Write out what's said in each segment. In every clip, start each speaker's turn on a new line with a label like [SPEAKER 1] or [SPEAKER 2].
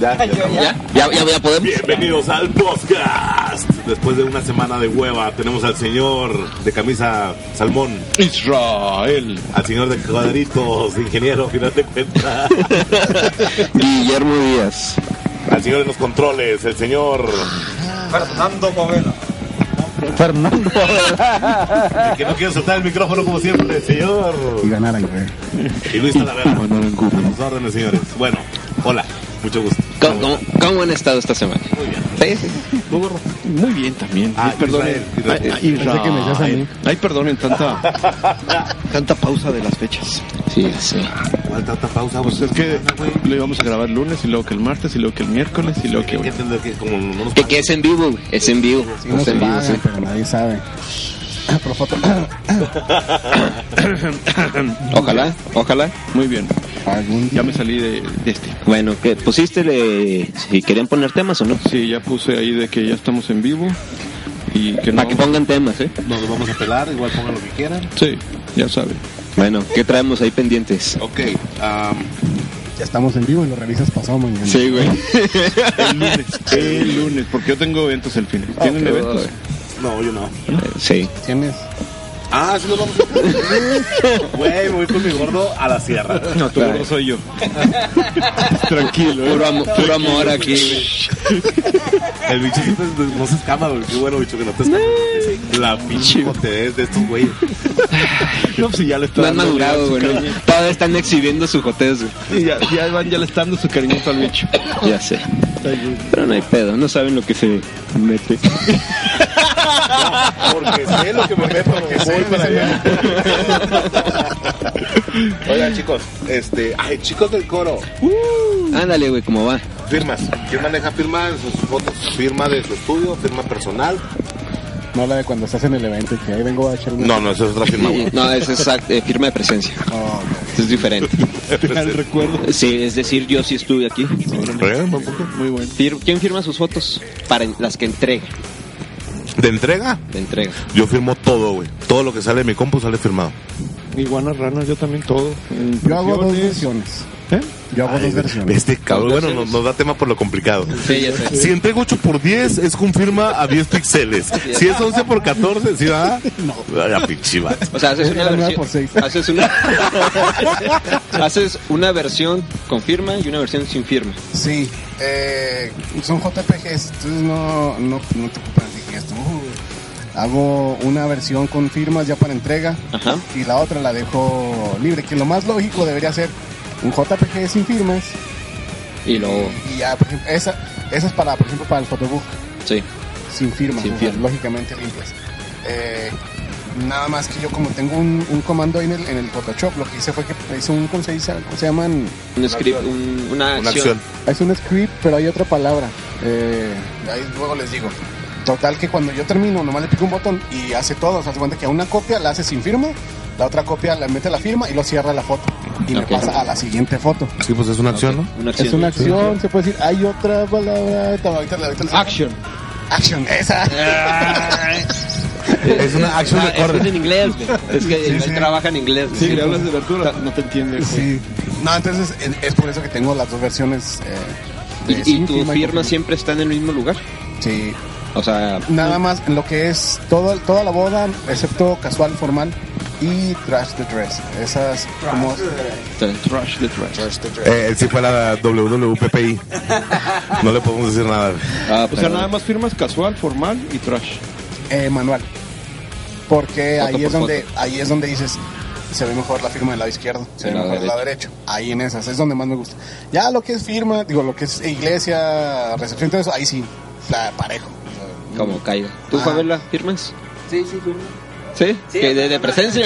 [SPEAKER 1] Ya, ya,
[SPEAKER 2] Ya, ya, ya, ya podemos.
[SPEAKER 1] Bienvenidos al podcast. Después de una semana de hueva, tenemos al señor de camisa salmón,
[SPEAKER 3] Israel.
[SPEAKER 1] al señor de cuadritos, ingeniero, final de cuentas,
[SPEAKER 2] Guillermo Díaz.
[SPEAKER 1] al señor de los controles, el señor
[SPEAKER 4] Fernando Poveda.
[SPEAKER 5] Fernando
[SPEAKER 1] el que no quiere soltar el micrófono como siempre, el señor
[SPEAKER 5] y ganar güey.
[SPEAKER 1] y Luis Talavera. A sus órdenes, señores. Bueno, hola, mucho gusto.
[SPEAKER 2] ¿Cómo, cómo, cómo han estado esta semana?
[SPEAKER 1] Muy bien.
[SPEAKER 2] Sí, sí.
[SPEAKER 3] Muy bien también.
[SPEAKER 1] Ah,
[SPEAKER 3] Ay, perdonen.
[SPEAKER 1] Israel, Israel.
[SPEAKER 3] Ay, ay,
[SPEAKER 5] Pensé que me decías a mí.
[SPEAKER 3] Ay, perdonen tanta, tanta pausa de las fechas.
[SPEAKER 2] Sí, sí.
[SPEAKER 1] ¿Cuál tanta pausa?
[SPEAKER 3] Pues es que lo íbamos a grabar lunes y luego que el martes y luego que el miércoles y luego que
[SPEAKER 1] Hay que
[SPEAKER 3] hoy.
[SPEAKER 1] entender que como no nos
[SPEAKER 2] Que, que
[SPEAKER 1] pagan,
[SPEAKER 2] es en vivo, güey, es en vivo.
[SPEAKER 5] Y no
[SPEAKER 2] es
[SPEAKER 5] se
[SPEAKER 2] en vivo,
[SPEAKER 5] paga,
[SPEAKER 2] sí.
[SPEAKER 5] pero nadie sabe. Por foto.
[SPEAKER 2] Ojalá, ojalá.
[SPEAKER 3] Muy bien.
[SPEAKER 5] Algún
[SPEAKER 3] Ya
[SPEAKER 5] día.
[SPEAKER 3] me salí de, de este.
[SPEAKER 2] Bueno, que pusiste le- si querían poner temas o no.
[SPEAKER 3] Sí, ya puse ahí de que ya estamos en vivo y que no.
[SPEAKER 2] Para que pongan temas, ¿eh?
[SPEAKER 1] nos vamos a pelar, igual pongan lo que quieran.
[SPEAKER 3] Sí, ya saben.
[SPEAKER 2] Bueno, ¿qué traemos ahí pendientes?
[SPEAKER 1] Ok, am,
[SPEAKER 5] Ya estamos en vivo y lo revisas pasado mañana.
[SPEAKER 2] Sí, güey.
[SPEAKER 3] El lunes, el lunes, porque yo tengo eventos el fin. ¿Tienen
[SPEAKER 2] Ok,
[SPEAKER 3] eventos?
[SPEAKER 2] va,
[SPEAKER 1] no, yo no.
[SPEAKER 2] Sí.
[SPEAKER 5] ¿Tienes?
[SPEAKER 1] Ah, sí nos vamos a Güey, me voy con mi gordo a la sierra.
[SPEAKER 3] No, tu gordo soy yo. Tranquilo, eh.
[SPEAKER 2] Puro, amo- puro amor aquí, güey.
[SPEAKER 1] El bicho sí te- no se escama, güey. Qué bueno, bicho, que no te escama. La pinche botellez de estos güeyes.
[SPEAKER 3] No, pues, ya le está
[SPEAKER 2] No han
[SPEAKER 3] dando
[SPEAKER 2] madurado,
[SPEAKER 3] su
[SPEAKER 2] güey.
[SPEAKER 3] cariño.
[SPEAKER 2] ¿no? Todavía están exhibiendo su jotez, güey.
[SPEAKER 3] Y ya, ya van, ya le están dando su cariñito al bicho.
[SPEAKER 2] Ya sé. Pero no hay pedo, no saben lo que se mete.
[SPEAKER 1] Porque sé lo que me meto, porque voy para allá. Oigan, chicos, este. Ay, chicos del coro,
[SPEAKER 2] Ándale, güey, ¿cómo va?
[SPEAKER 1] firmas. ¿Quién maneja firma de sus fotos? Firma de su estudio, firma personal.
[SPEAKER 5] No la de cuando estás en el evento y que ahí vengo a echar una.
[SPEAKER 1] No, no, esa es otra firma, güey.
[SPEAKER 2] No, es exacto, eh, firma de presencia.
[SPEAKER 5] Oh,
[SPEAKER 2] Es diferente.
[SPEAKER 3] Al
[SPEAKER 1] Este,
[SPEAKER 3] recuerdo.
[SPEAKER 2] Sí, es decir, yo sí estuve aquí.
[SPEAKER 3] Muy bueno.
[SPEAKER 2] Fir- ¿Quién firma sus fotos? Para en- las que entrega,
[SPEAKER 1] ¿De entrega?
[SPEAKER 2] de entrega.
[SPEAKER 1] Yo firmo todo, güey. Todo lo que sale de mi compu sale firmado.
[SPEAKER 3] Iguanas, ranas, yo también todo.
[SPEAKER 5] yo hago dos versiones.
[SPEAKER 3] ¿Eh?
[SPEAKER 5] Yo hago dos versiones.
[SPEAKER 1] Este cabrón, bueno, nos, nos da tema por lo complicado.
[SPEAKER 2] Sí, ya sé.
[SPEAKER 1] Si entrego 8 por 10 es con firma a 10 píxeles. Si es 11 por 14, ¿sí va? No. La pinche vato.
[SPEAKER 2] O sea, haces una
[SPEAKER 5] Era nueve
[SPEAKER 2] versión.
[SPEAKER 5] por seis.
[SPEAKER 2] Haces una, haces una versión con firma y una versión sin firma.
[SPEAKER 5] Sí. Eh, son JPGs, entonces no, no, no te ocupan así que esto. uh, Hago una versión con firmas ya para entrega
[SPEAKER 2] Ajá.
[SPEAKER 5] y la otra la dejo libre, que lo más lógico debería ser un JPG sin firmas
[SPEAKER 2] Y luego,
[SPEAKER 5] y ya, por ejemplo, esa, esa es para, por ejemplo, para el photobook.
[SPEAKER 2] sí.
[SPEAKER 5] sin firma,
[SPEAKER 2] Sin
[SPEAKER 5] o sea,
[SPEAKER 2] firma.
[SPEAKER 5] lógicamente limpias. Eh, nada más que yo como tengo un, un comando ahí en el, en el Photoshop, lo que hice fue que hice un, ¿cómo se, dice? ¿Cómo se llaman?
[SPEAKER 2] Un script, un- una,
[SPEAKER 1] Una
[SPEAKER 2] acción.
[SPEAKER 1] acción.
[SPEAKER 5] Es un script, pero hay otra palabra. Eh, ahí luego les digo. Total que cuando yo termino, nomás le pico un botón y hace todo. O sea, se cuenta que a una copia la hace sin firma, la otra copia la mete la firma y lo cierra la foto. Y me
[SPEAKER 2] Ok.
[SPEAKER 5] pasa a la siguiente foto.
[SPEAKER 1] Sí, pues es una acción, ¿no?
[SPEAKER 2] Una
[SPEAKER 5] Es una acción, se puede decir, hay otra palabra. Ahorita, ahorita les- Action, esa.
[SPEAKER 1] Es una acción
[SPEAKER 2] Ah,
[SPEAKER 1] de
[SPEAKER 2] es que es
[SPEAKER 1] corte.
[SPEAKER 2] en inglés, güey. Es que él trabaja en inglés.
[SPEAKER 3] Sí,
[SPEAKER 2] güey.
[SPEAKER 3] le hablas de verdura, Ah, no te entiendes.
[SPEAKER 5] Sí. No, entonces es, es por eso que tengo las dos versiones. Eh, de
[SPEAKER 2] Y, y
[SPEAKER 5] sin
[SPEAKER 2] tu
[SPEAKER 5] y
[SPEAKER 2] firma
[SPEAKER 5] con
[SPEAKER 2] siempre está en el mismo lugar.
[SPEAKER 5] Sí.
[SPEAKER 2] O sea,
[SPEAKER 5] Nada más en lo que es todo, toda la boda, excepto casual, formal y trash the dress. Esas como.
[SPEAKER 3] Trash de trash.
[SPEAKER 5] Trash the dress.
[SPEAKER 1] Eh, sí fue la WWPPI. No le podemos decir nada.
[SPEAKER 2] ah,
[SPEAKER 3] O sea, pues nada más firmas casual, formal y trash.
[SPEAKER 5] Eh, manual. Porque
[SPEAKER 2] Foto
[SPEAKER 5] ahí
[SPEAKER 2] por
[SPEAKER 5] es donde ahí es donde dices, se ve mejor la firma del lado izquierdo, se
[SPEAKER 2] Del
[SPEAKER 5] ve
[SPEAKER 2] lado
[SPEAKER 5] mejor del lado derecho. Ahí en esas, es donde más me gusta. Ya lo que es firma, digo, lo que es iglesia, recepción, todo eso, ahí sí, la parejo.
[SPEAKER 2] Como caiga. ¿Tú,
[SPEAKER 5] Ah.
[SPEAKER 2] Fabela, firmas?
[SPEAKER 1] Sí, sí, firmo.
[SPEAKER 2] ¿Sí? ¿Que de, de presencia?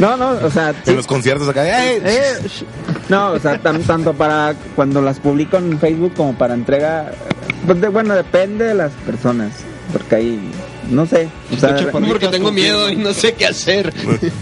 [SPEAKER 6] No, no, o sea, sí,
[SPEAKER 7] En los conciertos acá, ¡eh!
[SPEAKER 6] eh, sh- no, o sea, tam- tanto para cuando las publico en Facebook como para entrega, pues de- bueno, depende de las personas, porque ahí, no sé, o sea,
[SPEAKER 2] Estoy chaparrito porque tengo miedo y no sé qué hacer.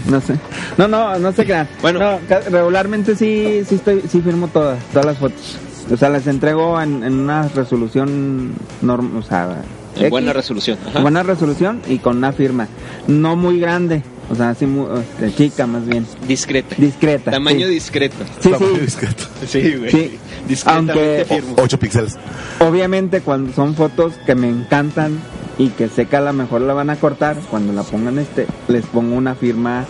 [SPEAKER 6] no sé, no, no, no sé crean,
[SPEAKER 2] Bueno.
[SPEAKER 6] bueno, regularmente sí, sí estoy, sí firmo todas, todas las fotos, o sea, las entrego en, en una resolución norm, o sea,
[SPEAKER 2] En
[SPEAKER 6] X.
[SPEAKER 2] buena resolución. Ajá.
[SPEAKER 6] buena resolución y con una firma, no muy grande, o sea, así, mu- este, chica más bien,
[SPEAKER 2] Discreta.
[SPEAKER 6] discreta,
[SPEAKER 2] Tamaño
[SPEAKER 6] sí.
[SPEAKER 2] discreto.
[SPEAKER 6] Sí,
[SPEAKER 7] Tamaño
[SPEAKER 6] sí,
[SPEAKER 7] discreto.
[SPEAKER 2] Sí, güey.
[SPEAKER 6] Sí.
[SPEAKER 2] Discretamente
[SPEAKER 6] Aunque-
[SPEAKER 2] firmo.
[SPEAKER 7] 8 píxeles.
[SPEAKER 6] Obviamente cuando son fotos que me encantan y que sé que a lo mejor la van a cortar, cuando la pongan este, les pongo una firma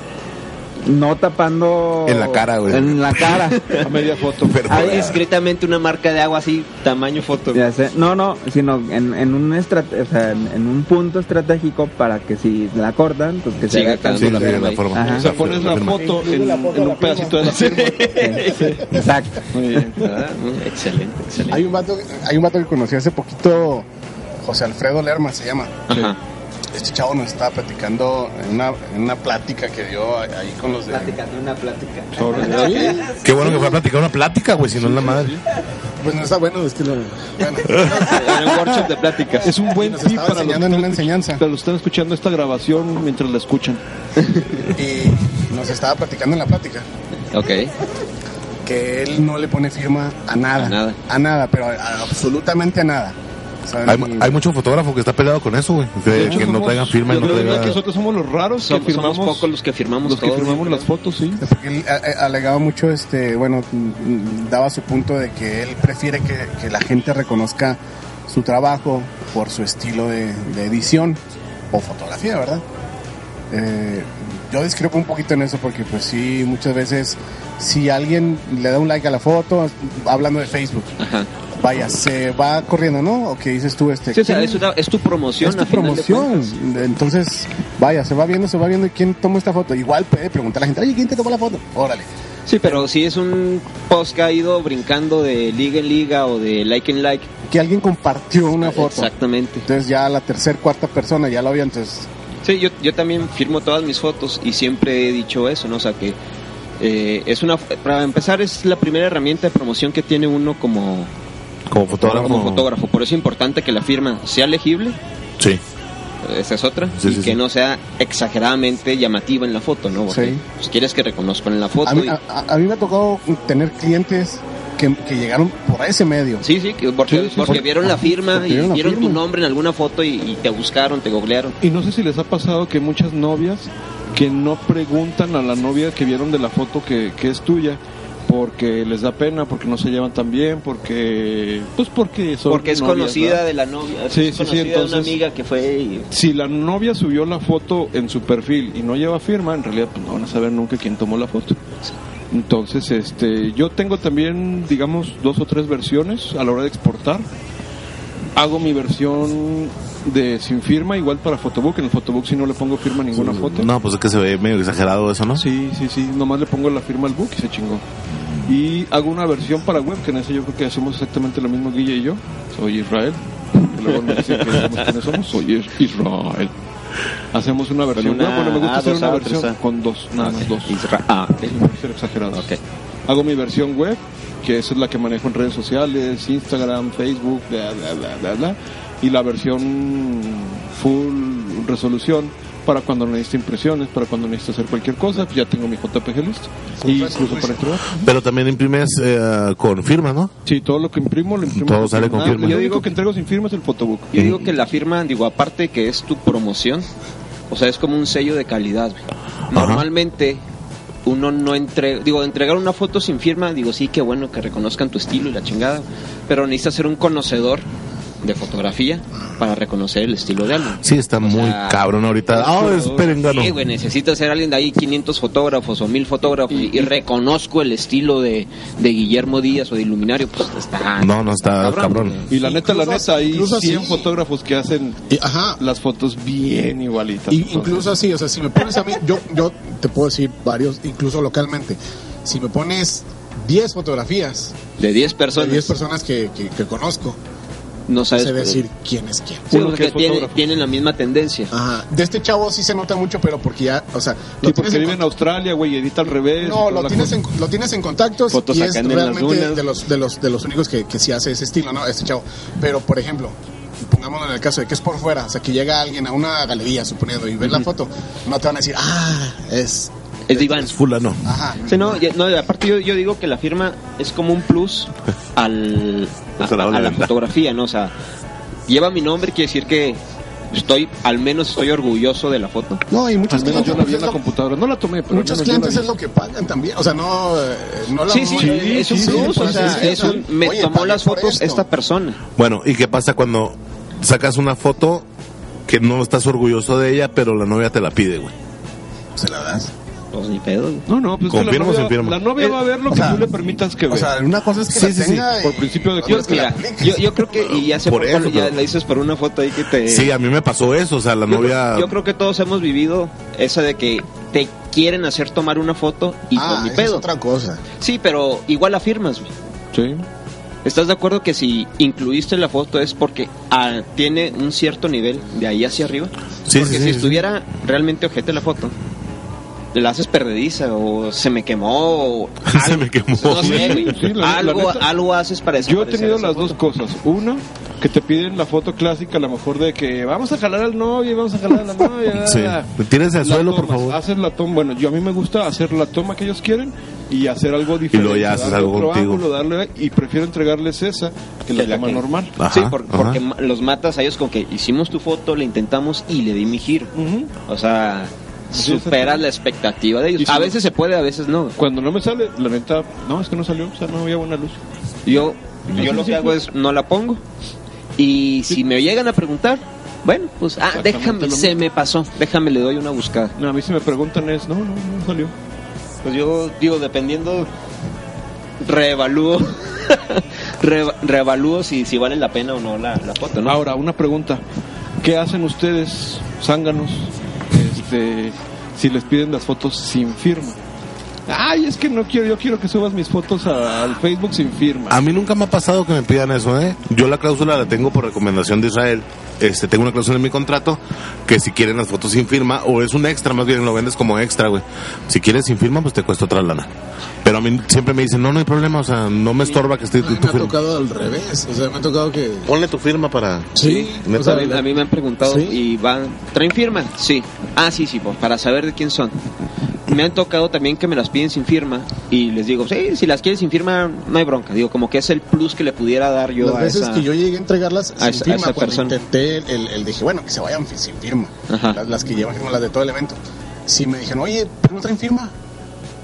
[SPEAKER 6] no tapando
[SPEAKER 7] En la cara, güey.
[SPEAKER 6] En la cara.
[SPEAKER 3] A media foto.
[SPEAKER 7] Pero,
[SPEAKER 6] Ahí
[SPEAKER 2] Ahí discretamente una marca de agua así, tamaño foto.
[SPEAKER 6] Ya sé. No, no, sino en, en un estrate- o sea, en, en un punto estratégico para que si la cortan, pues que se
[SPEAKER 2] Siga
[SPEAKER 6] haga
[SPEAKER 2] quedando
[SPEAKER 6] tan-
[SPEAKER 7] sí,
[SPEAKER 2] la
[SPEAKER 7] de
[SPEAKER 2] firma
[SPEAKER 7] la
[SPEAKER 2] ahí.
[SPEAKER 7] forma.
[SPEAKER 6] Ajá.
[SPEAKER 3] O sea, pones la
[SPEAKER 7] firma.
[SPEAKER 3] foto en, en un pedacito de la firma.
[SPEAKER 6] Exacto.
[SPEAKER 2] Muy bien. Ah, muy- Excelente, excelente.
[SPEAKER 5] Hay un vato, hay un vato que conocí hace poquito, José Alfredo Lerma se llama.
[SPEAKER 2] Ajá.
[SPEAKER 5] Este chavo nos estaba platicando en una, en una plática que dio ahí con los de...
[SPEAKER 6] una plática.
[SPEAKER 7] Qué bueno que fue a platicar una plática, güey, si no es la madre.
[SPEAKER 5] Pues no está bueno, es que lo... Bueno,
[SPEAKER 2] Era un workshop de pláticas.
[SPEAKER 3] Es un buen
[SPEAKER 5] nos
[SPEAKER 3] tip
[SPEAKER 5] estaba
[SPEAKER 3] para los
[SPEAKER 5] enseñando en una enseñanza.
[SPEAKER 3] que lo están escuchando esta grabación mientras la escuchan.
[SPEAKER 5] Y nos estaba platicando en la plática
[SPEAKER 2] Ok.
[SPEAKER 5] que él no le pone firma a nada.
[SPEAKER 2] A nada.
[SPEAKER 5] A nada, pero a- a absolutamente a nada. O sea,
[SPEAKER 7] Hay,
[SPEAKER 5] ni-
[SPEAKER 7] hay mucho fotógrafo que está peleado con eso, güey.
[SPEAKER 3] De
[SPEAKER 7] Que,
[SPEAKER 3] hecho,
[SPEAKER 7] Eh, que no
[SPEAKER 3] somos-
[SPEAKER 7] traigan firma y
[SPEAKER 3] yo
[SPEAKER 7] no
[SPEAKER 3] creo que
[SPEAKER 7] traigan.
[SPEAKER 3] nosotros somos los raros que
[SPEAKER 2] Somos,
[SPEAKER 3] firmamos,
[SPEAKER 2] somos pocos los que firmamos
[SPEAKER 3] los que
[SPEAKER 2] todo.
[SPEAKER 3] firmamos las fotos, sí.
[SPEAKER 5] Porque él a- a- alegaba mucho, este, bueno, mm, mm, daba su punto de que él prefiere que, que la gente reconozca su trabajo por su estilo de, de edición o fotografía, ¿verdad? Eh, yo discrepo un poquito en eso porque pues sí, muchas veces si alguien le da un like a la foto, hablando de Facebook,
[SPEAKER 2] Ajá.
[SPEAKER 5] vaya, se va corriendo, ¿no? ¿O qué dices tú? Este,
[SPEAKER 2] Sí, o sea,
[SPEAKER 5] ¿quién-
[SPEAKER 2] es, una- es tu promoción.
[SPEAKER 5] es tu
[SPEAKER 2] a final de
[SPEAKER 5] promoción.
[SPEAKER 2] cuentas.
[SPEAKER 5] Entonces, vaya, se va viendo, se va viendo. ¿Y quién tomó esta foto? Igual puede preguntar a la gente, oye, ¿quién te tomó la foto? Órale.
[SPEAKER 2] Sí, pero si es un post que ha ido brincando de liga en liga o de like en like.
[SPEAKER 5] Que alguien compartió una foto.
[SPEAKER 2] Exactamente.
[SPEAKER 5] Entonces ya la tercera, cuarta persona ya lo vio. Entonces,
[SPEAKER 2] Sí, yo, yo también firmo todas mis fotos y siempre he dicho eso, ¿no? O sea, que eh, es una. Para empezar, es la primera herramienta de promoción que tiene uno como,
[SPEAKER 7] Como fotógrafo.
[SPEAKER 2] como fotógrafo. Por eso es importante que la firma sea legible,
[SPEAKER 7] Sí.
[SPEAKER 2] esa es otra,
[SPEAKER 7] Sí,
[SPEAKER 2] y
[SPEAKER 7] sí,
[SPEAKER 2] que
[SPEAKER 7] sí.
[SPEAKER 2] no sea exageradamente llamativa en la foto, ¿no? Porque
[SPEAKER 5] Sí.
[SPEAKER 2] pues, quieres que reconozcan en la foto.
[SPEAKER 5] a mí, ah,
[SPEAKER 2] y-
[SPEAKER 5] a- a- a mí me ha tocado tener clientes que, que llegaron por ese medio.
[SPEAKER 2] Sí, sí, que porque,
[SPEAKER 3] Sí, sí,
[SPEAKER 2] porque
[SPEAKER 3] por-
[SPEAKER 2] vieron la firma
[SPEAKER 5] porque
[SPEAKER 2] y
[SPEAKER 5] vieron la
[SPEAKER 2] vieron tu
[SPEAKER 5] firma.
[SPEAKER 2] nombre en alguna foto y, y te buscaron, te googlearon.
[SPEAKER 3] Y no sé si les ha pasado que muchas novias que no preguntan a la novia que vieron de la foto que, que es tuya porque les da pena, porque no se llevan tan bien, porque pues porque son
[SPEAKER 2] Porque es
[SPEAKER 3] novias,
[SPEAKER 2] conocida
[SPEAKER 3] ¿verdad?
[SPEAKER 2] de la novia, es
[SPEAKER 3] Sí, sí, sí,
[SPEAKER 2] conocida de una
[SPEAKER 3] entonces-
[SPEAKER 2] amiga que fue y-
[SPEAKER 3] Si la novia subió la foto en su perfil y no lleva firma, en realidad pues no van a saber nunca quién tomó la foto. Entonces, este, yo tengo también, digamos, dos o tres versiones a la hora de exportar. Hago mi versión de sin firma, igual para Photobook. En el Photobook si no le pongo firma a ninguna foto.
[SPEAKER 7] No, pues es que se ve medio exagerado eso, ¿no?
[SPEAKER 3] Sí, sí, sí, nomás le pongo la firma al book y se chingó.
[SPEAKER 2] Mm.
[SPEAKER 3] Y hago una versión para web, que en ese yo creo que hacemos exactamente lo mismo Guille y yo. Soy Israel. que Luego nos dicen que somos quiénes somos, soy Is- Israel. Hacemos una versión
[SPEAKER 2] una
[SPEAKER 3] web, bueno, me gusta
[SPEAKER 2] A,
[SPEAKER 3] hacer
[SPEAKER 2] dos
[SPEAKER 3] una
[SPEAKER 2] A,
[SPEAKER 3] versión
[SPEAKER 2] tres A.
[SPEAKER 3] con dos, nada más dos. Por ser exagerado.
[SPEAKER 2] ah, Ok.
[SPEAKER 3] Hago mi versión web, que esa es la que manejo en redes sociales, Instagram, Facebook, bla, bla, bla, bla, bla. Y la versión full resolución para cuando necesite impresiones, para cuando necesite hacer cualquier cosa, pues ya tengo mi JPG listo. Y incluso para el trabajo.
[SPEAKER 7] Pero también imprimes eh, con firma, ¿no?
[SPEAKER 3] Sí, todo lo que imprimo, lo imprimo.
[SPEAKER 7] Todo sale con
[SPEAKER 3] Ah,
[SPEAKER 7] firma.
[SPEAKER 3] Yo digo que entrego sin firma es el photobook.
[SPEAKER 2] Yo digo que la firma, digo, aparte de que es tu promoción, o sea, es como un sello de calidad. güey. Normalmente uno no entrega, digo, entregar una foto sin firma, digo, sí, qué bueno que reconozcan tu estilo y la chingada, pero necesitas ser un conocedor de fotografía para reconocer el estilo de álbum.
[SPEAKER 1] Sí, está muy
[SPEAKER 2] sea,
[SPEAKER 1] cabrón ahorita. Ah, es perengano.
[SPEAKER 2] Sí, güey, necesita ser alguien de ahí 500 fotógrafos o 1000 fotógrafos y, reconozco el estilo de, de Guillermo Díaz o de Iluminario, pues está...
[SPEAKER 1] No, no, está cabrón.
[SPEAKER 3] Y la neta, la
[SPEAKER 8] Incluso-
[SPEAKER 3] neta, hay
[SPEAKER 8] incluso
[SPEAKER 3] 100
[SPEAKER 8] así-
[SPEAKER 3] fotógrafos que hacen
[SPEAKER 1] Y-
[SPEAKER 3] ajá, las fotos bien igualitas.
[SPEAKER 5] Y- incluso así, o sea, si me pones a mí, yo, yo te puedo decir varios, incluso localmente, si me pones 10 fotografías
[SPEAKER 2] De 10
[SPEAKER 5] de
[SPEAKER 2] personas,
[SPEAKER 5] 10 personas que, que- que conozco,
[SPEAKER 2] no sabes...
[SPEAKER 5] sé
[SPEAKER 2] pero-
[SPEAKER 5] decir quién es quién.
[SPEAKER 2] Sí,
[SPEAKER 3] uno
[SPEAKER 2] porque
[SPEAKER 3] que es
[SPEAKER 2] tiene-
[SPEAKER 3] fotógrafo.
[SPEAKER 2] tienen la misma tendencia.
[SPEAKER 5] Ajá. De este chavo sí se nota mucho, pero porque ya, o sea,
[SPEAKER 3] Sí,
[SPEAKER 5] tienes
[SPEAKER 3] porque
[SPEAKER 5] en
[SPEAKER 3] vive en Australia, güey, edita al revés. y
[SPEAKER 5] No,
[SPEAKER 3] toda
[SPEAKER 5] lo
[SPEAKER 3] la
[SPEAKER 5] tienes,
[SPEAKER 3] cosa.
[SPEAKER 5] en, lo tienes en contactos
[SPEAKER 3] Fotos
[SPEAKER 5] y es
[SPEAKER 3] acá en las
[SPEAKER 5] realmente
[SPEAKER 3] dunas.
[SPEAKER 5] de los, de, los, de los únicos que, que sí hace ese estilo, ¿no? Este chavo. Pero, por ejemplo, pongámoslo en el caso de que es por fuera, o sea, que llega alguien a una galería, suponiendo, y ve la foto, no te van a decir, ah, es...
[SPEAKER 2] Es de Iván.
[SPEAKER 1] Es fulano.
[SPEAKER 5] Ajá.
[SPEAKER 2] Sí, no, ya- no, aparte yo, yo digo que la firma es como un plus al, a,
[SPEAKER 9] O sea, la
[SPEAKER 2] a
[SPEAKER 9] doble
[SPEAKER 2] la
[SPEAKER 9] ventaja.
[SPEAKER 2] fotografía, ¿no? O sea, lleva mi nombre, quiere decir que estoy, al menos estoy orgulloso de la foto.
[SPEAKER 5] No, y muchos
[SPEAKER 3] Al menos yo la
[SPEAKER 5] clientes, pues,
[SPEAKER 3] vi en
[SPEAKER 5] es
[SPEAKER 3] la
[SPEAKER 5] lo-
[SPEAKER 3] computadora. No la tomé, pero.
[SPEAKER 5] muchos
[SPEAKER 3] al menos
[SPEAKER 5] clientes
[SPEAKER 3] yo
[SPEAKER 5] es lo que pagan también, o sea, no, eh, no la
[SPEAKER 2] Sí, sí, es un
[SPEAKER 5] sí,
[SPEAKER 2] plus,
[SPEAKER 5] sí,
[SPEAKER 2] o
[SPEAKER 5] sí,
[SPEAKER 2] sea,
[SPEAKER 5] sí,
[SPEAKER 2] es un- me
[SPEAKER 5] Oye,
[SPEAKER 2] tomó
[SPEAKER 5] pagué
[SPEAKER 2] las
[SPEAKER 5] por
[SPEAKER 2] fotos
[SPEAKER 5] esto.
[SPEAKER 2] esta persona.
[SPEAKER 1] Bueno, ¿y qué pasa cuando sacas una foto que no estás orgulloso de ella, pero la novia te la pide, güey?
[SPEAKER 5] Se la das.
[SPEAKER 2] Pues ni pedo. güey.
[SPEAKER 3] la vi. No, no, pues. es que
[SPEAKER 1] Confirmo,
[SPEAKER 3] la novia,
[SPEAKER 1] confirmo.
[SPEAKER 3] La novia va a ver lo
[SPEAKER 5] Eh, o
[SPEAKER 3] que
[SPEAKER 5] sea,
[SPEAKER 3] tú le permitas que vea.
[SPEAKER 5] O sea, una cosa es que
[SPEAKER 1] Sí,
[SPEAKER 5] la
[SPEAKER 1] sí, sí,
[SPEAKER 5] tenga
[SPEAKER 3] por
[SPEAKER 5] y-
[SPEAKER 3] principio de
[SPEAKER 5] otra
[SPEAKER 3] Yo,
[SPEAKER 5] es que la
[SPEAKER 2] Mira,
[SPEAKER 5] apliques.
[SPEAKER 2] yo, yo creo que, y hace
[SPEAKER 1] Por
[SPEAKER 2] poco
[SPEAKER 1] eso,
[SPEAKER 2] ya
[SPEAKER 1] pero-
[SPEAKER 2] la dices por una foto ahí que te...
[SPEAKER 1] Sí, a mí me pasó eso, o sea, la
[SPEAKER 2] Yo creo-
[SPEAKER 1] novia...
[SPEAKER 2] Yo creo que todos hemos vivido esa de que te quieren hacer tomar una foto y
[SPEAKER 5] Ah,
[SPEAKER 2] pues ni
[SPEAKER 5] esa es
[SPEAKER 2] pedo.
[SPEAKER 5] otra cosa.
[SPEAKER 2] Sí, pero igual la firmas, güey.
[SPEAKER 3] Sí.
[SPEAKER 2] ¿Estás de acuerdo que si incluiste la foto es porque ah, tiene un cierto nivel de ahí hacia arriba?
[SPEAKER 1] Sí,
[SPEAKER 2] porque
[SPEAKER 1] sí,
[SPEAKER 2] si
[SPEAKER 1] sí,
[SPEAKER 2] estuviera realmente ojete la foto, la haces perdediza o se me quemó o
[SPEAKER 1] Se me quemó.
[SPEAKER 2] No sé, güey.
[SPEAKER 3] Sí, la- la
[SPEAKER 2] algo,
[SPEAKER 3] neta-
[SPEAKER 2] algo haces para
[SPEAKER 3] Yo he
[SPEAKER 2] desaparecer
[SPEAKER 3] tenido
[SPEAKER 2] esa
[SPEAKER 3] las dos
[SPEAKER 2] foto.
[SPEAKER 3] cosas. Una, que te piden la foto clásica, a lo mejor de que vamos a jalar al novio, vamos a jalar a la novia.
[SPEAKER 1] Sí. Tienes el
[SPEAKER 3] La
[SPEAKER 1] suelo, por
[SPEAKER 3] tomas,
[SPEAKER 1] favor.
[SPEAKER 3] Haces la toma. Bueno, yo a mí me gusta hacer la toma que ellos quieren y hacer algo diferente.
[SPEAKER 1] luego ya haces
[SPEAKER 3] darle
[SPEAKER 1] algo
[SPEAKER 3] otro
[SPEAKER 1] contigo.
[SPEAKER 3] ángulo, darle, y prefiero entregarles esa que la
[SPEAKER 2] Que la
[SPEAKER 3] toma
[SPEAKER 2] que-
[SPEAKER 3] normal.
[SPEAKER 1] Ajá,
[SPEAKER 2] sí, por-
[SPEAKER 1] ajá.
[SPEAKER 2] porque ma- los matas a ellos con que hicimos tu foto, le intentamos y le di mi giro.
[SPEAKER 3] Ujú.
[SPEAKER 2] O sea,
[SPEAKER 3] Sí,
[SPEAKER 2] superas la expectativa de
[SPEAKER 3] Y
[SPEAKER 2] ellos.
[SPEAKER 3] si
[SPEAKER 2] A
[SPEAKER 3] no-
[SPEAKER 2] veces se puede, a veces no.
[SPEAKER 3] Cuando no me sale, la neta, no, es que no salió, o sea, no había buena luz.
[SPEAKER 2] Yo, yo lo que pues hago es no la pongo. Y si me llegan a preguntar, bueno, pues, ah,
[SPEAKER 3] Exactamente lo
[SPEAKER 2] déjame,
[SPEAKER 3] mismo.
[SPEAKER 2] se me pasó, déjame, le doy una buscada.
[SPEAKER 3] No, a mí si me preguntan es, no, no, no salió.
[SPEAKER 2] Pues yo digo, dependiendo, reevalúo, re- reevalúo si, si vale la pena o no la, la foto, ¿no?
[SPEAKER 3] Ahora, una pregunta. ¿Qué hacen ustedes, zánganos, este, si les piden las fotos sin firma? Ay, es que no quiero, yo quiero que subas mis fotos a- al Facebook sin firma.
[SPEAKER 1] A mí nunca me ha pasado que me pidan eso, ¿eh? Yo la cláusula la tengo por recomendación de Israel. Este, tengo una cláusula en mi contrato que si quieren las fotos sin firma, o es un extra, más bien lo vendes como extra, güey. Si quieres sin firma, pues te cuesta otra lana. Pero a mí siempre me dicen, no, no hay problema, o sea, no me estorba que esté
[SPEAKER 5] A mí
[SPEAKER 1] tu, tu
[SPEAKER 5] me ha
[SPEAKER 1] firma.
[SPEAKER 5] tocado al revés, o sea, me ha tocado que...
[SPEAKER 1] Ponle tu firma para...
[SPEAKER 5] Sí,
[SPEAKER 1] neta.
[SPEAKER 5] o sea,
[SPEAKER 2] Pues A mí, a mí me han preguntado
[SPEAKER 5] Sí.
[SPEAKER 2] y van, ¿traen firma? Sí. Ah, sí, sí, pues, para saber de quién son. Me han tocado también que me las piden sin firma y les digo, sí, si las quieres sin firma, no hay bronca. Digo, como que es el plus que le pudiera dar yo
[SPEAKER 5] Las
[SPEAKER 2] a
[SPEAKER 5] veces
[SPEAKER 2] esa-
[SPEAKER 5] que yo llegué a entregarlas
[SPEAKER 2] a esa-
[SPEAKER 5] sin
[SPEAKER 2] a
[SPEAKER 5] firma,
[SPEAKER 2] esa
[SPEAKER 5] cuando
[SPEAKER 2] persona.
[SPEAKER 5] intenté, el, el- el dije, bueno, que se vayan fi- sin firma.
[SPEAKER 2] Ajá.
[SPEAKER 5] Las, las que llevan firma, las de todo el evento. Si me dijeron, oye, ¿por qué no traen firma?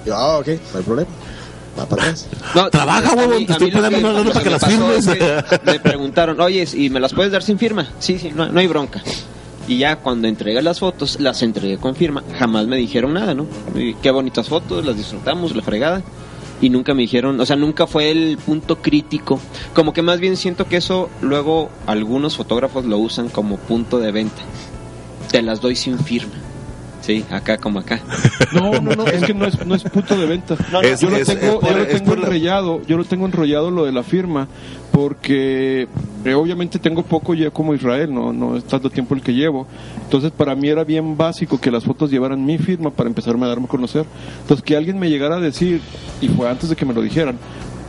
[SPEAKER 5] Yo, ah, ok, no hay problema. Va para atrás.
[SPEAKER 2] No,
[SPEAKER 1] Trabaja,
[SPEAKER 2] a mí-
[SPEAKER 1] huevón, te
[SPEAKER 2] a
[SPEAKER 1] estoy
[SPEAKER 2] mí lo
[SPEAKER 1] pagando una lana
[SPEAKER 2] lo
[SPEAKER 1] para que
[SPEAKER 2] me
[SPEAKER 1] las
[SPEAKER 2] pasó
[SPEAKER 1] firmes.
[SPEAKER 2] es que Me preguntaron, oye, ¿y me las puedes dar sin firma? Sí, sí, no, no hay bronca. Y ya cuando entregué las fotos, las entregué con firma. Jamás me dijeron nada, ¿no? Y qué bonitas fotos, las disfrutamos, la fregada. Y nunca me dijeron, o sea, nunca fue el punto crítico. Como que más bien siento que eso luego algunos fotógrafos lo usan como punto de venta. Te las doy sin firma. Sí, acá como acá.
[SPEAKER 3] No, no, no, es que no es, no es punto de venta.
[SPEAKER 1] Es-
[SPEAKER 3] yo lo
[SPEAKER 1] es-
[SPEAKER 3] tengo,
[SPEAKER 1] es por-
[SPEAKER 3] yo lo
[SPEAKER 1] es
[SPEAKER 3] tengo
[SPEAKER 1] por la-
[SPEAKER 3] enrollado, yo lo tengo enrollado lo de la firma, porque eh, obviamente tengo poco ya como Israel, no, no es tanto tiempo el que llevo. Entonces para mí era bien básico que las fotos llevaran mi firma para empezarme a darme a conocer. Entonces que alguien me llegara a decir, y fue antes de que me lo dijeran,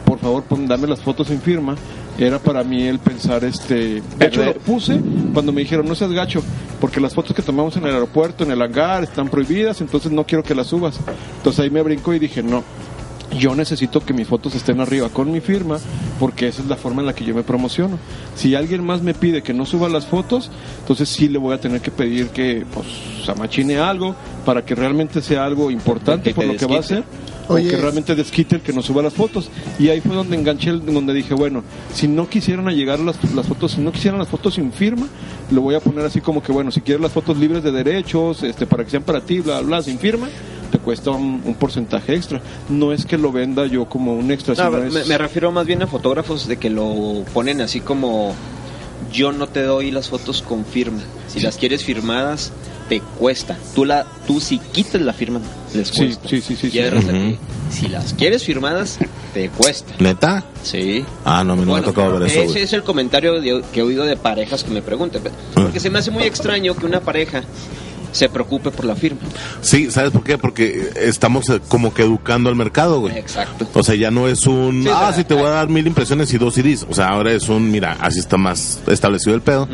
[SPEAKER 3] por favor pon, dame las fotos sin firma. Era para mí el pensar este... De hecho, lo puse cuando me dijeron, no seas gacho, porque las fotos que tomamos en el aeropuerto, en el hangar, están prohibidas, entonces no quiero que las subas. Entonces ahí me brincó y dije, no, yo necesito que mis fotos estén arriba con mi firma porque esa es la forma en la que yo me promociono. Si alguien más me pide que no suba las fotos, entonces sí le voy a tener que pedir que pues, se machine algo para que realmente sea algo
[SPEAKER 2] Que
[SPEAKER 3] importante
[SPEAKER 2] te
[SPEAKER 3] por lo que va a
[SPEAKER 2] desquite.
[SPEAKER 3] hacer
[SPEAKER 5] Oye.
[SPEAKER 3] o que realmente desquite el que nos suba las fotos. Y ahí fue donde enganché, el- donde dije, bueno, si no quisieran llegar las, las fotos, si no quisieran las fotos sin firma, lo voy a poner así como que, bueno, si quieres las fotos libres de derechos, este para que sean para ti, bla, bla, sin firma, te cuesta un, un porcentaje extra. No es que lo venda yo como un extra,
[SPEAKER 2] No,
[SPEAKER 3] sino
[SPEAKER 2] me,
[SPEAKER 3] es-
[SPEAKER 2] me refiero más bien a fotógrafos de que lo ponen así como yo no te doy las fotos con firma. Si las quieres firmadas te cuesta. Tú la tú si quitas la firma les
[SPEAKER 3] Sí,
[SPEAKER 2] cuesta.
[SPEAKER 3] sí, sí, sí, sí.
[SPEAKER 2] Y hay raza que,
[SPEAKER 1] Ujú.
[SPEAKER 2] Si las quieres firmadas te cuesta.
[SPEAKER 1] ¿Neta?
[SPEAKER 2] Sí.
[SPEAKER 1] Ah, no, a mí no
[SPEAKER 2] Bueno,
[SPEAKER 1] me ha tocado ver eso,
[SPEAKER 2] Ese
[SPEAKER 1] güey. Ah.
[SPEAKER 2] es el comentario de- que he oído de parejas que me preguntan. Porque se me hace muy extraño que una pareja se preocupe por la firma.
[SPEAKER 1] Sí, ¿sabes por qué? Porque estamos eh, como que educando al mercado, güey.
[SPEAKER 2] Exacto.
[SPEAKER 1] O sea, ya no es un,
[SPEAKER 2] Sí, o
[SPEAKER 1] ah,
[SPEAKER 2] sea,
[SPEAKER 1] sí, te voy a dar mil impresiones y dos CDs. O sea, ahora es un, mira, así está más establecido el pedo.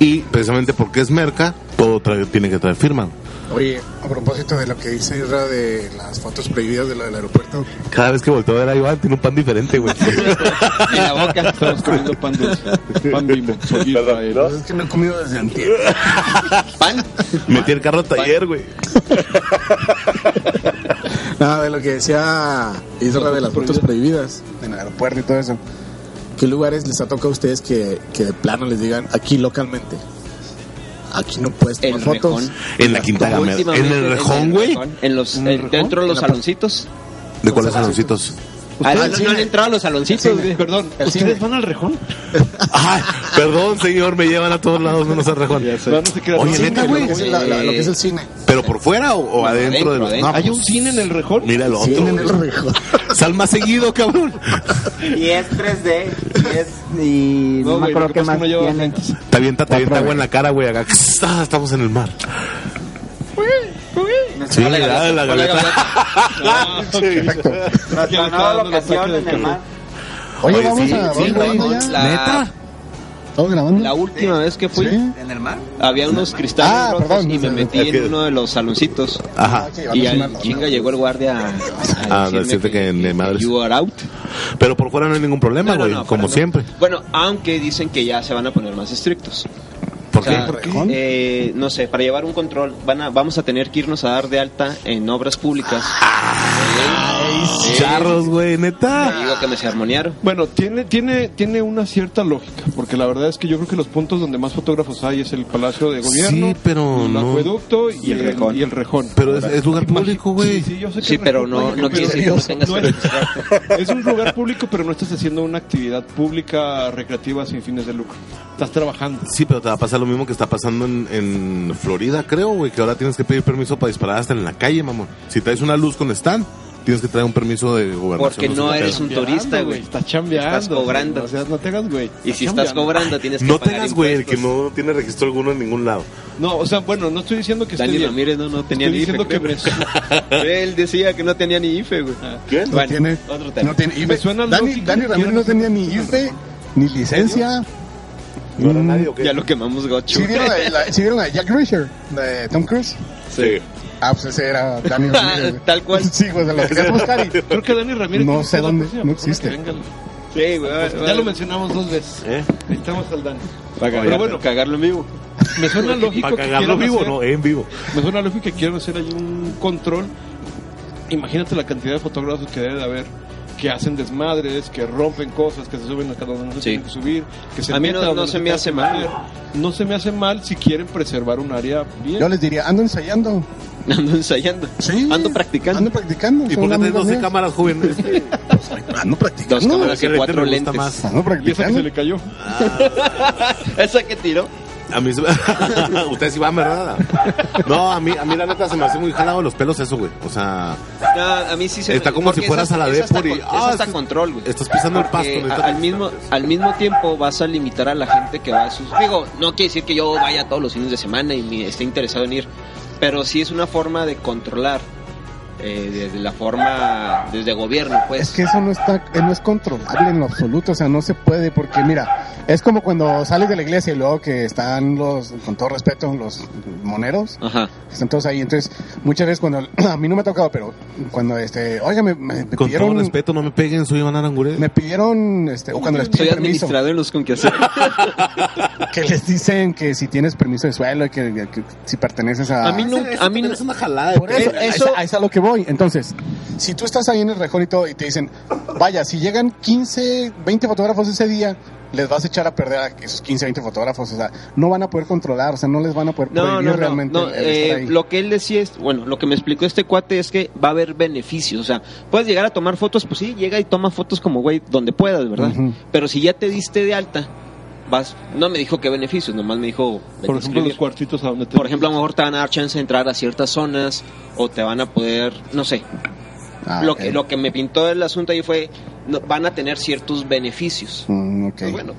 [SPEAKER 1] Y precisamente porque es merca, todo trae- tiene que traer firma.
[SPEAKER 5] Oye, a propósito de lo que dice Isra de las fotos prohibidas de lo del aeropuerto,
[SPEAKER 1] Cada vez que volteo a ver a Iván, tiene un pan diferente, güey.
[SPEAKER 2] En la boca.
[SPEAKER 3] Estamos comiendo pan dulce, pan bimbo, soy Israel.
[SPEAKER 5] pues es que no he comido desde antier.
[SPEAKER 2] Pan.
[SPEAKER 1] Metí el carro al taller, güey.
[SPEAKER 5] Nada, de lo que decía Isra de las fotos prohibidas en el aeropuerto y todo eso. ¿Qué lugares les ha tocado a ustedes que, que de plano les digan aquí localmente? Aquí no puedes tomar
[SPEAKER 2] El
[SPEAKER 5] fotos.
[SPEAKER 2] Rejón.
[SPEAKER 1] En la Quinta Gamera. En
[SPEAKER 2] Últimamente,
[SPEAKER 1] el rejón, güey.
[SPEAKER 2] Rejón, En los,
[SPEAKER 3] ¿En
[SPEAKER 2] eh,
[SPEAKER 3] el Rejón?
[SPEAKER 2] dentro de los
[SPEAKER 5] En la-
[SPEAKER 2] saloncitos.
[SPEAKER 1] ¿De cuáles saloncitos?
[SPEAKER 2] Ah, no,
[SPEAKER 5] al
[SPEAKER 2] no
[SPEAKER 5] cine.
[SPEAKER 2] han entrado a los saloncitos, güey.
[SPEAKER 3] Perdón,
[SPEAKER 5] El cine.
[SPEAKER 3] ¿ustedes van al rejón?
[SPEAKER 1] Ay, perdón, señor, me llevan a todos lados menos al rejón.
[SPEAKER 3] No, no se crean.
[SPEAKER 1] Oye,
[SPEAKER 3] Sí,
[SPEAKER 1] neta,
[SPEAKER 5] Lo
[SPEAKER 1] güey.
[SPEAKER 5] que es la- la- lo que es el cine.
[SPEAKER 1] ¿Pero por fuera o, o
[SPEAKER 2] No,
[SPEAKER 1] adentro,
[SPEAKER 2] adentro,
[SPEAKER 1] de los
[SPEAKER 2] adentro.
[SPEAKER 1] no,
[SPEAKER 3] ¿Hay un
[SPEAKER 1] pues,
[SPEAKER 3] cine en el rejón?
[SPEAKER 1] Mira el otro.
[SPEAKER 5] Cine en el
[SPEAKER 1] güey.
[SPEAKER 5] Rejón.
[SPEAKER 1] Sal más seguido, cabrón.
[SPEAKER 6] Y es 3D, y es. Y no,
[SPEAKER 3] No, güey,
[SPEAKER 6] me acuerdo
[SPEAKER 3] lo que
[SPEAKER 6] qué
[SPEAKER 3] pasa
[SPEAKER 6] más
[SPEAKER 3] es que no lleva
[SPEAKER 6] tiene.
[SPEAKER 3] lentes.
[SPEAKER 1] Te avienta, te avienta
[SPEAKER 6] Otra
[SPEAKER 1] agua
[SPEAKER 6] vez.
[SPEAKER 1] en la cara, güey. acá. Ah, Estamos en el mar. Sí,
[SPEAKER 2] Hola,
[SPEAKER 1] la,
[SPEAKER 2] gaviota.
[SPEAKER 1] la
[SPEAKER 2] Hola,
[SPEAKER 1] gaviota.
[SPEAKER 3] Ah,
[SPEAKER 5] Perfecto.
[SPEAKER 6] Nuestra
[SPEAKER 3] Ya le está
[SPEAKER 6] nueva
[SPEAKER 3] dando el ataque
[SPEAKER 6] locación
[SPEAKER 3] al
[SPEAKER 6] en el mar.
[SPEAKER 5] Oye,
[SPEAKER 1] Oye,
[SPEAKER 5] vamos
[SPEAKER 1] sí,
[SPEAKER 5] a.
[SPEAKER 1] sí,
[SPEAKER 5] vamos grabando
[SPEAKER 2] la-
[SPEAKER 5] ya.
[SPEAKER 2] la-
[SPEAKER 1] ¿Neta?
[SPEAKER 5] ¿Vamos grabando?
[SPEAKER 2] La última vez que fui,
[SPEAKER 5] Sí.
[SPEAKER 6] ¿En el mar?
[SPEAKER 2] había unos cristales
[SPEAKER 5] Ah,
[SPEAKER 2] rotos
[SPEAKER 5] perdón,
[SPEAKER 2] y me
[SPEAKER 5] no sé.
[SPEAKER 2] metí
[SPEAKER 1] Es que-
[SPEAKER 2] en uno de los saloncitos.
[SPEAKER 1] Ajá.
[SPEAKER 5] Sí, vamos
[SPEAKER 2] Y
[SPEAKER 5] a
[SPEAKER 2] al
[SPEAKER 5] filmarlo.
[SPEAKER 2] chinga llegó el guardia a,
[SPEAKER 1] Ah, decirte que ni madres.
[SPEAKER 2] You are out.
[SPEAKER 1] Pero por fuera no hay ningún problema,
[SPEAKER 2] No, no,
[SPEAKER 1] güey.
[SPEAKER 2] no,
[SPEAKER 1] como
[SPEAKER 2] fuera no.
[SPEAKER 1] siempre.
[SPEAKER 2] Bueno, aunque dicen que ya se van a poner más estrictos.
[SPEAKER 1] ¿Por
[SPEAKER 2] O sea,
[SPEAKER 1] qué?
[SPEAKER 2] eh, no sé, para llevar un control van a, vamos a tener que irnos a dar de alta en obras públicas. Eh,
[SPEAKER 1] Charros, güey,
[SPEAKER 2] te
[SPEAKER 1] neta.
[SPEAKER 2] digo que me se armoniaron.
[SPEAKER 3] Bueno, tiene, tiene, tiene una cierta lógica, porque la verdad es que yo creo que los puntos donde más fotógrafos hay es el Palacio de Gobierno,
[SPEAKER 1] Sí, pero
[SPEAKER 3] el
[SPEAKER 1] no.
[SPEAKER 3] acueducto y, el, Rejón. y el Rejón.
[SPEAKER 1] Pero es- es lugar
[SPEAKER 3] Imagi-
[SPEAKER 1] público, güey.
[SPEAKER 3] Sí, sí, yo sé que
[SPEAKER 2] Sí,
[SPEAKER 3] es
[SPEAKER 2] pero
[SPEAKER 3] Rejón,
[SPEAKER 2] no-
[SPEAKER 3] por ejemplo,
[SPEAKER 2] no quiere decir que
[SPEAKER 3] pero-
[SPEAKER 2] no tengas que
[SPEAKER 3] es- Es un lugar público, pero no estás haciendo una actividad pública recreativa sin fines de lucro. Estás trabajando.
[SPEAKER 1] Sí, pero te va a pasar lo mismo que está pasando en, en Florida, creo, güey, que ahora tienes que pedir permiso para disparar hasta en la calle, mamón. Si traes una luz con stand, tienes que traer un permiso de gobernación.
[SPEAKER 2] Porque no
[SPEAKER 1] sé qué
[SPEAKER 2] eres
[SPEAKER 1] pedo.
[SPEAKER 2] un turista, güey.
[SPEAKER 3] Estás chambeando.
[SPEAKER 2] Estás cobrando.
[SPEAKER 3] O sea, no te hagas, güey.
[SPEAKER 2] Y si estás
[SPEAKER 3] chambeando.
[SPEAKER 2] cobrando, tienes que
[SPEAKER 1] No
[SPEAKER 2] pagar
[SPEAKER 1] tengas, güey, el que
[SPEAKER 2] impuestos.
[SPEAKER 1] no tiene registro alguno en ningún lado.
[SPEAKER 3] No, o sea, bueno, no estoy diciendo que
[SPEAKER 2] Dani
[SPEAKER 3] esté bien.
[SPEAKER 2] Ramírez no, no tenía
[SPEAKER 3] Estoy
[SPEAKER 2] ni
[SPEAKER 3] diciendo
[SPEAKER 2] IFE. Que... Él decía que no tenía ni IFE, güey.
[SPEAKER 3] Ah.
[SPEAKER 5] No
[SPEAKER 2] Bueno,
[SPEAKER 5] tiene.
[SPEAKER 2] otro tema.
[SPEAKER 5] No tiene. Y
[SPEAKER 3] Me
[SPEAKER 5] ve,
[SPEAKER 3] suena
[SPEAKER 5] Dani,
[SPEAKER 3] lógico.
[SPEAKER 5] Dani Ramírez no tenía ni IFE, ni licencia.
[SPEAKER 6] Mm,
[SPEAKER 5] Mm.
[SPEAKER 1] ¿No era nadie o qué?
[SPEAKER 2] Ya lo quemamos, gocho.
[SPEAKER 5] ¿Sí eh. vieron la, la- sí vieron la de Jack Reacher? De Tom Cruise.
[SPEAKER 1] Sí.
[SPEAKER 5] Ah, pues ese era Dani Ramírez.
[SPEAKER 2] Ah, Tal cual.
[SPEAKER 5] Sí, pues se lo querías buscar y.
[SPEAKER 3] Creo que Dani Ramírez.
[SPEAKER 5] No
[SPEAKER 3] tiene que
[SPEAKER 5] sé
[SPEAKER 3] ser la
[SPEAKER 5] dónde,
[SPEAKER 3] próxima
[SPEAKER 5] no
[SPEAKER 3] persona que
[SPEAKER 5] existe.
[SPEAKER 3] venga al-
[SPEAKER 2] Sí, güey.
[SPEAKER 3] Pues Ya lo mencionamos dos veces.
[SPEAKER 1] ¿Eh?
[SPEAKER 3] Necesitamos al Dani.
[SPEAKER 2] Pero bueno, cagarlo en vivo.
[SPEAKER 3] Me suena lógico
[SPEAKER 1] ¿Para
[SPEAKER 3] que
[SPEAKER 1] cagarlo
[SPEAKER 3] quieran
[SPEAKER 1] vivo
[SPEAKER 3] hacer-
[SPEAKER 1] no? En vivo.
[SPEAKER 3] Me suena lógico que quieran hacer ahí un control. Imagínate la cantidad de fotógrafos que debe de haber que hacen desmadres, que rompen cosas, que se suben hasta donde no se
[SPEAKER 2] Sí.
[SPEAKER 3] tienen que subir, que se
[SPEAKER 2] A mí no-
[SPEAKER 3] metan donde
[SPEAKER 2] no se me
[SPEAKER 3] tienen
[SPEAKER 2] hace
[SPEAKER 3] que
[SPEAKER 2] mal.
[SPEAKER 3] meter. No se me hace mal si quieren preservar un área bien.
[SPEAKER 5] Yo les diría, ando ensayando.
[SPEAKER 2] Ando ensayando. Ando practicando.
[SPEAKER 5] Ando practicando.
[SPEAKER 1] ¿Y
[SPEAKER 5] son
[SPEAKER 1] por qué tenés
[SPEAKER 5] amigos
[SPEAKER 1] 12
[SPEAKER 5] mías.
[SPEAKER 1] cámaras, jóvenes?
[SPEAKER 5] Ando
[SPEAKER 2] Dos
[SPEAKER 5] practicando.
[SPEAKER 2] cámaras y cuatro lentes.
[SPEAKER 5] Ando
[SPEAKER 3] Y esa que
[SPEAKER 5] practicando.
[SPEAKER 3] se le cayó.
[SPEAKER 2] Ah, Esa que tiró.
[SPEAKER 1] A mí se me- Ustedes sí van, ¿verdad? No, a mí, a mí la neta se me hace muy jalado los pelos eso, güey. O sea,
[SPEAKER 2] No, a mí sí se
[SPEAKER 1] Está como
[SPEAKER 2] porque
[SPEAKER 1] si fueras
[SPEAKER 2] esa-
[SPEAKER 1] a la
[SPEAKER 2] esa está
[SPEAKER 1] Depor y-
[SPEAKER 2] con-
[SPEAKER 1] ah,
[SPEAKER 2] esa está
[SPEAKER 1] estás-
[SPEAKER 2] control, güey.
[SPEAKER 1] estás pisando el pasto.
[SPEAKER 2] Porque
[SPEAKER 1] neta.
[SPEAKER 2] a- al mismo al mismo tiempo vas a limitar a la gente que va a sus digo no quiere decir que yo vaya todos los fines de semana y ni esté interesado en ir pero sí es una forma de controlar eh, desde la forma desde gobierno
[SPEAKER 5] Es
[SPEAKER 2] pues
[SPEAKER 5] que eso no está, eh, no es controlable en lo absoluto, o sea, no se puede, porque mira, es como cuando sales de la iglesia y luego que están los, con todo respeto, los moneros,
[SPEAKER 2] ajá
[SPEAKER 5] están todos ahí, entonces muchas veces cuando, a mí no me ha tocado, pero cuando este, oiga, me, me- me
[SPEAKER 1] Con todo
[SPEAKER 5] pidieron,
[SPEAKER 1] respeto, no me peguen, soy Iván Arangure.
[SPEAKER 5] me pidieron, este, o cuando les
[SPEAKER 2] soy
[SPEAKER 5] piden permiso,
[SPEAKER 2] administrador en los con que hacer
[SPEAKER 1] Ah.
[SPEAKER 5] que les dicen que si tienes permiso de suelo y que, que- que si perteneces a... Ah,
[SPEAKER 2] a mí no a mí no-
[SPEAKER 1] una jalada.
[SPEAKER 5] Por eso,
[SPEAKER 2] Eso-
[SPEAKER 5] ahí está- ahí está lo que voy, entonces, si tú estás ahí en el rejón y todo y te dicen, vaya, si llegan 15, 20 fotógrafos ese día, les vas a echar a perder a esos 15, 20 fotógrafos. O sea, no van a poder controlar, o sea, no les van a poder
[SPEAKER 2] No,
[SPEAKER 5] prohibir
[SPEAKER 2] no, no,
[SPEAKER 5] realmente
[SPEAKER 2] no,
[SPEAKER 5] el estar
[SPEAKER 2] eh,
[SPEAKER 5] ahí.
[SPEAKER 2] lo que él decía es, bueno, lo que me explicó este cuate es que va a haber beneficios, o sea, puedes llegar a tomar fotos, pues sí, llega y toma fotos como güey donde puedas, ¿verdad? Pero si ya te diste de alta, vas, no me dijo qué beneficios, nomás me dijo, vete
[SPEAKER 3] Por
[SPEAKER 2] a
[SPEAKER 3] ejemplo,
[SPEAKER 2] escribir.
[SPEAKER 3] los cuartitos a donde te
[SPEAKER 2] por ejemplo, a lo mejor te van a dar chance de entrar a ciertas zonas o te van a poder, no sé.
[SPEAKER 5] Ah,
[SPEAKER 2] lo,
[SPEAKER 5] ok.
[SPEAKER 2] que, lo que me pintó el asunto ahí fue, no, van a tener ciertos beneficios.
[SPEAKER 5] Mm, ok.
[SPEAKER 2] Ah, Pues Bueno.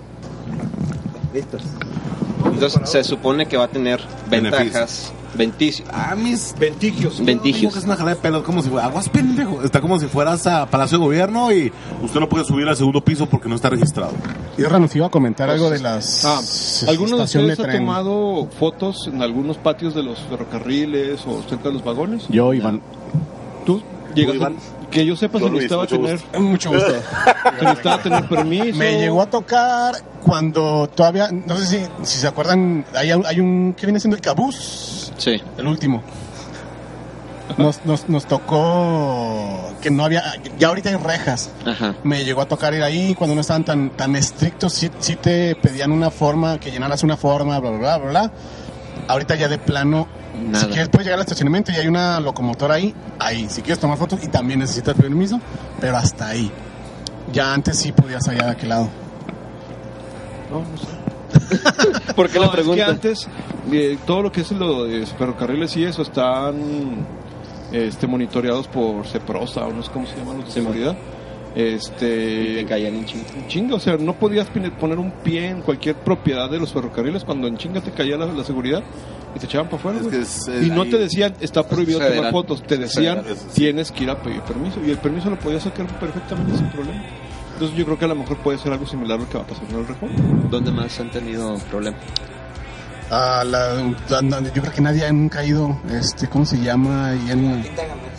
[SPEAKER 2] Entonces se supone que va a tener
[SPEAKER 1] Beneficios.
[SPEAKER 2] ventajas. Venticio.
[SPEAKER 1] Ah, mis
[SPEAKER 3] Ventigios.
[SPEAKER 1] Digo
[SPEAKER 2] Ventigios.
[SPEAKER 1] que es una jalada de pelos, como si fuera aguas pendejo. Está como si fueras a Palacio de Gobierno y usted no puede subir al segundo piso porque no está registrado.
[SPEAKER 5] Yo renuncio iba a comentar algo de las.
[SPEAKER 3] Ah, ¿Alguno de
[SPEAKER 5] estación
[SPEAKER 3] ustedes ha
[SPEAKER 5] tren.
[SPEAKER 3] tomado fotos en algunos patios de los ferrocarriles o cerca de los vagones?
[SPEAKER 5] Yo, Iván.
[SPEAKER 3] ¿Tú? Llegas
[SPEAKER 1] Iván.
[SPEAKER 3] a- que yo sepa
[SPEAKER 1] Yo,
[SPEAKER 3] si
[SPEAKER 1] Luis,
[SPEAKER 3] necesitaba
[SPEAKER 1] mucho
[SPEAKER 3] tener,
[SPEAKER 1] gusto.
[SPEAKER 5] Mucho gusto.
[SPEAKER 3] si necesitaba tener permiso.
[SPEAKER 5] Me llegó a tocar cuando todavía. No sé si, si se acuerdan. Hay, hay un. ¿Qué viene siendo el cabús?
[SPEAKER 2] Sí.
[SPEAKER 5] El último. Nos, nos, nos tocó que no había. Ya ahorita hay rejas.
[SPEAKER 2] Ajá.
[SPEAKER 5] Me llegó a tocar ir ahí cuando no estaban tan, tan estrictos. Sí, sí te pedían una forma, que llenaras una forma, bla, bla, bla, bla. bla. Ahorita ya de plano.
[SPEAKER 2] Nada.
[SPEAKER 5] Si quieres, puedes llegar al estacionamiento y hay una locomotora ahí. Ahí. Si quieres tomar fotos y también necesitas permiso, pero hasta ahí. Ya antes sí podías allá de aquel lado.
[SPEAKER 3] No, no sé.
[SPEAKER 2] ¿Por qué
[SPEAKER 3] No,
[SPEAKER 2] la
[SPEAKER 3] es que
[SPEAKER 2] pregunta?
[SPEAKER 3] antes eh, todo lo que es lo de ferrocarriles y eso están este monitoreados por Ceprosa o no sé cómo se llaman los de seguridad. Este
[SPEAKER 2] caían en chingo.
[SPEAKER 3] en chinga, o sea, no podías pine- poner un pie en cualquier propiedad de los ferrocarriles cuando en chinga te caía la, la seguridad y te echaban para afuera.
[SPEAKER 1] Es
[SPEAKER 3] güey.
[SPEAKER 1] que es, eh,
[SPEAKER 3] y no
[SPEAKER 1] ahí-
[SPEAKER 3] te decían, está
[SPEAKER 2] Pues,
[SPEAKER 3] prohibido tomar
[SPEAKER 2] Federal.
[SPEAKER 3] fotos, te
[SPEAKER 2] Pues,
[SPEAKER 3] decían,
[SPEAKER 1] Federal, es-
[SPEAKER 3] tienes que ir a pedir permiso. Y el permiso lo podías sacar perfectamente sin problema. Entonces yo creo que a lo mejor puede ser algo similar a lo que va a pasar en el rejón.
[SPEAKER 2] ¿Dónde más han tenido problemas?
[SPEAKER 5] Ah, la- la- na- yo creo que nadie ha nunca ido, este, ¿cómo se llama? Ahí en-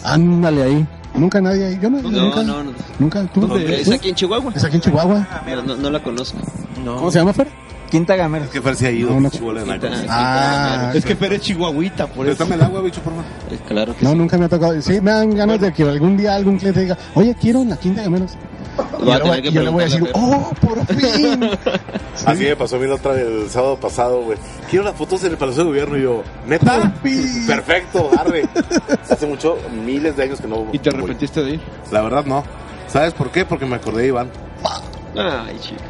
[SPEAKER 5] Ándale ahí. Nunca nadie ahí. Yo no,
[SPEAKER 2] No,
[SPEAKER 5] nunca.
[SPEAKER 2] no, no.
[SPEAKER 5] Nunca. ¿Tú?
[SPEAKER 3] ¿Dónde
[SPEAKER 2] ¿Es aquí en Chihuahua?
[SPEAKER 5] ¿Es aquí en Chihuahua?
[SPEAKER 2] No, no, no la conozco.
[SPEAKER 5] ¿Cómo se llama, Fer?
[SPEAKER 6] Quinta Gamera.
[SPEAKER 1] Es que Fer se ha ido.
[SPEAKER 5] No, no.
[SPEAKER 1] chibolo de nacos.
[SPEAKER 2] Quinta-
[SPEAKER 5] Ah,
[SPEAKER 3] Es que Pérez Chihuahuita, por eso.
[SPEAKER 1] Préstame el agua, bicho, por favor.
[SPEAKER 2] Eh, Claro que
[SPEAKER 5] no, nunca me ha tocado. Sí, me dan ganas de que algún día algún cliente diga, oye, quiero una quinta de menos.
[SPEAKER 2] sí.
[SPEAKER 5] Y
[SPEAKER 2] Voy a
[SPEAKER 5] yo, le voy-
[SPEAKER 2] tener que
[SPEAKER 5] yo le voy a decir,
[SPEAKER 2] preguntarle a
[SPEAKER 5] oh, por fin.
[SPEAKER 1] Así me pasó a mí la otra vez, el sábado pasado, güey. Quiero las fotos en el Palacio de Gobierno y yo, ¿neta?
[SPEAKER 5] Papi.
[SPEAKER 1] Perfecto, arre. Hace mucho, miles de años que no
[SPEAKER 3] ¿Y te
[SPEAKER 1] voy.
[SPEAKER 3] arrepentiste de ir?
[SPEAKER 1] La verdad, no. ¿Sabes por qué? Porque me acordé de Iván.
[SPEAKER 2] Fer. Ay, chico.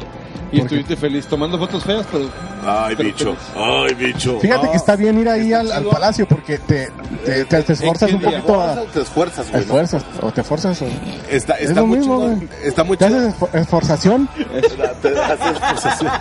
[SPEAKER 3] Y estuviste feliz tomando fotos feas, pero...
[SPEAKER 1] Ay,
[SPEAKER 3] Pero
[SPEAKER 1] bicho. Ay, bicho.
[SPEAKER 5] Fíjate que está bien ir ahí
[SPEAKER 1] Está
[SPEAKER 2] Este
[SPEAKER 5] al, al
[SPEAKER 1] chido.
[SPEAKER 5] palacio porque te, te, te- te esforzas
[SPEAKER 3] ¿en
[SPEAKER 5] un
[SPEAKER 3] qué día?
[SPEAKER 5] poquito a...
[SPEAKER 1] Te esfuerzas,
[SPEAKER 5] Te
[SPEAKER 1] güey. ¿no?
[SPEAKER 5] esfuerzas, o te esforzas, o...
[SPEAKER 1] Está,
[SPEAKER 5] Es
[SPEAKER 1] está
[SPEAKER 5] lo
[SPEAKER 1] muy
[SPEAKER 5] mismo,
[SPEAKER 1] chingón.
[SPEAKER 5] güey.
[SPEAKER 1] Está muy
[SPEAKER 5] ¿Te
[SPEAKER 1] chido.
[SPEAKER 5] haces esfor- esforzación?
[SPEAKER 1] Te haces posesiones.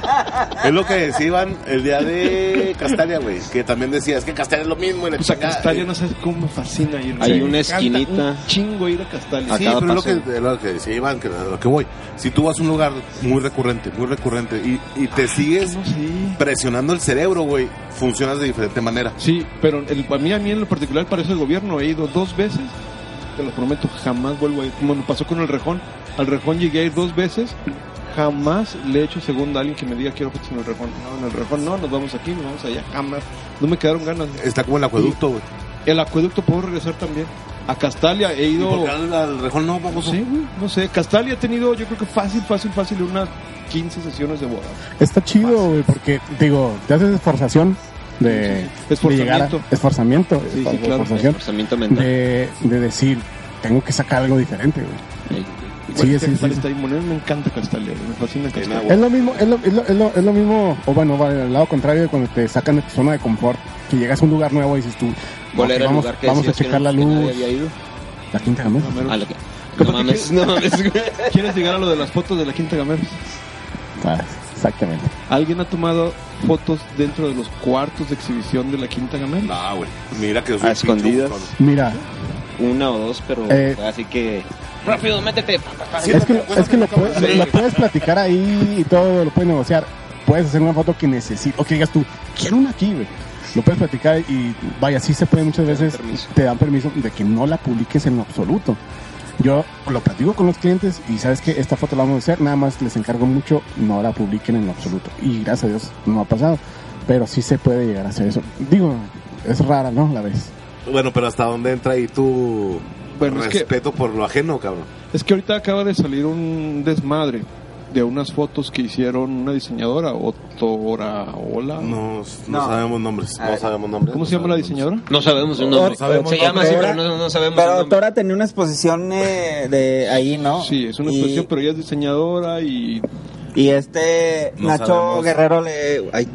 [SPEAKER 1] Es lo que decían el día de Castalia, güey. Que también decía, es que Castalia es lo mismo. Y la
[SPEAKER 3] O
[SPEAKER 5] Pues
[SPEAKER 3] sea,
[SPEAKER 1] chingada.
[SPEAKER 3] Castalia no sabes cómo me fascina ir.
[SPEAKER 2] eh, Hay
[SPEAKER 3] Me
[SPEAKER 2] una
[SPEAKER 3] encanta
[SPEAKER 2] esquinita.
[SPEAKER 3] Un chingo ir a Castalia.
[SPEAKER 1] Sí,
[SPEAKER 2] cada
[SPEAKER 1] pero lo que,
[SPEAKER 2] paso.
[SPEAKER 1] lo que decía Iván, que a lo que voy. Si tú vas a un lugar muy recurrente, muy recurrente, y, y te sigues
[SPEAKER 3] Sí.
[SPEAKER 1] presionando el cerebro, güey, funcionas de diferente manera.
[SPEAKER 3] Sí, pero el, a, mí, a mí en lo particular parece el gobierno. He ido dos veces. Te lo prometo, jamás vuelvo a ir. Como me pasó con el rejón. Al rejón llegué a ir dos veces. Jamás le he hecho segunda a alguien que me diga quiero fotos en el rejón. No, en el rejón no, nos vamos aquí, nos vamos allá. Jamás. No me quedaron ganas.
[SPEAKER 1] Está como el acueducto, güey.
[SPEAKER 3] El acueducto puedo regresar también. A Castalia he
[SPEAKER 1] Y
[SPEAKER 3] ido...
[SPEAKER 1] por qué al, al rejón no, vamos.
[SPEAKER 3] Sí, güey, no sé. Castalia ha tenido, yo creo que fácil, fácil, fácil, unas 15 sesiones de boda.
[SPEAKER 5] Está chido, güey, porque, digo, te haces esforzación de, de llegar a...
[SPEAKER 3] Esforzamiento.
[SPEAKER 5] Esforzamiento.
[SPEAKER 3] Sí, sí, claro.
[SPEAKER 5] esforzación.
[SPEAKER 2] Forzamiento mental.
[SPEAKER 5] de, de decir, tengo que sacar algo diferente, güey.
[SPEAKER 2] Ey.
[SPEAKER 5] Sí,
[SPEAKER 3] Este
[SPEAKER 5] sí,
[SPEAKER 3] Castalia
[SPEAKER 5] sí.
[SPEAKER 3] está bien bonito, me encanta Castalia, me fascina Castalia.
[SPEAKER 5] Es lo mismo, es lo, es lo- es lo- es lo mismo, o bueno, vale, el lado contrario de cuando te sacan de tu zona de confort, que llegas a un lugar nuevo y dices tú,
[SPEAKER 2] ¿Cuál era
[SPEAKER 5] "Ok,
[SPEAKER 2] el
[SPEAKER 5] vamos,
[SPEAKER 2] lugar que
[SPEAKER 5] vamos a
[SPEAKER 2] decías que
[SPEAKER 5] checar
[SPEAKER 2] no-
[SPEAKER 5] la
[SPEAKER 2] que nadie
[SPEAKER 5] luz,
[SPEAKER 2] había ido?
[SPEAKER 5] la quinta gamera.
[SPEAKER 3] Gamero.
[SPEAKER 2] Ah, la que- No mames, no mames, güey.
[SPEAKER 3] ¿Quieres llegar a lo de las fotos de la Quinta Gamera?
[SPEAKER 5] Ah, exactamente.
[SPEAKER 3] ¿Alguien ha tomado fotos dentro de los cuartos de exhibición de la Quinta Gamera?
[SPEAKER 1] No, güey. Mira que soy un
[SPEAKER 2] A
[SPEAKER 1] pinche
[SPEAKER 2] escondidas.
[SPEAKER 1] buscón.
[SPEAKER 5] Mira,
[SPEAKER 2] Una o dos, pero
[SPEAKER 5] Eh.
[SPEAKER 2] así que. Rápido, métete. pa, pa, pa.
[SPEAKER 5] es que, lo-
[SPEAKER 1] acuérdate
[SPEAKER 5] es que lo,
[SPEAKER 1] que acabo de
[SPEAKER 5] puedes, lo puedes platicar ahí y todo, lo puedes negociar, puedes hacer una foto que necesites, o que digas tú, quiero una aquí, güey. Lo puedes platicar y vaya, sí se puede muchas veces,
[SPEAKER 2] permiso.
[SPEAKER 5] te dan permiso de que no la publiques en lo absoluto. Yo lo platico con los clientes y sabes que esta foto la vamos a hacer, nada más les encargo mucho, no la publiquen en lo absoluto. Y gracias a Dios no ha pasado, pero sí se puede llegar a hacer eso. Digo, es rara, ¿no? La vez.
[SPEAKER 1] Bueno, pero hasta dónde entra ahí tu
[SPEAKER 3] Bueno, es que-
[SPEAKER 1] Respeto por lo ajeno, cabrón.
[SPEAKER 3] Es que ahorita acaba de salir un desmadre de unas fotos que hicieron una diseñadora, Otora Ola.
[SPEAKER 1] No, no No. sabemos nombres, no sabemos nombres.
[SPEAKER 3] Ah, ¿Cómo se llama la diseñadora?
[SPEAKER 2] No sabemos el nombre. se llama así, pero no, no sabemos el
[SPEAKER 6] Pero
[SPEAKER 2] nombre.
[SPEAKER 6] Tora tenía una exposición eh, de ahí, ¿no?
[SPEAKER 3] Sí, es una
[SPEAKER 6] Y-
[SPEAKER 3] exposición, pero ella es diseñadora y...
[SPEAKER 6] Y este
[SPEAKER 3] No
[SPEAKER 6] Nacho
[SPEAKER 3] sabemos.
[SPEAKER 6] Guerrero le. ay,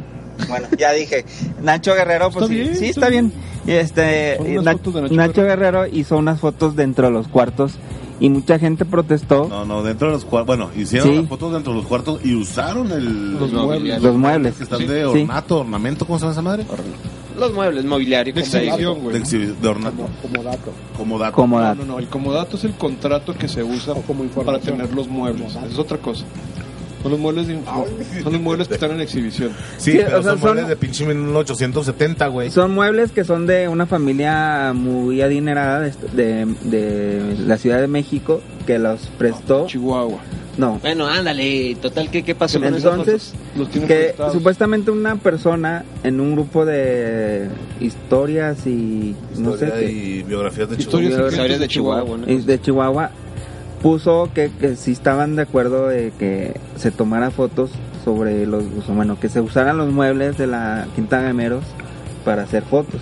[SPEAKER 6] bueno, ya dije. Nacho Guerrero, pues sí, sí, está bien. Y este.
[SPEAKER 3] Son unas
[SPEAKER 6] Na-
[SPEAKER 3] fotos de
[SPEAKER 6] Nacho,
[SPEAKER 3] Nacho
[SPEAKER 6] Guerrero. hizo unas fotos dentro de los cuartos y mucha gente protestó.
[SPEAKER 1] No, no, dentro de los cuartos. Bueno, hicieron
[SPEAKER 6] Sí.
[SPEAKER 1] las fotos dentro de los cuartos y usaron el,
[SPEAKER 3] Los muebles.
[SPEAKER 6] Los muebles.
[SPEAKER 1] Que están
[SPEAKER 6] Sí.
[SPEAKER 1] de
[SPEAKER 6] Sí.
[SPEAKER 1] ornato, ornamento, ¿cómo se llama esa madre?
[SPEAKER 2] Los muebles, mobiliario.
[SPEAKER 3] De
[SPEAKER 2] como se diga.
[SPEAKER 3] exhibición,
[SPEAKER 1] De,
[SPEAKER 3] güey.
[SPEAKER 1] exhibi- de ornato.
[SPEAKER 10] Como dato.
[SPEAKER 1] Como dato.
[SPEAKER 6] Como
[SPEAKER 3] No,
[SPEAKER 6] dato.
[SPEAKER 3] no, no, el comodato es el contrato que se usa para tener los muebles. Es otra cosa. Son los muebles, de-
[SPEAKER 1] Ah,
[SPEAKER 3] son los muebles que están en exhibición.
[SPEAKER 1] Sí,
[SPEAKER 6] Sí,
[SPEAKER 1] pero
[SPEAKER 6] o sea,
[SPEAKER 1] son
[SPEAKER 6] son-
[SPEAKER 1] muebles de pinche 1870, güey.
[SPEAKER 6] Son muebles que son de una familia muy adinerada de, de- de la Ciudad de México que los prestó.
[SPEAKER 3] Chihuahua.
[SPEAKER 6] No,
[SPEAKER 2] Bueno, ándale. Total, ¿qué, qué pasó con esas
[SPEAKER 6] Entonces,
[SPEAKER 2] fotos?
[SPEAKER 6] que supuestamente una persona en un grupo de historias y no sé
[SPEAKER 1] Historia
[SPEAKER 6] qué,
[SPEAKER 1] y biografías de
[SPEAKER 3] Historias
[SPEAKER 1] Chihuahua.
[SPEAKER 2] Historias de Chihuahua, ¿no?
[SPEAKER 6] y de Chihuahua puso que, que si estaban de acuerdo de que se tomara fotos sobre los, o sea, bueno, que se usaran los muebles de la Quinta Gameros para hacer fotos.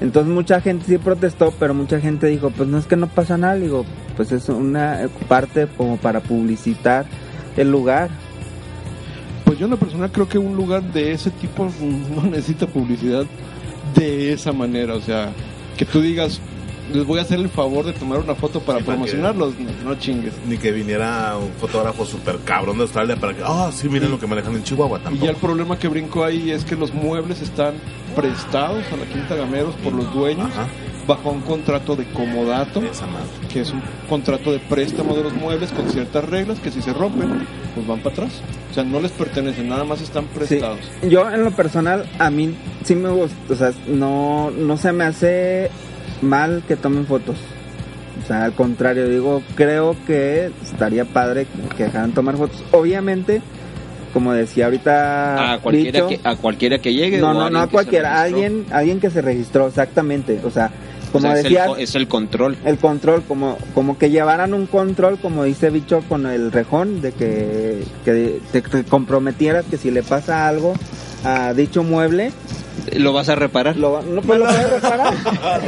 [SPEAKER 6] Entonces mucha gente sí protestó, pero mucha gente dijo, pues no es que no pasa nada, Le digo, pues es una eh, parte como para publicitar el lugar.
[SPEAKER 3] Pues yo en lo personal creo que un lugar de ese tipo no necesita publicidad de esa manera. O sea, que tú digas, les voy a hacer el favor de tomar una foto para
[SPEAKER 1] Sí, para que-
[SPEAKER 3] promocionarlos. No, no chingues.
[SPEAKER 1] Ni que viniera un fotógrafo súper cabrón de Australia para que, ah, sí, miren lo que manejan en Chihuahua
[SPEAKER 3] Y ya el
[SPEAKER 1] tampoco.
[SPEAKER 3] problema que brinco ahí es que los muebles están prestados a la Quinta Gameros por los dueños
[SPEAKER 1] Ajá.
[SPEAKER 3] bajo un contrato de comodato,
[SPEAKER 1] Esa madre.
[SPEAKER 3] que es un contrato de préstamo de los muebles con ciertas reglas que si se rompen, pues van para atrás. O sea, no les pertenecen, nada más están
[SPEAKER 6] Sí.
[SPEAKER 3] prestados.
[SPEAKER 6] Yo en lo personal, a mí sí me gusta, o sea, no, no se me hace mal que tomen fotos. O sea, al contrario, digo, creo que estaría padre que dejaran tomar fotos. Obviamente, como decía ahorita...
[SPEAKER 2] A cualquiera,
[SPEAKER 6] Bicho,
[SPEAKER 2] que, a cualquiera que llegue. o
[SPEAKER 6] ah, No, no,
[SPEAKER 2] alguien
[SPEAKER 6] no, a
[SPEAKER 2] que se
[SPEAKER 6] cualquiera, a
[SPEAKER 2] registró.
[SPEAKER 6] alguien, a alguien que se registró, exactamente. O sea,
[SPEAKER 2] O
[SPEAKER 6] como
[SPEAKER 2] sea, es el
[SPEAKER 6] decía...
[SPEAKER 2] co- es el control.
[SPEAKER 6] El control, como, como que llevaran un control, como dice Bicho, con el rejón, de que, que te, te comprometieras que si le pasa algo a dicho mueble,
[SPEAKER 2] lo vas a reparar.
[SPEAKER 6] lo, no, pues lo puedes reparar.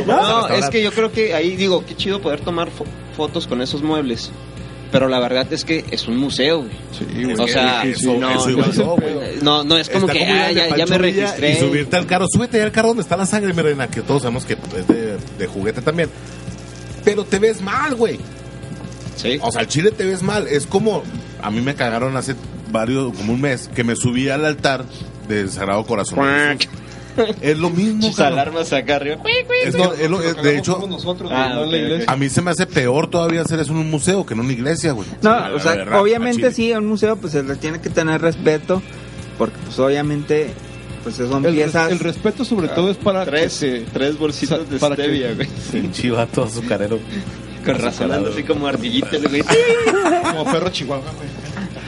[SPEAKER 2] No, es que yo creo que ahí digo, qué chido poder tomar fo- fotos con esos muebles. Pero la verdad es que es un museo, güey.
[SPEAKER 3] Sí,
[SPEAKER 2] O sea,
[SPEAKER 1] Eso-
[SPEAKER 2] no,
[SPEAKER 1] eso iba
[SPEAKER 2] no,
[SPEAKER 1] yo, güey.
[SPEAKER 2] no, no, es como
[SPEAKER 1] Está
[SPEAKER 2] que
[SPEAKER 1] ir
[SPEAKER 2] ah,
[SPEAKER 1] al de
[SPEAKER 2] ya, ya me
[SPEAKER 1] Pancho Villa
[SPEAKER 2] registré.
[SPEAKER 1] Y subirte al carro, súbete al carro donde está la sangre, mi reina, que todos sabemos que es de, de juguete también. Pero te ves mal, güey.
[SPEAKER 2] Sí.
[SPEAKER 1] O sea, al chile te ves mal. Es como, a mí me cagaron hace varios, como un mes, que me subí al altar del Sagrado Corazón. Es lo mismo,
[SPEAKER 2] Sus
[SPEAKER 1] cabrón.
[SPEAKER 2] alarmas acá arriba.
[SPEAKER 1] Es lo- es lo- es- de hecho,
[SPEAKER 3] nosotros,
[SPEAKER 2] Ah,
[SPEAKER 3] no en la
[SPEAKER 2] ok, ok.
[SPEAKER 3] iglesia.
[SPEAKER 1] a mí se me hace peor todavía hacer eso en un museo que en una iglesia, güey.
[SPEAKER 6] No,
[SPEAKER 1] La
[SPEAKER 6] o sea,
[SPEAKER 1] verdad,
[SPEAKER 6] obviamente
[SPEAKER 1] al chile.
[SPEAKER 6] sí, un museo pues se le tiene que tener respeto, porque pues obviamente pues son
[SPEAKER 3] El, res-
[SPEAKER 6] piezas...
[SPEAKER 3] el respeto sobre todo es para que
[SPEAKER 2] Tres,
[SPEAKER 3] se-
[SPEAKER 2] tres bolsitas Ah, de
[SPEAKER 3] para que-
[SPEAKER 2] stevia, güey.
[SPEAKER 1] Pinche vato azucarero.
[SPEAKER 2] Con razonando así como ardillitas, güey.
[SPEAKER 3] como perro chihuahua. güey.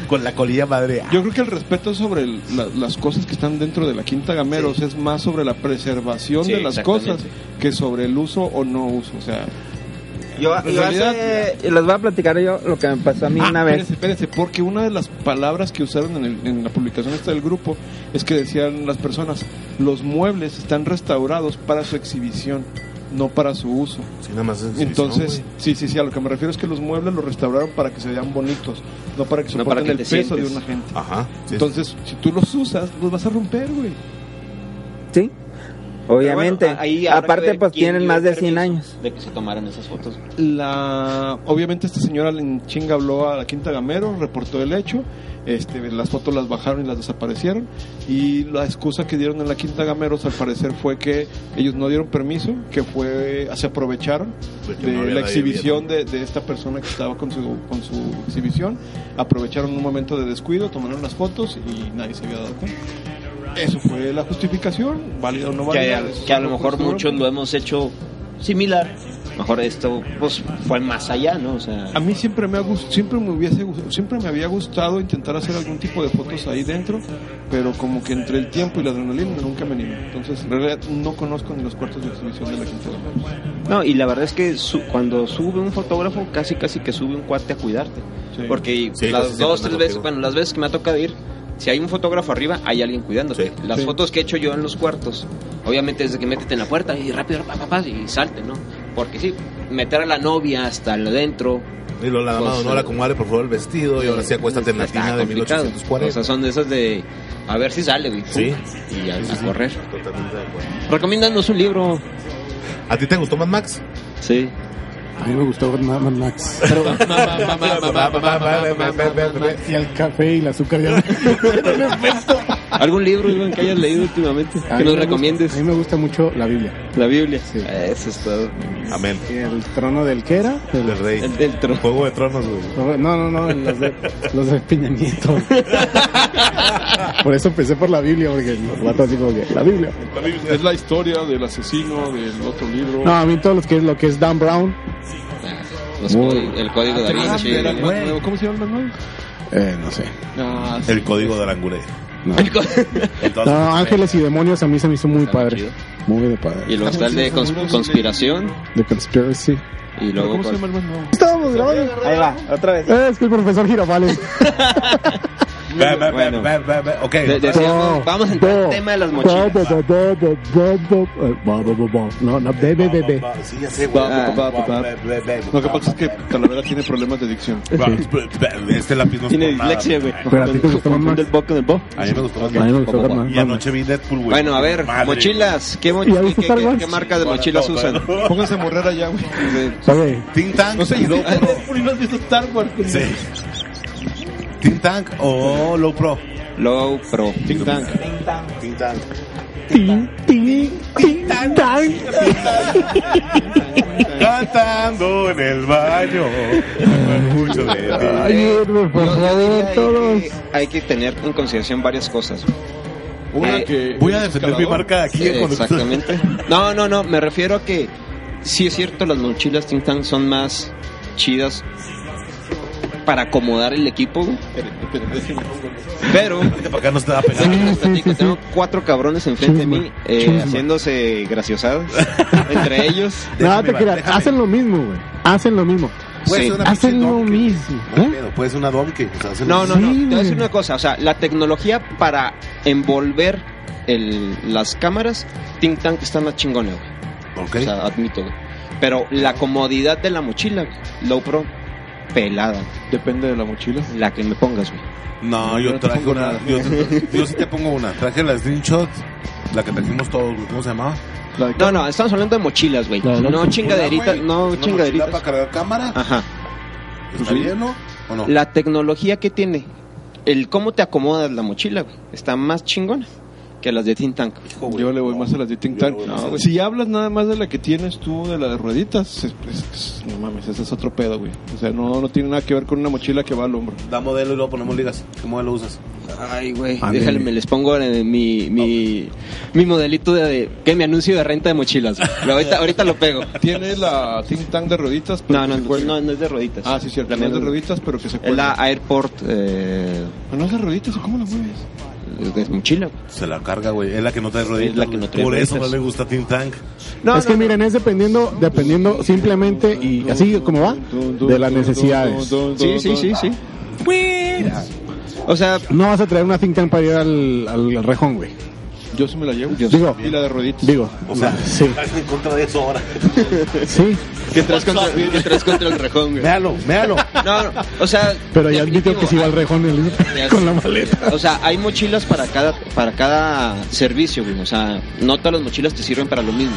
[SPEAKER 1] Con la colilla madre.
[SPEAKER 3] Yo creo que el respeto sobre el- la- las cosas que están dentro de la Quinta Gameros es más sobre la preservación
[SPEAKER 2] Sí,
[SPEAKER 3] de las
[SPEAKER 2] exactamente.
[SPEAKER 3] cosas que sobre el uso o no uso. O sea,
[SPEAKER 6] yo
[SPEAKER 3] en
[SPEAKER 6] yo hace- les voy a platicar yo lo que me pasó a mí
[SPEAKER 3] Ah,
[SPEAKER 6] una vez.
[SPEAKER 3] Espérense, espérense, porque una de las palabras que usaron en, el- en la publicación esta del grupo es que decían las personas, los muebles están restaurados para su exhibición, no para su uso.
[SPEAKER 1] Sí, nada más es exhibición,
[SPEAKER 3] Entonces,
[SPEAKER 1] güey.
[SPEAKER 3] sí, sí, sí, a lo que me refiero es que los muebles los restauraron para que se vean bonitos, no para que
[SPEAKER 2] No para
[SPEAKER 3] soporten
[SPEAKER 2] que
[SPEAKER 3] el
[SPEAKER 2] te
[SPEAKER 3] peso de
[SPEAKER 2] sientes.
[SPEAKER 3] una gente.
[SPEAKER 1] Ajá. sí.
[SPEAKER 3] Entonces, si tú los usas, los vas a romper, güey.
[SPEAKER 6] Sí, obviamente.
[SPEAKER 2] Pero bueno, ahí habrá que
[SPEAKER 6] Aparte
[SPEAKER 2] ver
[SPEAKER 6] pues
[SPEAKER 2] quién
[SPEAKER 6] tienen
[SPEAKER 2] dio
[SPEAKER 6] más de
[SPEAKER 2] permiso
[SPEAKER 6] 100 años.
[SPEAKER 2] De que se tomaran esas fotos.
[SPEAKER 3] La... Obviamente esta señora en chinga habló a la Quinta Gamero, reportó el hecho, este, las fotos las bajaron y las desaparecieron y la excusa que dieron en la Quinta Gameros al parecer fue que ellos no dieron permiso, que fue se aprovecharon
[SPEAKER 1] Pues que
[SPEAKER 3] de
[SPEAKER 1] no había
[SPEAKER 3] la
[SPEAKER 1] nadie
[SPEAKER 3] exhibición de, de esta persona que estaba con su, con su exhibición, aprovecharon un momento de descuido, tomaron las fotos y nadie se había dado cuenta. Eso fue la justificación, válida o no
[SPEAKER 2] que,
[SPEAKER 3] válida.
[SPEAKER 2] a,
[SPEAKER 3] eso
[SPEAKER 2] que a
[SPEAKER 3] es
[SPEAKER 2] lo mejor
[SPEAKER 3] justo.
[SPEAKER 2] muchos lo hemos hecho similar. mejor esto pues fue más allá, ¿no? O sea,
[SPEAKER 3] A mí siempre me ha gust- siempre me hubiese gust- siempre me había gustado intentar hacer algún tipo de fotos ahí dentro, pero como que entre el tiempo y la adrenalina nunca me animé. Entonces, en realidad no conozco ni los cuartos de exhibición de la Quinta de Morelos.
[SPEAKER 2] No, y la verdad es que su- cuando sube un fotógrafo, casi casi que sube un cuate a cuidarte.
[SPEAKER 3] Sí.
[SPEAKER 2] Porque
[SPEAKER 1] Sí, casi
[SPEAKER 2] las
[SPEAKER 1] siempre
[SPEAKER 2] dos,
[SPEAKER 1] anda
[SPEAKER 2] tres veces,
[SPEAKER 1] contigo.
[SPEAKER 2] bueno, las veces que me ha tocado ir, si hay un fotógrafo arriba, hay alguien cuidándote.
[SPEAKER 1] Sí.
[SPEAKER 2] Las
[SPEAKER 3] Sí.
[SPEAKER 2] fotos que he hecho yo en los cuartos, obviamente desde que métete en la puerta y rápido, pa, pa, pa, y salte, ¿no? Porque sí, meter a la novia hasta adentro.
[SPEAKER 1] Y lo la dama
[SPEAKER 2] Pues,
[SPEAKER 1] no la acomode por favor el vestido y ahora sí acuéstate en la
[SPEAKER 2] está
[SPEAKER 1] tina de
[SPEAKER 2] complicado.
[SPEAKER 1] 1840.
[SPEAKER 2] O sea, son de esas de a ver si sale, güey.
[SPEAKER 1] Sí.
[SPEAKER 2] Y a,
[SPEAKER 1] Sí, sí,
[SPEAKER 2] a
[SPEAKER 1] sí.
[SPEAKER 2] correr.
[SPEAKER 1] Totalmente de acuerdo.
[SPEAKER 2] Recomiéndanos un libro.
[SPEAKER 1] ¿A ti te gustó Mad Max?
[SPEAKER 2] Sí.
[SPEAKER 5] A mí me gustó Mad Mad Max. Pero- y el café y el azúcar ya.
[SPEAKER 2] ¿Algún libro Iván, que hayas leído últimamente?
[SPEAKER 1] Ah,
[SPEAKER 5] A
[SPEAKER 2] Que
[SPEAKER 5] mí me
[SPEAKER 2] nos
[SPEAKER 5] gusta-
[SPEAKER 2] recomiendes.
[SPEAKER 5] A mí me gusta mucho la Biblia.
[SPEAKER 2] La Biblia.
[SPEAKER 5] Sí.
[SPEAKER 2] Eso es todo.
[SPEAKER 1] Amén.
[SPEAKER 5] El trono del que era. Del-
[SPEAKER 1] Del rey.
[SPEAKER 2] El del tro-
[SPEAKER 1] Juego de Tronos, güey.
[SPEAKER 5] No, no, no, los de, los de Peña Nieto. Por eso empecé por la Biblia, porque el vato así como que, la Biblia.
[SPEAKER 3] Es la historia del asesino del otro libro.
[SPEAKER 5] No, a mí todo lo que es, lo que es Dan Brown,
[SPEAKER 2] los códi- el código de
[SPEAKER 3] Ah,
[SPEAKER 2] Da Vinci.
[SPEAKER 3] era el más nuevo. ¿Cómo se llama el más nuevo?
[SPEAKER 5] eh, no sé.
[SPEAKER 3] Ah, sí.
[SPEAKER 1] El código de Arangure.
[SPEAKER 2] El co-
[SPEAKER 5] No,
[SPEAKER 1] Entonces,
[SPEAKER 5] Ángeles y Demonios a mí se me hizo muy
[SPEAKER 2] Está
[SPEAKER 5] padre.
[SPEAKER 2] chido.
[SPEAKER 5] Muy de padre.
[SPEAKER 2] Y luego está el de cons- conspiración.
[SPEAKER 5] The Conspiracy.
[SPEAKER 2] Y
[SPEAKER 3] Pero
[SPEAKER 2] luego.
[SPEAKER 3] ¿Cómo se llama el más nuevo?
[SPEAKER 5] Estábamos grabando.
[SPEAKER 6] Ahí va, otra vez.
[SPEAKER 5] Eh, Es que el profesor Girafales.
[SPEAKER 1] ve, ve, ve,
[SPEAKER 2] Bueno.
[SPEAKER 1] ve, ve, ve. Ok.
[SPEAKER 2] De- de- Decíamos, vamos a entrar al tema de las mochilas.
[SPEAKER 5] No, no, de, de, de, de.
[SPEAKER 1] Sí, ya sé, güey.
[SPEAKER 2] Va,
[SPEAKER 3] va, va, va.
[SPEAKER 1] Ve, ve, ve.
[SPEAKER 3] Lo que pasa es que Talavera tiene problemas de adicción.
[SPEAKER 1] Va, ve, ve, Este lápiz no es
[SPEAKER 2] Tiene
[SPEAKER 1] por nada,
[SPEAKER 2] dislexia, güey.
[SPEAKER 5] Pero a ti te gustó más.
[SPEAKER 2] Confunde el bo con el bo.
[SPEAKER 1] A mí me gustó más.
[SPEAKER 5] A mí me gustó
[SPEAKER 2] Como-
[SPEAKER 5] Batman.
[SPEAKER 1] Y anoche vi Deadpool, güey.
[SPEAKER 2] Bueno, a ver,
[SPEAKER 1] Madre.
[SPEAKER 2] mochilas. ¿Qué, mo-
[SPEAKER 5] ¿Ya
[SPEAKER 2] qué,
[SPEAKER 5] viste
[SPEAKER 2] qué-
[SPEAKER 5] Star
[SPEAKER 2] qué-
[SPEAKER 5] Wars?
[SPEAKER 2] qué marca de mochilas
[SPEAKER 1] No,
[SPEAKER 2] usan?
[SPEAKER 3] Pónganse a morrer allá, güey.
[SPEAKER 5] Ok,
[SPEAKER 1] Think Tank.
[SPEAKER 3] No sé, y luego. no has visto Star Wars.
[SPEAKER 1] Sí. Think Tank o Low Pro.
[SPEAKER 2] Low Pro.
[SPEAKER 3] Think Tank.
[SPEAKER 1] Think Tank.
[SPEAKER 5] Tin, tin, tin, tan.
[SPEAKER 1] Cantando en el baño. Mucho de
[SPEAKER 5] Ay, Edward, por
[SPEAKER 2] Yo- yo
[SPEAKER 5] favor,
[SPEAKER 2] diría hay
[SPEAKER 5] todos.
[SPEAKER 2] que- Hay que tener en consideración varias cosas.
[SPEAKER 3] Una
[SPEAKER 2] Eh,
[SPEAKER 3] que.
[SPEAKER 1] ti. Voy a defender mi marca de aquí. eh, cuando-
[SPEAKER 2] Exactamente. No, no, no, me refiero a que sí es cierto, las mochilas Think Tank son más chidas para acomodar el equipo, güey. pero
[SPEAKER 1] Vente para acá no te va a pegar.
[SPEAKER 2] les platico,
[SPEAKER 5] sí, sí.
[SPEAKER 2] tengo cuatro cabrones enfrente de mí eh,
[SPEAKER 5] Chusma.
[SPEAKER 2] haciéndose graciosadas entre ellos.
[SPEAKER 5] No,
[SPEAKER 1] Déjame,
[SPEAKER 5] te
[SPEAKER 1] Iván,
[SPEAKER 5] creas.
[SPEAKER 1] déjame.
[SPEAKER 5] Hacen lo mismo, güey. Hacen lo mismo.
[SPEAKER 1] Puede
[SPEAKER 2] Sí.
[SPEAKER 1] ser una
[SPEAKER 5] Hacen
[SPEAKER 1] pinche
[SPEAKER 5] lo
[SPEAKER 1] donkey.
[SPEAKER 5] mismo.
[SPEAKER 1] No hay
[SPEAKER 5] ¿eh?
[SPEAKER 1] pedo, Puede ser una pues, donkey. o sea, hacen lo
[SPEAKER 2] No, no,
[SPEAKER 1] mismo.
[SPEAKER 2] no.
[SPEAKER 5] Sí,
[SPEAKER 2] Te voy a decir
[SPEAKER 5] güey.
[SPEAKER 2] una cosa, o sea, la tecnología para envolver el- las cámaras, Think Tank está más chingona, güey.
[SPEAKER 1] Ok.
[SPEAKER 2] O sea, admito, güey. Pero la comodidad de la mochila, güey, Low Pro, pelada.
[SPEAKER 3] Depende de la mochila.
[SPEAKER 2] La que me pongas, güey.
[SPEAKER 1] No,
[SPEAKER 3] Yo
[SPEAKER 1] yo
[SPEAKER 3] no te
[SPEAKER 1] traje
[SPEAKER 3] pongo
[SPEAKER 1] una.
[SPEAKER 3] nada.
[SPEAKER 1] Yo, yo sí te pongo una. Traje la Slingshot, la que trajimos todos, güey. ¿Cómo se llamaba?
[SPEAKER 3] La de
[SPEAKER 2] No, no, estamos hablando de mochilas, güey.
[SPEAKER 5] No,
[SPEAKER 2] No,
[SPEAKER 5] no,
[SPEAKER 2] chingaderitas,
[SPEAKER 1] Una,
[SPEAKER 2] no
[SPEAKER 1] güey, una mochila para
[SPEAKER 2] chingaderitas.
[SPEAKER 1] cargar cámara?
[SPEAKER 2] Ajá.
[SPEAKER 1] ¿Está bien, no? ¿O no?
[SPEAKER 2] La tecnología que tiene, el cómo te acomodas la mochila, güey, está más chingona que las de Think Tank.
[SPEAKER 1] Hijo, güey,
[SPEAKER 3] Yo le voy
[SPEAKER 1] no.
[SPEAKER 3] más a las de Think
[SPEAKER 1] Yo le
[SPEAKER 3] Tank.
[SPEAKER 1] voy más a las-
[SPEAKER 3] si hablas nada más de la que tienes tú, de la de rueditas, es- es- es- no mames, ese es otro pedo, güey. O sea, no, no tiene nada que ver con una mochila que va al hombro.
[SPEAKER 1] Da modelo y luego ponemos ligas. ¿Qué modelo usas?
[SPEAKER 2] Ay, güey.
[SPEAKER 5] A mí-
[SPEAKER 2] Déjale, me les pongo eh, mi, mi, mi modelito de, de- que me anuncio de renta de mochilas. güey. Pero ahorita, ahorita lo pego.
[SPEAKER 3] Tiene la Think Tank de rueditas, pero
[SPEAKER 2] No,
[SPEAKER 3] que
[SPEAKER 2] no,
[SPEAKER 3] se
[SPEAKER 2] no,
[SPEAKER 3] cuelga.
[SPEAKER 2] no, no es de rueditas.
[SPEAKER 3] Ah, sí, cierto.
[SPEAKER 2] La,
[SPEAKER 3] no es de
[SPEAKER 2] rueditas.
[SPEAKER 3] rueditas, pero que se
[SPEAKER 2] Es la
[SPEAKER 3] cuelga.
[SPEAKER 2] Airport eh,
[SPEAKER 3] Ah, ¿No es de rueditas? ¿Cómo la mueves?
[SPEAKER 2] de mochila. güey.
[SPEAKER 1] Se la carga, güey. Es la que no trae rodillas.
[SPEAKER 2] Es la que no trae
[SPEAKER 1] Por eso no
[SPEAKER 2] rodillas.
[SPEAKER 1] le gusta Think Tank.
[SPEAKER 5] es que miren, es dependiendo, dependiendo simplemente y así como va, de las necesidades.
[SPEAKER 2] Sí, sí, sí, sí. O sea,
[SPEAKER 5] No vas a traer una think tank para ir al, al, al rejón, güey.
[SPEAKER 3] Yo sí me la llevo.
[SPEAKER 2] Yo
[SPEAKER 5] Digo,
[SPEAKER 3] Y la de rueditas.
[SPEAKER 5] digo.
[SPEAKER 1] O sea,
[SPEAKER 5] sí,
[SPEAKER 1] estás en contra de eso ahora.
[SPEAKER 5] sí.
[SPEAKER 2] ¿qué traes contra, qué traes contra el rejón, güey?
[SPEAKER 1] Méalo, méalo.
[SPEAKER 2] No, no, o sea.
[SPEAKER 5] Pero ya admitió
[SPEAKER 2] definitivo,
[SPEAKER 5] que si va al rejón el-
[SPEAKER 2] Ya
[SPEAKER 5] con
[SPEAKER 2] sé.
[SPEAKER 5] la maleta.
[SPEAKER 2] O sea, hay mochilas para cada, para cada servicio, güey. O sea, no todas las mochilas te sirven para lo mismo.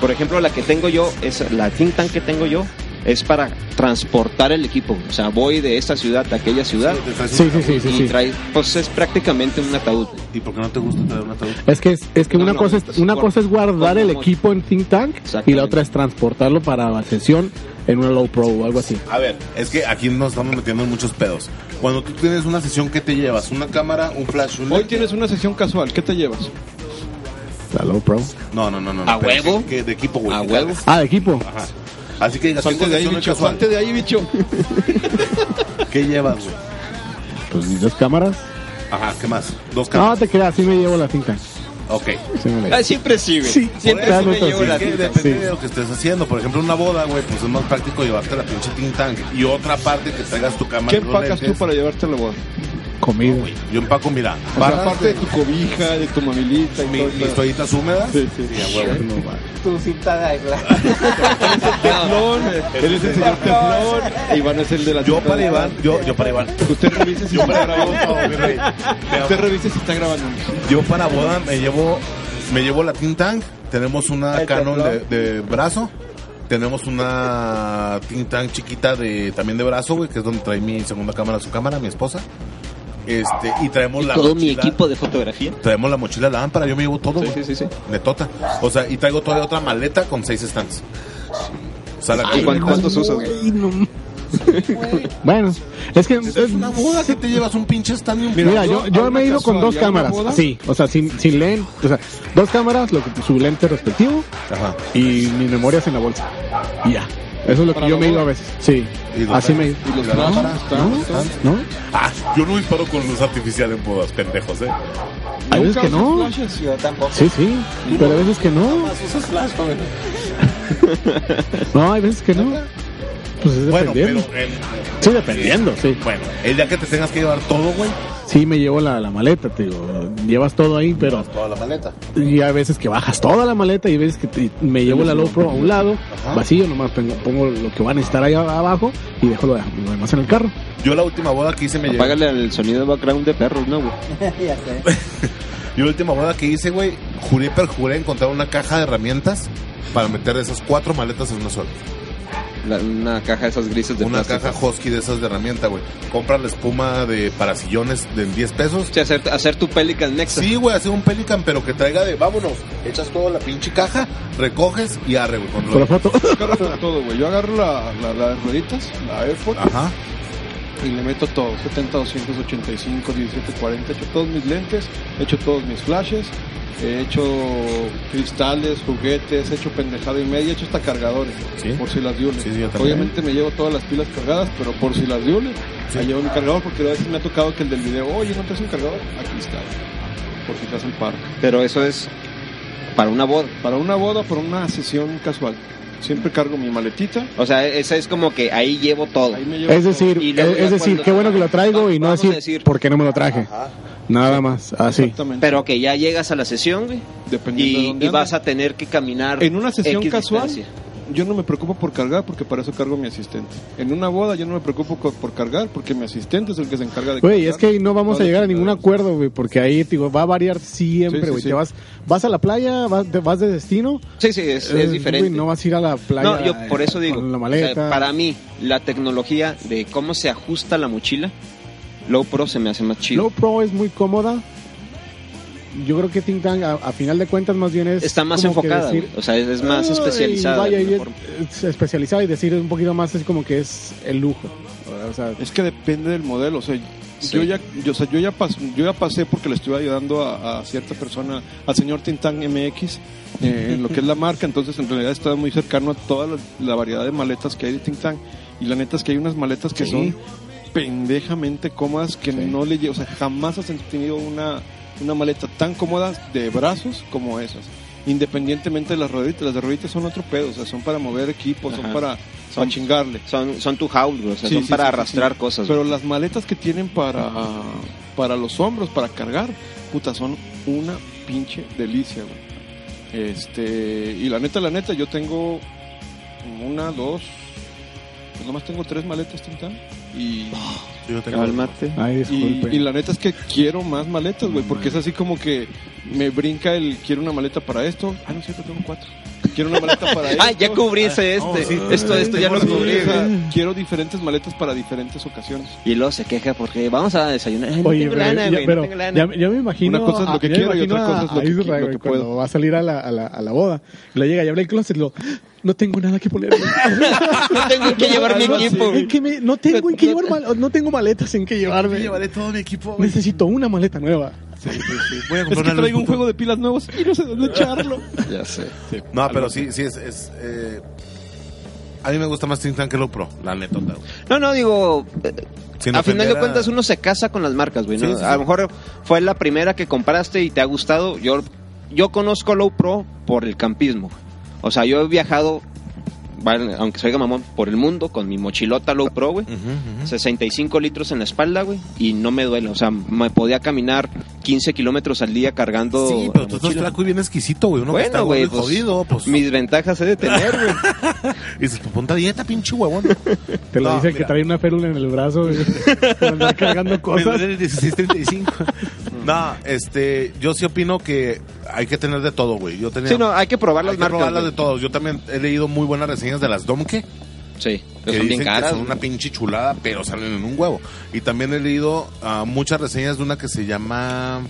[SPEAKER 2] Por ejemplo, la que tengo yo, es la think tank que tengo yo, es para transportar el equipo. güey. O sea, voy de esta ciudad a aquella ciudad
[SPEAKER 5] Sí, sí, sí,
[SPEAKER 2] y
[SPEAKER 5] sí, sí.
[SPEAKER 2] traes, pues es prácticamente un ataúd. güey.
[SPEAKER 1] ¿Y por qué no te gusta traer una ataúd?
[SPEAKER 5] Es que es, es que
[SPEAKER 2] No,
[SPEAKER 5] una
[SPEAKER 2] no,
[SPEAKER 5] cosa es
[SPEAKER 2] es
[SPEAKER 5] una
[SPEAKER 2] por-
[SPEAKER 5] cosa es guardar
[SPEAKER 2] por
[SPEAKER 5] el
[SPEAKER 2] mamón.
[SPEAKER 5] equipo en think tank y
[SPEAKER 2] Exactamente.
[SPEAKER 5] la otra es transportarlo para la sesión en una low pro o algo así.
[SPEAKER 1] A ver, es que aquí nos estamos metiendo en muchos pedos. Cuando tú tienes una sesión, ¿qué te llevas? ¿Una cámara? ¿Un flash? ¿Un
[SPEAKER 3] Hoy
[SPEAKER 1] lente?
[SPEAKER 3] tienes una sesión casual. ¿Qué te llevas?
[SPEAKER 5] La low pro.
[SPEAKER 1] No, no, no, no.
[SPEAKER 2] ¿A
[SPEAKER 1] pero
[SPEAKER 2] huevo?
[SPEAKER 1] sí que de equipo, güey.
[SPEAKER 2] A
[SPEAKER 1] que
[SPEAKER 2] huevo.
[SPEAKER 1] cargas.
[SPEAKER 5] Ah, de equipo.
[SPEAKER 1] Así que digas,
[SPEAKER 3] Salte
[SPEAKER 1] tengo
[SPEAKER 3] de ahí,
[SPEAKER 1] sesión hoy
[SPEAKER 3] bicho.
[SPEAKER 1] casual.
[SPEAKER 3] Salte de ahí, bicho.
[SPEAKER 1] ¿Qué llevas, güey?
[SPEAKER 5] Pues dos cámaras.
[SPEAKER 1] Ajá, ¿qué más? Dos
[SPEAKER 5] No
[SPEAKER 1] cámaras.
[SPEAKER 5] te creas, sí me llevo la cinta.
[SPEAKER 1] Ok.
[SPEAKER 5] Sí me la llevo.
[SPEAKER 2] Ah, siempre sí, güey.
[SPEAKER 5] Sí,
[SPEAKER 2] siempre
[SPEAKER 5] por
[SPEAKER 2] sí me
[SPEAKER 5] eso,
[SPEAKER 2] llevo
[SPEAKER 5] sí.
[SPEAKER 2] la
[SPEAKER 1] Es que
[SPEAKER 2] tinta.
[SPEAKER 1] depende
[SPEAKER 5] Sí.
[SPEAKER 1] de lo que estés haciendo. Por ejemplo, una boda, güey, pues es más práctico llevarte la pinche tintang Y otra parte que traigas tu cámara.
[SPEAKER 3] ¿Qué
[SPEAKER 1] los
[SPEAKER 3] empacas tú
[SPEAKER 1] lentes.
[SPEAKER 3] para llevarte la boda?
[SPEAKER 5] Comida.
[SPEAKER 1] Yo empaco, mira,
[SPEAKER 3] O sea,
[SPEAKER 1] barras
[SPEAKER 3] aparte de tu cobija, de tu mamilita y
[SPEAKER 1] mi-
[SPEAKER 3] todo
[SPEAKER 1] mis
[SPEAKER 3] eso.
[SPEAKER 1] toallitas húmedas.
[SPEAKER 3] Sí, sí.
[SPEAKER 1] Y a huevo.
[SPEAKER 5] No, va.
[SPEAKER 6] Tu cinta de aislar.
[SPEAKER 3] Teflón, él es el señor Teflón, e Iván es el de la
[SPEAKER 1] Yo
[SPEAKER 3] tinta
[SPEAKER 1] para
[SPEAKER 3] de-
[SPEAKER 1] Iván, yo, yo para Iván.
[SPEAKER 3] Usted revise si
[SPEAKER 1] Yo
[SPEAKER 3] está
[SPEAKER 1] para
[SPEAKER 3] grabando.
[SPEAKER 1] boda, mi rey. Te amo.
[SPEAKER 3] Usted revise si está grabando.
[SPEAKER 1] Yo para boda me llevo, me llevo la Tintang. Tenemos una
[SPEAKER 6] El
[SPEAKER 1] Canon de,
[SPEAKER 6] teflón.
[SPEAKER 1] de brazo. Tenemos una Tintang chiquita de también de brazo, güey, que es donde trae mi segunda cámara, su cámara, mi esposa. Este, y traemos la
[SPEAKER 2] Todo mi
[SPEAKER 1] mochila-
[SPEAKER 2] equipo de fotografía.
[SPEAKER 1] Traemos la mochila lámpara, yo me llevo todo, güey.
[SPEAKER 3] Sí, sí, sí.
[SPEAKER 1] De tota. O sea, y traigo todavía otra maleta con seis stands. O sea, la
[SPEAKER 3] ¿Y cuán- cuántos usas, güey?
[SPEAKER 5] Bueno, es que.
[SPEAKER 1] es una boda que te llevas un pinche stand y un
[SPEAKER 5] Mira,
[SPEAKER 3] Mira,
[SPEAKER 5] yo,
[SPEAKER 3] yo-
[SPEAKER 5] yo
[SPEAKER 3] a
[SPEAKER 5] me
[SPEAKER 3] una
[SPEAKER 5] he ido con
[SPEAKER 3] casual,
[SPEAKER 5] dos
[SPEAKER 3] ¿y a una
[SPEAKER 5] cámaras,
[SPEAKER 3] boda?
[SPEAKER 5] sí, o sea, sin, sin lente, o sea, dos cámaras, lo, que- su lente respectivo
[SPEAKER 1] Ajá.
[SPEAKER 5] y mis memorias en la bolsa. Y ya. Eso es lo que
[SPEAKER 3] ¿Para
[SPEAKER 5] yo
[SPEAKER 3] la
[SPEAKER 5] me he ido a
[SPEAKER 3] boda?
[SPEAKER 5] veces. Sí.
[SPEAKER 1] ¿Y los
[SPEAKER 5] Así me he
[SPEAKER 1] trajes?
[SPEAKER 5] ido.
[SPEAKER 3] Y los
[SPEAKER 1] ¿La lámpara?
[SPEAKER 3] trampas, trampas, trampas.
[SPEAKER 5] ¿No?
[SPEAKER 1] Ah, yo no disparo con luz artificial en bodas, pendejos, eh.
[SPEAKER 5] Hay veces
[SPEAKER 3] Nunca
[SPEAKER 5] que no.
[SPEAKER 3] usas flashes.
[SPEAKER 6] Yo tampoco.
[SPEAKER 5] Sí, sí. Pero hay veces que no. No, hay veces que no. Pues es
[SPEAKER 1] Bueno, pero
[SPEAKER 5] dependiendo.
[SPEAKER 1] eh,
[SPEAKER 5] Sí, dependiendo, sí.
[SPEAKER 1] bueno, el día que te tengas que llevar todo, güey,
[SPEAKER 5] Sí, me llevo la, la maleta, te digo. Llevas todo ahí, pero.
[SPEAKER 1] toda la maleta.
[SPEAKER 5] Y hay veces que bajas toda la maleta y hay veces que te- me llevo la GoPro a un lado, vacío, nomás pongo, pongo lo que van a estar ahí abajo y dejo lo, de- lo demás en el carro.
[SPEAKER 1] Yo la última boda que hice me llevé.
[SPEAKER 2] Apágale el sonido de background de perros, ¿no, güey?
[SPEAKER 6] ya sé.
[SPEAKER 1] Yo la última boda que hice, güey, juré y perjuré encontrar una caja de herramientas para meter esas cuatro maletas en una sola.
[SPEAKER 2] La- una caja de esas grises de
[SPEAKER 1] Una
[SPEAKER 2] plástico.
[SPEAKER 1] caja Hosky de esas de herramienta, güey. Compra la espuma de para sillones de 10 pesos.
[SPEAKER 2] Sí, hacer, hacer tu Pelican Nexus.
[SPEAKER 1] Sí, güey, hacer un Pelican, pero que traiga de vámonos. Echas toda la pinche caja, recoges y arre, güey. con
[SPEAKER 5] Con la
[SPEAKER 1] lo-
[SPEAKER 5] foto.
[SPEAKER 3] Agarro con todo, güey. Yo agarro la, la, las rueditas, la Airford,
[SPEAKER 1] Ajá.
[SPEAKER 3] y le meto todo. 70, 285, 17, 40. He hecho todos mis lentes, he hecho todos mis flashes, he hecho cristales, juguetes, he hecho pendejada y media, he hecho hasta cargadores.
[SPEAKER 1] Sí.
[SPEAKER 3] Por si las diules.
[SPEAKER 1] Sí, sí, yo también.
[SPEAKER 3] Obviamente me llevo todas las pilas cargadas, pero por si las diules,
[SPEAKER 1] Sí.
[SPEAKER 3] me llevo mi cargador porque a veces me ha tocado que el del video, oye, ¿no traes un cargador? Aquí está. Por si te hacen paro.
[SPEAKER 2] Pero eso es para una boda.
[SPEAKER 3] Para una boda, para una sesión casual. Siempre cargo mi maletita.
[SPEAKER 2] O sea, esa es como que ahí llevo todo.
[SPEAKER 3] Ahí me llevo
[SPEAKER 5] Es
[SPEAKER 3] todo.
[SPEAKER 5] decir,
[SPEAKER 2] Y luego
[SPEAKER 5] es,
[SPEAKER 2] ya
[SPEAKER 5] es decir,
[SPEAKER 2] cuando-
[SPEAKER 5] qué bueno que lo traigo y no
[SPEAKER 2] Vamos a
[SPEAKER 5] decir,
[SPEAKER 2] decir-
[SPEAKER 5] por qué no me lo traje. Nada más, así.
[SPEAKER 3] Exactamente.
[SPEAKER 2] Pero que ya llegas a la sesión, güey.
[SPEAKER 3] Dependiendo de
[SPEAKER 2] Y,
[SPEAKER 3] dónde
[SPEAKER 2] y vas a
[SPEAKER 3] andes.
[SPEAKER 2] tener que caminar.
[SPEAKER 3] En una sesión
[SPEAKER 2] X
[SPEAKER 3] casual,
[SPEAKER 2] distancia.
[SPEAKER 3] yo no me preocupo por cargar porque para eso cargo a mi asistente. En una boda, yo no me preocupo co- por cargar porque mi asistente es el que se encarga de.
[SPEAKER 5] Güey,
[SPEAKER 3] cargar
[SPEAKER 5] es que no vamos a
[SPEAKER 3] todas
[SPEAKER 5] llegar a
[SPEAKER 3] las
[SPEAKER 5] ningún
[SPEAKER 3] chingaderas.
[SPEAKER 5] acuerdo, güey, porque ahí digo, va a variar siempre,
[SPEAKER 3] Sí, sí,
[SPEAKER 5] güey.
[SPEAKER 3] sí.
[SPEAKER 5] Te vas, vas a la playa, vas, te vas de destino.
[SPEAKER 2] Sí, sí, es,
[SPEAKER 5] eh,
[SPEAKER 2] es diferente.
[SPEAKER 5] güey, no vas a ir a la playa.
[SPEAKER 2] No, yo por eso
[SPEAKER 5] eh,
[SPEAKER 2] digo,
[SPEAKER 5] Con la
[SPEAKER 2] o sea,
[SPEAKER 5] maleta.
[SPEAKER 2] para mí, la tecnología de cómo se ajusta la mochila, Low Pro se me hace más chido.
[SPEAKER 5] Low Pro es muy cómoda. Yo creo que Think Tank, a, a final de cuentas, más bien es.
[SPEAKER 2] Está más
[SPEAKER 5] como que
[SPEAKER 2] enfocada,
[SPEAKER 5] decir,
[SPEAKER 2] güey. o sea, es, es más
[SPEAKER 5] "Ay,
[SPEAKER 2] especializada.
[SPEAKER 5] Vaya,
[SPEAKER 2] de
[SPEAKER 5] y
[SPEAKER 2] alguna
[SPEAKER 5] es,
[SPEAKER 2] forma.
[SPEAKER 5] es especializada y decir un poquito más es como que es el lujo. O sea,
[SPEAKER 3] Es que depende del modelo. O sea,
[SPEAKER 2] Sí.
[SPEAKER 3] yo ya, yo, o sea, yo ya pas- yo ya pasé porque le estuve ayudando a, a cierta persona, al señor Tintán MX, eh, en lo que es la marca. Entonces, en realidad está muy cercano a toda la, la variedad de maletas que hay de Tintán. Y la neta es que hay unas maletas que
[SPEAKER 5] Sí.
[SPEAKER 3] son pendejamente cómodas que no le llevo. O sea, jamás has tenido una, una maleta tan cómoda de brazos como esas. Independientemente de las rueditas, las de rueditas son otro pedo, o sea, son para mover equipos, son
[SPEAKER 2] Ajá.
[SPEAKER 3] para,
[SPEAKER 2] Son-
[SPEAKER 3] para chingarle.
[SPEAKER 2] Son, son tu haul, güey, o sea,
[SPEAKER 3] Sí,
[SPEAKER 2] son
[SPEAKER 3] sí,
[SPEAKER 2] para
[SPEAKER 3] sí, sí,
[SPEAKER 2] arrastrar
[SPEAKER 3] sí.
[SPEAKER 2] cosas.
[SPEAKER 3] Pero
[SPEAKER 2] güey.
[SPEAKER 3] las maletas que tienen para, para los hombros, para cargar, puta, son una pinche delicia, güey. Este, y la neta, la neta, yo tengo una, dos, pues nomás tengo tres maletas Tintán. Y,
[SPEAKER 1] Yo tengo-
[SPEAKER 2] Cálmate.
[SPEAKER 5] ay,
[SPEAKER 3] y,
[SPEAKER 5] disculpe.
[SPEAKER 3] y la neta es que quiero más maletas, güey, porque es así como que me brinca el quiero una maleta para esto. Ah, no es cierto, tengo cuatro. Quiero una maleta para esto.
[SPEAKER 2] Ah, ya cubrí ese, este.
[SPEAKER 1] sí,
[SPEAKER 2] esto, esto ya lo
[SPEAKER 3] Sí,
[SPEAKER 2] cubrí.
[SPEAKER 3] o sea, quiero diferentes maletas para diferentes ocasiones.
[SPEAKER 2] Y luego se queja porque vamos a desayunar. Ay, no
[SPEAKER 5] Oye,
[SPEAKER 2] tengo
[SPEAKER 5] pero,
[SPEAKER 2] lana,
[SPEAKER 5] ya,
[SPEAKER 2] güey,
[SPEAKER 5] pero
[SPEAKER 2] no tengo lana.
[SPEAKER 5] ya, ya me imagino.
[SPEAKER 3] Una cosa es lo
[SPEAKER 5] a-
[SPEAKER 3] que
[SPEAKER 5] ya
[SPEAKER 3] quiero y
[SPEAKER 5] imagino
[SPEAKER 3] otra cosa es lo
[SPEAKER 5] a
[SPEAKER 3] que-
[SPEAKER 5] Israel,
[SPEAKER 3] lo que
[SPEAKER 5] güey, Cuando va a salir a la, a la, a la boda, lo llega y abre el closet, lo. No tengo nada que poner.
[SPEAKER 2] No tengo que llevar mi
[SPEAKER 5] Algo así,
[SPEAKER 2] equipo.
[SPEAKER 5] ¿En qué me- no tengo en qué llevar mal- no tengo maletas en qué llevarme.
[SPEAKER 1] Llevaré todo mi equipo, güey.
[SPEAKER 5] Necesito una maleta nueva.
[SPEAKER 1] Voy a comprar
[SPEAKER 3] Es que
[SPEAKER 1] una
[SPEAKER 3] traigo
[SPEAKER 1] luz,
[SPEAKER 3] un
[SPEAKER 1] puto.
[SPEAKER 3] juego de pilas nuevos y no sé dónde echarlo.
[SPEAKER 2] Ya sé.
[SPEAKER 1] No, pero sí, sí es, es eh, a mí me gusta más Think Tank que Low Pro, la neta. güey.
[SPEAKER 2] No, no, digo. eh,
[SPEAKER 1] Sin
[SPEAKER 2] a final
[SPEAKER 1] ofender
[SPEAKER 2] de
[SPEAKER 1] a-
[SPEAKER 2] cuentas, uno se casa con las marcas, güey. ¿no?
[SPEAKER 1] Sí, sí,
[SPEAKER 2] A
[SPEAKER 1] sí.
[SPEAKER 2] lo mejor fue la primera que compraste y te ha gustado. Yo, yo conozco Low Pro por el campismo. O sea, yo he viajado, vale, aunque soy mamón, por el mundo con mi mochilota Low Pro, güey. 65 litros en la espalda, güey. Y no me duele. O sea, me podía caminar 15 kilómetros al día cargando.
[SPEAKER 1] Sí, pero
[SPEAKER 2] la
[SPEAKER 1] tú estás
[SPEAKER 2] mochila.
[SPEAKER 1] flaco y bien exquisito, güey. Uno que está
[SPEAKER 2] Bueno, güey,
[SPEAKER 1] güey,
[SPEAKER 2] pues,
[SPEAKER 1] jodido, pues.
[SPEAKER 2] mis ventajas he de tener, güey.
[SPEAKER 1] Y dices, pues ponte a dieta, pinche huevón.
[SPEAKER 11] Te lo
[SPEAKER 1] No,
[SPEAKER 11] dice el que
[SPEAKER 1] mira.
[SPEAKER 11] trae una férula en el brazo güey, por andar cargando
[SPEAKER 1] Me
[SPEAKER 11] cosas.
[SPEAKER 1] duele el 1635. no, este, yo sí opino que hay que tener de todo, güey. Yo tenía
[SPEAKER 2] Sí, no, hay que probar las
[SPEAKER 1] hay que
[SPEAKER 2] marcas.
[SPEAKER 1] probarlas de
[SPEAKER 2] güey.
[SPEAKER 1] todos. Yo también he leído muy buenas reseñas de las Domke.
[SPEAKER 2] Sí,
[SPEAKER 1] que
[SPEAKER 2] pero son bien
[SPEAKER 1] dicen
[SPEAKER 2] caras.
[SPEAKER 1] Que son
[SPEAKER 2] güey.
[SPEAKER 1] una pinche chulada, pero salen en un huevo. Y también he leído ah, muchas reseñas de una que se llama.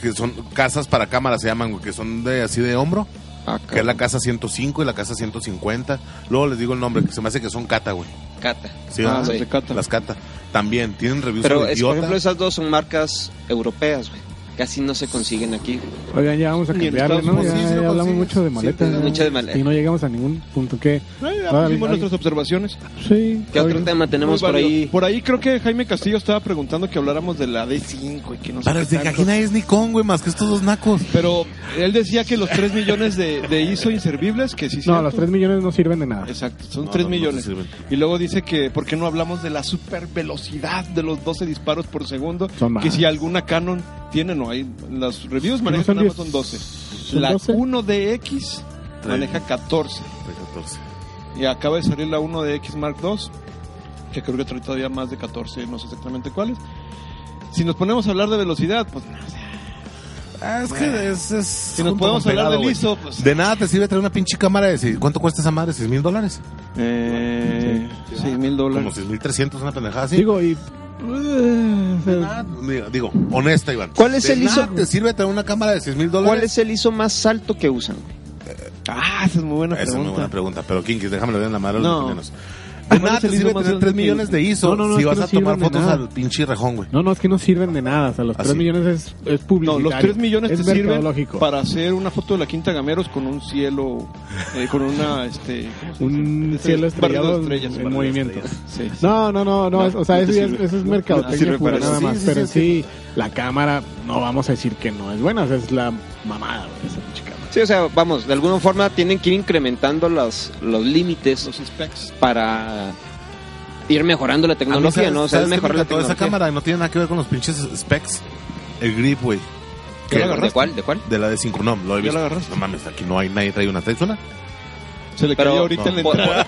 [SPEAKER 1] Que son casas para cámaras, se llaman, güey, que son de así de hombro.
[SPEAKER 2] Ah,
[SPEAKER 1] Que es la casa 105 y la casa 150. Luego les digo el nombre, que se me hace que son cata, güey.
[SPEAKER 2] Cata.
[SPEAKER 1] Sí,
[SPEAKER 2] Ah,
[SPEAKER 1] ¿verdad?
[SPEAKER 2] sí.
[SPEAKER 1] Las cata. También tienen reviews de
[SPEAKER 2] Pero, es, por
[SPEAKER 1] idiota.
[SPEAKER 2] ejemplo, esas dos son marcas europeas, güey. Casi no se consiguen aquí.
[SPEAKER 11] Oigan, ya vamos a
[SPEAKER 2] Ni en
[SPEAKER 11] cambiarle,
[SPEAKER 2] Estados
[SPEAKER 11] ¿no?
[SPEAKER 2] Unidos,
[SPEAKER 11] Ya,
[SPEAKER 2] sí, sí,
[SPEAKER 11] ya
[SPEAKER 2] no
[SPEAKER 11] hablamos
[SPEAKER 2] consigues.
[SPEAKER 11] mucho de maletas.
[SPEAKER 2] Sí,
[SPEAKER 11] ¿no?
[SPEAKER 2] mucho de maletas.
[SPEAKER 11] Y no llegamos a ningún punto que...
[SPEAKER 3] Ya pusimos
[SPEAKER 11] Ay,
[SPEAKER 3] nuestras observaciones.
[SPEAKER 11] Sí.
[SPEAKER 2] ¿Qué otro
[SPEAKER 11] oigan.
[SPEAKER 2] tema tenemos
[SPEAKER 3] Muy
[SPEAKER 2] por
[SPEAKER 3] válido.
[SPEAKER 2] ahí?
[SPEAKER 3] Por ahí creo que Jaime Castillo estaba preguntando que habláramos de la D5 y que no sé
[SPEAKER 1] Para
[SPEAKER 3] qué
[SPEAKER 1] desde que aquí
[SPEAKER 3] tanto.
[SPEAKER 1] nadie es Nikon, güey, más que estos dos nacos.
[SPEAKER 3] Pero él decía que los 3 millones de, de ISO inservibles, que sí
[SPEAKER 11] No,
[SPEAKER 3] cierto.
[SPEAKER 11] los 3 millones no sirven de nada.
[SPEAKER 3] Exacto, son
[SPEAKER 1] No,
[SPEAKER 3] 3
[SPEAKER 1] no, no te
[SPEAKER 3] millones.
[SPEAKER 1] sirven.
[SPEAKER 3] y luego dice que, ¿por qué no hablamos de la super velocidad de los 12 disparos por segundo?
[SPEAKER 11] Son
[SPEAKER 3] que
[SPEAKER 11] más.
[SPEAKER 3] si alguna Canon tiene, no hay. Las reviews
[SPEAKER 11] no
[SPEAKER 3] manejan
[SPEAKER 11] son
[SPEAKER 3] nada más
[SPEAKER 11] 10.
[SPEAKER 3] son 12.
[SPEAKER 11] ¿Son
[SPEAKER 3] La
[SPEAKER 11] 12?
[SPEAKER 3] 1DX
[SPEAKER 1] Tres.
[SPEAKER 3] maneja 14.
[SPEAKER 1] De 14.
[SPEAKER 3] Y acaba de salir la 1DX Mark II, que creo que trae todavía más de 14, no sé exactamente cuáles. Si nos ponemos a hablar de velocidad, pues no, o sea,
[SPEAKER 1] Ah, es que es, es si
[SPEAKER 3] nos podemos hablar del ISO, pues-
[SPEAKER 1] De nada te sirve traer una pinche cámara de seis- ¿Cuánto cuesta esa madre? ¿6 mil dólares?
[SPEAKER 3] Eh, sí, mil
[SPEAKER 1] Como
[SPEAKER 3] dólares.
[SPEAKER 1] 6 mil 300, una pendejada así.
[SPEAKER 11] Digo, y...
[SPEAKER 1] De nada, digo, digo, honesta, Iván.
[SPEAKER 2] ¿Cuál es
[SPEAKER 1] De
[SPEAKER 2] el
[SPEAKER 1] nada
[SPEAKER 2] ISO?
[SPEAKER 1] te sirve traer una cámara de 6 mil dólares?
[SPEAKER 2] ¿Cuál es el ISO más alto que usan?
[SPEAKER 3] Ah, esa es muy buena
[SPEAKER 1] Esa es muy
[SPEAKER 3] pregunta.
[SPEAKER 1] buena pregunta. Pero, Kinkis, déjame ver en la madre a los
[SPEAKER 3] No.
[SPEAKER 1] italianos. De
[SPEAKER 3] ¿Cuál
[SPEAKER 1] nada pues,
[SPEAKER 3] es el
[SPEAKER 1] te
[SPEAKER 3] ISO
[SPEAKER 1] sirve
[SPEAKER 3] más
[SPEAKER 1] tener 3
[SPEAKER 3] alto que
[SPEAKER 1] millones de ISO
[SPEAKER 11] No, no, no,
[SPEAKER 1] si
[SPEAKER 11] es que
[SPEAKER 1] vas
[SPEAKER 11] no
[SPEAKER 1] a tomar
[SPEAKER 11] sirven de
[SPEAKER 1] fotos
[SPEAKER 11] nada.
[SPEAKER 1] al pinche rejón, güey.
[SPEAKER 11] No, no, es que no sirven de nada. O sea, los 3
[SPEAKER 1] Así.
[SPEAKER 11] millones es, es
[SPEAKER 3] No,
[SPEAKER 11] publicitario.
[SPEAKER 3] los 3 millones
[SPEAKER 11] es
[SPEAKER 3] te sirven
[SPEAKER 11] mercadológico.
[SPEAKER 3] para hacer una foto de la Quinta Gameros con un cielo, eh, con una, este... ¿cómo se
[SPEAKER 11] Un
[SPEAKER 3] dice?
[SPEAKER 11] cielo
[SPEAKER 3] Barrido de
[SPEAKER 11] estrellado
[SPEAKER 3] estrellas,
[SPEAKER 11] en
[SPEAKER 3] barrido de
[SPEAKER 11] movimiento.
[SPEAKER 3] estrellas. Sí, sí.
[SPEAKER 11] No, no, no, no,
[SPEAKER 3] No,
[SPEAKER 11] es- o sea,
[SPEAKER 3] no te
[SPEAKER 11] eso, ya es, eso
[SPEAKER 3] sirve.
[SPEAKER 11] es
[SPEAKER 3] No, no te
[SPEAKER 11] mercadotecnia
[SPEAKER 3] sirve
[SPEAKER 11] pura
[SPEAKER 3] para
[SPEAKER 11] nada
[SPEAKER 3] eso.
[SPEAKER 11] más,
[SPEAKER 3] Sí, sí,
[SPEAKER 11] pero en sí,
[SPEAKER 3] sí,
[SPEAKER 11] la cámara no vamos a decir que no es buena, o sea, es la mamada güey, esa pinche cámara.
[SPEAKER 2] Sí, o sea, vamos, de alguna forma tienen que ir incrementando los, los límites
[SPEAKER 3] Los specs.
[SPEAKER 2] para ir mejorando la
[SPEAKER 1] A mí,
[SPEAKER 2] tecnología,
[SPEAKER 1] ¿sabes-
[SPEAKER 2] ¿no? O sea,
[SPEAKER 1] Ah, sabes
[SPEAKER 2] es
[SPEAKER 1] qué me
[SPEAKER 2] mejorar la
[SPEAKER 1] encantó de
[SPEAKER 2] tecnología.
[SPEAKER 1] esa cámara y no tiene nada que ver con los pinches specs. El grip, güey.
[SPEAKER 3] ¿Qué la
[SPEAKER 2] ¿De
[SPEAKER 3] agarraste?
[SPEAKER 2] cuál? ¿De cuál?
[SPEAKER 1] De la de Synchronom, lo he
[SPEAKER 3] ¿Ya
[SPEAKER 1] visto.
[SPEAKER 3] la agarraste?
[SPEAKER 1] No mames, aquí no hay nadie trae una. ¿Traes una?
[SPEAKER 3] Se le
[SPEAKER 2] Pero-
[SPEAKER 3] cayó ahorita en la
[SPEAKER 2] Pu-
[SPEAKER 3] entrada.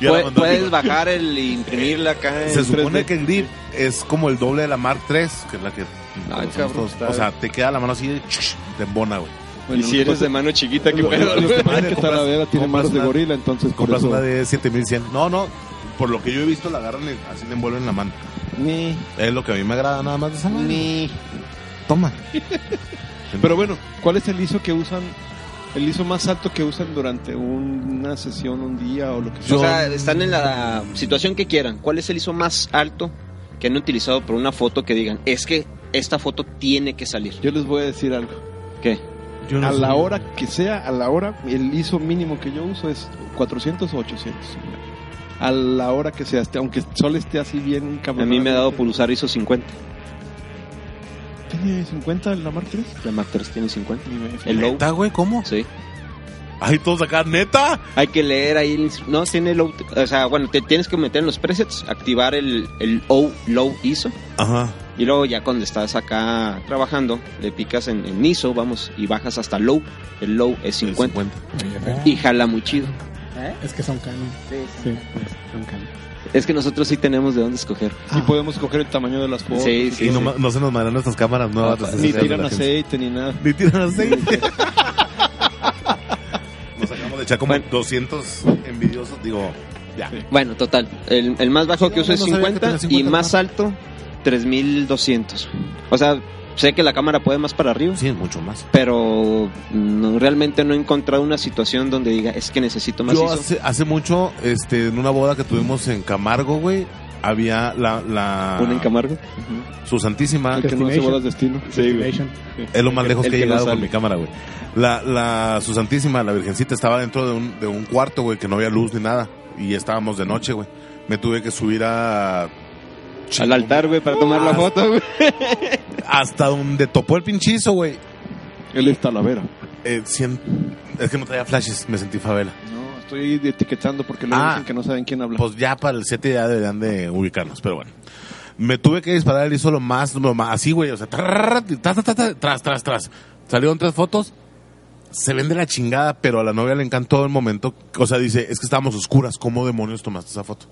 [SPEAKER 1] Ya
[SPEAKER 2] Pu-
[SPEAKER 1] la mandó.
[SPEAKER 2] puedes bajar el e imprimirla acá. en-
[SPEAKER 1] Pues, Se supone
[SPEAKER 3] 3D.
[SPEAKER 1] que el grip es como el doble de la Mark 3, que es la que.
[SPEAKER 2] Ay,
[SPEAKER 1] conocemos
[SPEAKER 2] cabrón,
[SPEAKER 1] todos.
[SPEAKER 2] está-
[SPEAKER 1] O sea, te queda la mano así de. chush, Te embona, güey.
[SPEAKER 3] Bueno,
[SPEAKER 2] y si eres de mano chiquita, que
[SPEAKER 3] Lo- lo- lo que pasa es que
[SPEAKER 1] Compras-
[SPEAKER 3] Talavera tiene
[SPEAKER 1] compras
[SPEAKER 3] más de
[SPEAKER 1] una-
[SPEAKER 3] gorila, entonces por
[SPEAKER 1] Compras
[SPEAKER 3] eso-
[SPEAKER 1] una de 7100. No, no. Por lo que yo he visto, la agarran y así le envuelven la mano.
[SPEAKER 3] Ni-
[SPEAKER 1] Es lo que a mí me agrada nada más de esa madre.
[SPEAKER 3] ni-
[SPEAKER 1] Toma.
[SPEAKER 3] Pero bueno, ¿cuál es el ISO que usan? El ISO más alto que usan durante una sesión, un día o lo que sea.
[SPEAKER 2] O sea, están en la situación que quieran. ¿Cuál es el ISO más alto que han utilizado por una foto que digan, es que esta foto tiene que salir?
[SPEAKER 3] Yo les voy a decir algo.
[SPEAKER 2] ¿Qué?
[SPEAKER 1] Yo no
[SPEAKER 3] A
[SPEAKER 1] sé.
[SPEAKER 3] la hora que sea, a la hora, el ISO mínimo que yo uso es 400 o 800. A la hora que sea, este, aunque el sol esté así bien
[SPEAKER 2] A
[SPEAKER 3] cabrón.
[SPEAKER 2] mí me ha dado por usar ISO 50.
[SPEAKER 3] ¿Tiene 50 la Mark III?
[SPEAKER 2] La Mark III tiene 50.
[SPEAKER 3] Ni me fijé.
[SPEAKER 2] El low.
[SPEAKER 1] ¿Neta, güey? ¿Cómo?
[SPEAKER 2] Sí.
[SPEAKER 1] Ay, todos acá, ¿neta?
[SPEAKER 2] Hay que leer ahí. el ins- No, tiene low. O sea, bueno, te tienes que meter en los presets, activar el, el O low ISO.
[SPEAKER 1] Ajá.
[SPEAKER 2] Y luego ya cuando estás acá trabajando, le picas en, en ISO, vamos, y bajas hasta low. El low es 50. Y jala muy chido.
[SPEAKER 11] Es que son canon. Sí, son canon.
[SPEAKER 2] Es que nosotros sí tenemos de dónde escoger.
[SPEAKER 3] Y podemos coger el tamaño de las fotos.
[SPEAKER 2] Sí, sí,
[SPEAKER 1] Y no,
[SPEAKER 2] sí.
[SPEAKER 1] ma- no se nos mandan nuestras cámaras nuevas. las
[SPEAKER 3] Ni
[SPEAKER 1] esenciales Ah, de
[SPEAKER 3] tiran
[SPEAKER 1] la agencia.
[SPEAKER 3] aceite ni nada.
[SPEAKER 1] Ni tiran aceite. Nos acabamos de echar como
[SPEAKER 2] Bueno.
[SPEAKER 1] 200 envidiosos. Digo, ya.
[SPEAKER 2] Bueno, total. El, el más bajo
[SPEAKER 1] Sí,
[SPEAKER 2] que
[SPEAKER 1] no,
[SPEAKER 2] uso
[SPEAKER 1] no
[SPEAKER 2] es
[SPEAKER 1] sabía que
[SPEAKER 2] 50,
[SPEAKER 1] tenía 50,
[SPEAKER 2] y más
[SPEAKER 1] ¿no?
[SPEAKER 2] alto 3200. O sea, sé que la cámara puede más para arriba,
[SPEAKER 1] Sí, es mucho más.
[SPEAKER 2] pero no, realmente no he encontrado una situación donde diga es que necesito más
[SPEAKER 1] Yo
[SPEAKER 2] ISO.
[SPEAKER 1] hace, hace mucho, este, en una boda que tuvimos en Camargo, güey, había la. la
[SPEAKER 3] Una en Camargo.
[SPEAKER 1] Su Santísima.
[SPEAKER 3] El que no hace bodas destino.
[SPEAKER 1] Sí, güey. Es lo más
[SPEAKER 3] El-
[SPEAKER 1] lejos
[SPEAKER 3] el
[SPEAKER 1] que he
[SPEAKER 3] que no
[SPEAKER 1] llegado con
[SPEAKER 3] sale.
[SPEAKER 1] mi cámara, güey. La, la, su Santísima, la Virgencita, estaba dentro de un, de un cuarto, güey, que no había luz ni nada. Y estábamos de noche, güey. Me tuve que subir a.
[SPEAKER 2] Al altar, güey, para tomar la
[SPEAKER 1] Hasta-
[SPEAKER 2] foto, güey.
[SPEAKER 1] Hasta donde topó el pinchizo, güey.
[SPEAKER 3] Él es Talavera.
[SPEAKER 1] Eh, cien- Es que no traía flashes, me sentí favela.
[SPEAKER 3] No, estoy etiquetando porque luego
[SPEAKER 1] Ah.
[SPEAKER 3] dicen que no saben quién habla.
[SPEAKER 1] Pues ya para el 7 ya deberían de ubicarnos, pero bueno. Me tuve que disparar el ISO lo más, lo más así, güey. O sea, trrr, tras, tras, tras, tras, tras, tras. Salieron tres fotos. Se vende la chingada, pero a la novia le encantó el momento. O sea, dice, es que estábamos oscuras. ¿Cómo demonios tomaste esa foto?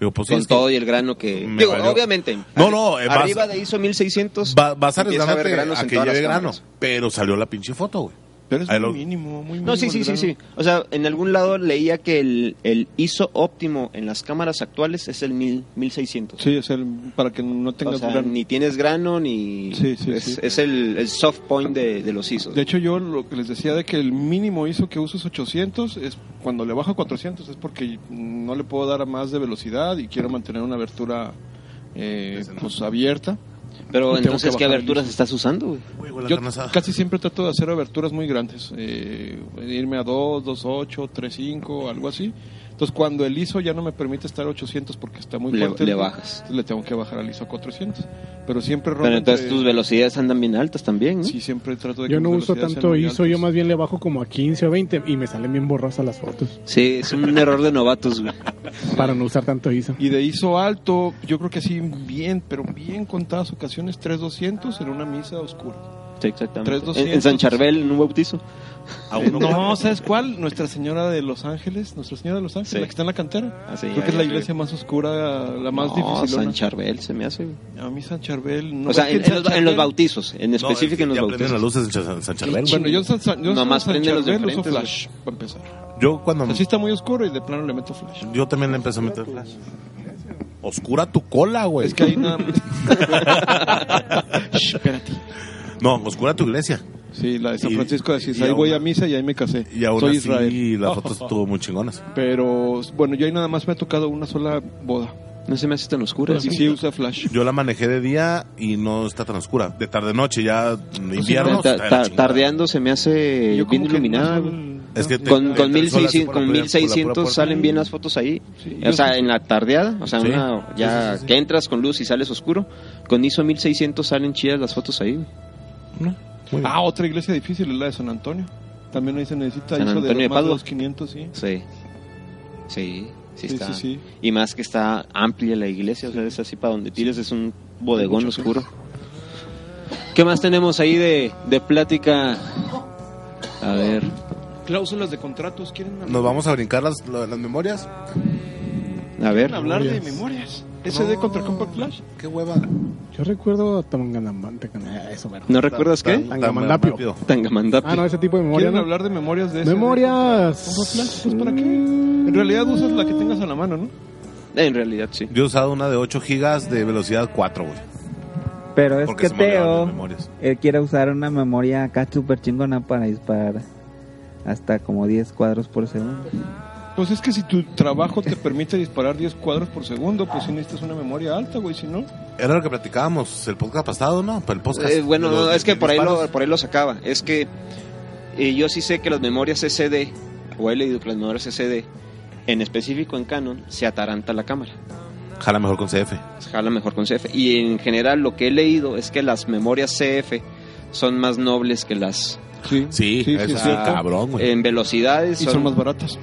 [SPEAKER 1] Digo, pues
[SPEAKER 2] Con
[SPEAKER 1] es que
[SPEAKER 2] todo y el grano que...
[SPEAKER 1] Me
[SPEAKER 2] Digo,
[SPEAKER 1] valió.
[SPEAKER 2] obviamente.
[SPEAKER 1] No, no, eh, vas-
[SPEAKER 2] Arriba de ISO 1600...
[SPEAKER 1] va- vas a
[SPEAKER 2] empieza haber
[SPEAKER 1] arriesgarte
[SPEAKER 2] granos
[SPEAKER 1] a
[SPEAKER 2] en
[SPEAKER 1] que
[SPEAKER 2] todas
[SPEAKER 1] lleve
[SPEAKER 2] las
[SPEAKER 1] grano.
[SPEAKER 2] cámaras.
[SPEAKER 1] Pero salió la pinche foto, güey.
[SPEAKER 3] Pero es
[SPEAKER 1] Ahí
[SPEAKER 3] muy
[SPEAKER 1] lo-
[SPEAKER 3] mínimo, muy mínimo
[SPEAKER 2] No, sí,
[SPEAKER 3] el
[SPEAKER 2] sí, sí,
[SPEAKER 3] grano.
[SPEAKER 2] sí. O sea, en algún lado leía que el, el ISO óptimo en las cámaras actuales es el 1000, 1600.
[SPEAKER 3] Sí, es el, para que no tengas
[SPEAKER 2] O sea,
[SPEAKER 3] grano.
[SPEAKER 2] ni tienes grano, ni...
[SPEAKER 3] Sí, sí,
[SPEAKER 2] es,
[SPEAKER 3] sí.
[SPEAKER 2] es el, el soft point de, de los ISOs.
[SPEAKER 3] De hecho, yo lo que les decía de que el mínimo ISO que uso es 800, es cuando le bajo a 400 es porque no le puedo dar a más de velocidad y quiero mantener una abertura eh, pues abierta.
[SPEAKER 2] Pero
[SPEAKER 3] Y tengo
[SPEAKER 2] entonces,
[SPEAKER 3] que
[SPEAKER 2] ¿qué
[SPEAKER 3] bajar
[SPEAKER 2] aberturas
[SPEAKER 3] el ISO.
[SPEAKER 2] estás usando, güey?
[SPEAKER 1] Güey, güey, la
[SPEAKER 3] Yo
[SPEAKER 1] carne asada.
[SPEAKER 3] casi siempre trato de hacer aberturas muy grandes, eh, irme a 2, 2.8, 3.5, algo así. Entonces, cuando el ISO ya no me permite estar a 800 porque está muy
[SPEAKER 2] Le-
[SPEAKER 3] fuerte,
[SPEAKER 2] le
[SPEAKER 3] entonces
[SPEAKER 2] bajas.
[SPEAKER 3] le tengo que bajar al ISO a 400. Pero siempre rondo
[SPEAKER 2] Pero entonces
[SPEAKER 3] entre-
[SPEAKER 2] tus velocidades andan bien altas también, ¿no?
[SPEAKER 3] Sí, siempre trato de que
[SPEAKER 11] Yo no
[SPEAKER 3] mis
[SPEAKER 11] uso
[SPEAKER 3] velocidades sean
[SPEAKER 11] tanto
[SPEAKER 3] muy
[SPEAKER 11] ISO,
[SPEAKER 3] altas.
[SPEAKER 11] yo más bien le bajo como a 15 o 20 y me salen bien borrosas las fotos
[SPEAKER 2] Sí, es un error de novatos, güey.
[SPEAKER 11] para no usar tanto ISO.
[SPEAKER 3] Y de ISO alto, yo creo que sí, bien, pero bien contadas ocasiones, 3200 en una misa oscura.
[SPEAKER 2] Sí, exactamente.
[SPEAKER 3] 3200.
[SPEAKER 2] En, en San Charbel, en un bautizo.
[SPEAKER 3] Eh, no, ¿sabes cuál? Nuestra Señora de Los Ángeles, Nuestra Señora de Los Ángeles,
[SPEAKER 2] Sí.
[SPEAKER 3] la que está en la cantera.
[SPEAKER 2] Ah, sí,
[SPEAKER 3] creo
[SPEAKER 2] ya,
[SPEAKER 3] que es la
[SPEAKER 2] ya,
[SPEAKER 3] iglesia más oscura, la más
[SPEAKER 2] no,
[SPEAKER 3] difícil.
[SPEAKER 2] San Charbel se me hace, güey.
[SPEAKER 3] A mí San Charbel no.
[SPEAKER 2] o sea,
[SPEAKER 3] es que
[SPEAKER 2] en, en
[SPEAKER 3] San
[SPEAKER 2] los, en los
[SPEAKER 3] Charbel-
[SPEAKER 2] bautizos, en
[SPEAKER 1] No, es
[SPEAKER 2] específico
[SPEAKER 1] que
[SPEAKER 2] en los
[SPEAKER 1] ya prenden las
[SPEAKER 2] bautizos.
[SPEAKER 1] luces en San, San Charbel, güey.
[SPEAKER 3] Bueno, yo en San, yo en
[SPEAKER 2] Nomás
[SPEAKER 3] San
[SPEAKER 2] prende los de
[SPEAKER 3] Charbel uso
[SPEAKER 2] frente,
[SPEAKER 3] flash, para empezar.
[SPEAKER 1] Yo cuando...
[SPEAKER 2] Pues
[SPEAKER 3] Así está muy oscuro y de plano le meto flash.
[SPEAKER 1] Yo también le empecé a meter flash. Oscura tu cola, güey.
[SPEAKER 3] Es que ahí nada más. Shh, espérate.
[SPEAKER 1] No, oscura tu iglesia.
[SPEAKER 3] Sí, la de San
[SPEAKER 1] Y-
[SPEAKER 3] Francisco de Asís.
[SPEAKER 1] y
[SPEAKER 3] Ahí
[SPEAKER 1] aún-
[SPEAKER 3] voy a misa y ahí me casé.
[SPEAKER 1] Y aún
[SPEAKER 3] Soy
[SPEAKER 1] así
[SPEAKER 3] Israel.
[SPEAKER 1] las fotos estuvo muy chingonas.
[SPEAKER 3] Pero bueno, yo ahí nada más me ha tocado una sola boda.
[SPEAKER 2] No se me hace tan oscura.
[SPEAKER 3] Y
[SPEAKER 2] ¿no?
[SPEAKER 3] sí usa flash.
[SPEAKER 1] Yo la manejé de día y no está tan oscura. De tarde noche ya mm, invierno. está
[SPEAKER 2] Ta-
[SPEAKER 1] de la
[SPEAKER 2] ta-
[SPEAKER 1] chingada.
[SPEAKER 2] tardeando se me hace
[SPEAKER 3] Yo como
[SPEAKER 2] bien
[SPEAKER 3] que
[SPEAKER 2] iluminada,
[SPEAKER 3] no
[SPEAKER 2] güey.
[SPEAKER 3] soy-
[SPEAKER 1] Es que te- te-
[SPEAKER 2] Con, con
[SPEAKER 1] te- sola así
[SPEAKER 2] 1600,
[SPEAKER 1] por la
[SPEAKER 2] con
[SPEAKER 1] pura- por la pura
[SPEAKER 2] 1600
[SPEAKER 1] puerta.
[SPEAKER 2] salen bien las fotos ahí.
[SPEAKER 3] Sí,
[SPEAKER 2] o
[SPEAKER 3] yo
[SPEAKER 2] sea,
[SPEAKER 3] sí.
[SPEAKER 2] en la tardeada, o sea,
[SPEAKER 1] Sí.
[SPEAKER 2] una ya
[SPEAKER 1] Sí, sí, sí, sí.
[SPEAKER 2] que entras con luz y sales oscuro. Con ISO 1600 salen chidas las fotos ahí. güey.
[SPEAKER 3] Ah, otra iglesia difícil es la de San Antonio. También ahí se necesita
[SPEAKER 2] San
[SPEAKER 3] ISO
[SPEAKER 2] Antonio de
[SPEAKER 3] de, más de
[SPEAKER 2] Padua.
[SPEAKER 3] los 500, sí.
[SPEAKER 2] Sí. Sí, sí,
[SPEAKER 3] Sí,
[SPEAKER 2] está.
[SPEAKER 3] sí, sí.
[SPEAKER 2] Y más que está amplia la iglesia, o sea, es así para donde tires, es un bodegón oscuro. ¿Qué más tenemos ahí de, de plática? A ver,
[SPEAKER 3] Cláusulas de contratos, ¿quieren hablar,
[SPEAKER 1] Nos vamos a brincar las, lo- las memorias.
[SPEAKER 2] a ver.
[SPEAKER 3] hablar de memorias? SD contra Compact Flash.
[SPEAKER 1] Qué hueva.
[SPEAKER 11] Yo recuerdo a Tamangamandapio, eso, bueno.
[SPEAKER 2] ¿No recuerdas qué?
[SPEAKER 11] Tangamandapio.
[SPEAKER 1] rápido.
[SPEAKER 2] Tangamandapi.
[SPEAKER 11] Ah, no, ese tipo de memoria.
[SPEAKER 3] ¿Quieren
[SPEAKER 11] ¿no?
[SPEAKER 3] hablar de memorias de SD? Compact Flash?
[SPEAKER 11] Memorias.
[SPEAKER 3] Pues, para qué? En realidad usas la que tengas a la mano, ¿no?
[SPEAKER 2] En realidad, sí.
[SPEAKER 1] Yo he usado una de 8 gigas de velocidad 4, güey.
[SPEAKER 6] Pero es
[SPEAKER 1] Porque
[SPEAKER 6] que
[SPEAKER 1] se me olvidaban
[SPEAKER 6] Teo
[SPEAKER 1] las memorias.
[SPEAKER 6] él quiere usar una memoria acá super chingona para disparar hasta como 10 cuadros por segundo.
[SPEAKER 3] Pues es que si tu trabajo te permite disparar 10 cuadros por segundo, pues sí necesitas una memoria alta, güey, si no.
[SPEAKER 1] Era lo que platicábamos el podcast pasado, ¿no? Para el podcast.
[SPEAKER 2] Eh, bueno,
[SPEAKER 1] Pues De los
[SPEAKER 2] no, es que por ahí, lo,
[SPEAKER 1] disparos.
[SPEAKER 2] por ahí lo sacaba. Es que eh, yo sí sé que las memorias SD, o he leído que las memorias SD, en específico en Canon, se ataranta la cámara.
[SPEAKER 1] Jala mejor con CF.
[SPEAKER 2] Se jala mejor con CF. Y en general lo que he leído es que las memorias CF son más nobles que las
[SPEAKER 3] Sí,
[SPEAKER 1] Sí, eso sí,
[SPEAKER 3] es cierto.
[SPEAKER 1] cabrón, güey.
[SPEAKER 2] en velocidades.
[SPEAKER 3] Y son más baratas.
[SPEAKER 1] Eh,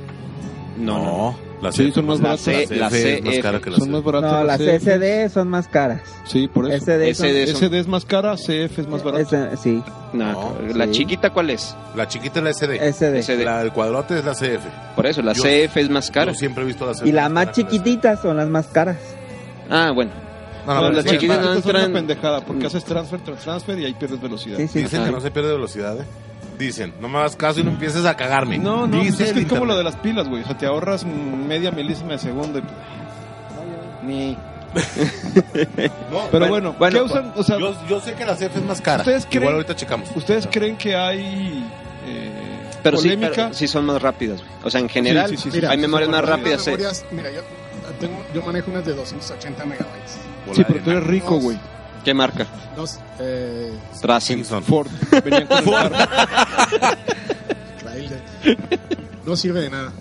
[SPEAKER 2] No, no, no.
[SPEAKER 1] la
[SPEAKER 3] Sí,
[SPEAKER 1] CF
[SPEAKER 3] son más
[SPEAKER 1] la
[SPEAKER 3] baratas.
[SPEAKER 1] CF
[SPEAKER 2] La
[SPEAKER 1] es más
[SPEAKER 2] CF.
[SPEAKER 1] cara que la
[SPEAKER 3] Son
[SPEAKER 1] CF.
[SPEAKER 3] más baratas.
[SPEAKER 6] No, las
[SPEAKER 3] CF.
[SPEAKER 6] SD son más caras.
[SPEAKER 3] Sí, por eso.
[SPEAKER 6] SD son-
[SPEAKER 2] SD son-
[SPEAKER 3] SD es más cara, CF es más barata.
[SPEAKER 6] S- sí,
[SPEAKER 2] No,
[SPEAKER 1] No,
[SPEAKER 2] la
[SPEAKER 6] sí.
[SPEAKER 2] chiquita cuál es?
[SPEAKER 1] La chiquita es la SD.
[SPEAKER 6] SD.
[SPEAKER 2] SD.
[SPEAKER 1] La del cuadrote es la CF.
[SPEAKER 2] Por eso, la
[SPEAKER 1] Yo-
[SPEAKER 2] CF es más cara.
[SPEAKER 1] Yo siempre he visto la CF.
[SPEAKER 6] Y las más
[SPEAKER 1] cara que la CF.
[SPEAKER 6] chiquititas son las más caras.
[SPEAKER 2] Ah, bueno.
[SPEAKER 1] No,
[SPEAKER 3] No,
[SPEAKER 1] no,
[SPEAKER 2] las
[SPEAKER 3] las
[SPEAKER 1] sí,
[SPEAKER 2] chiquitas
[SPEAKER 3] chiquitas
[SPEAKER 2] no
[SPEAKER 3] son
[SPEAKER 2] entran-
[SPEAKER 3] una pendejada porque haces transfer, tras transfer y ahí pierdes velocidad.
[SPEAKER 6] Sí, sí.
[SPEAKER 1] Dicen
[SPEAKER 2] Ajá.
[SPEAKER 1] que no se pierde velocidad, ¿eh? Dicen, no me hagas caso y no empieces a cagarme.
[SPEAKER 3] No, no, pues
[SPEAKER 1] Dice
[SPEAKER 3] es
[SPEAKER 1] el
[SPEAKER 3] que es como
[SPEAKER 1] internet.
[SPEAKER 3] lo de las pilas, güey. O sea, te ahorras mm, media milísima de segundo. y- Ni. Pero bueno,
[SPEAKER 2] bueno,
[SPEAKER 3] ¿qué usan? O sea,
[SPEAKER 1] Yo, yo sé que la CF es más cara.
[SPEAKER 3] ¿Ustedes creen-
[SPEAKER 1] Igual ahorita checamos.
[SPEAKER 3] ¿ustedes creen que hay eh,
[SPEAKER 2] Pero sí,
[SPEAKER 3] polémica?
[SPEAKER 2] pero sí son más rápidas. güey. O sea, en general,
[SPEAKER 3] Sí, sí, sí, sí.
[SPEAKER 2] hay
[SPEAKER 3] Sí,
[SPEAKER 2] memorias
[SPEAKER 3] son
[SPEAKER 2] más
[SPEAKER 3] más
[SPEAKER 2] rápidas. eh.
[SPEAKER 5] Memorias, mira, yo
[SPEAKER 12] tengo, yo manejo unas de 280 megabytes.
[SPEAKER 3] Sí, pero tú eres rico, güey.
[SPEAKER 2] ¿Qué marca?
[SPEAKER 12] Dos, eh,
[SPEAKER 2] Tracing.
[SPEAKER 3] Ford. Venían con el carro.
[SPEAKER 12] Increíble. No sirve de nada.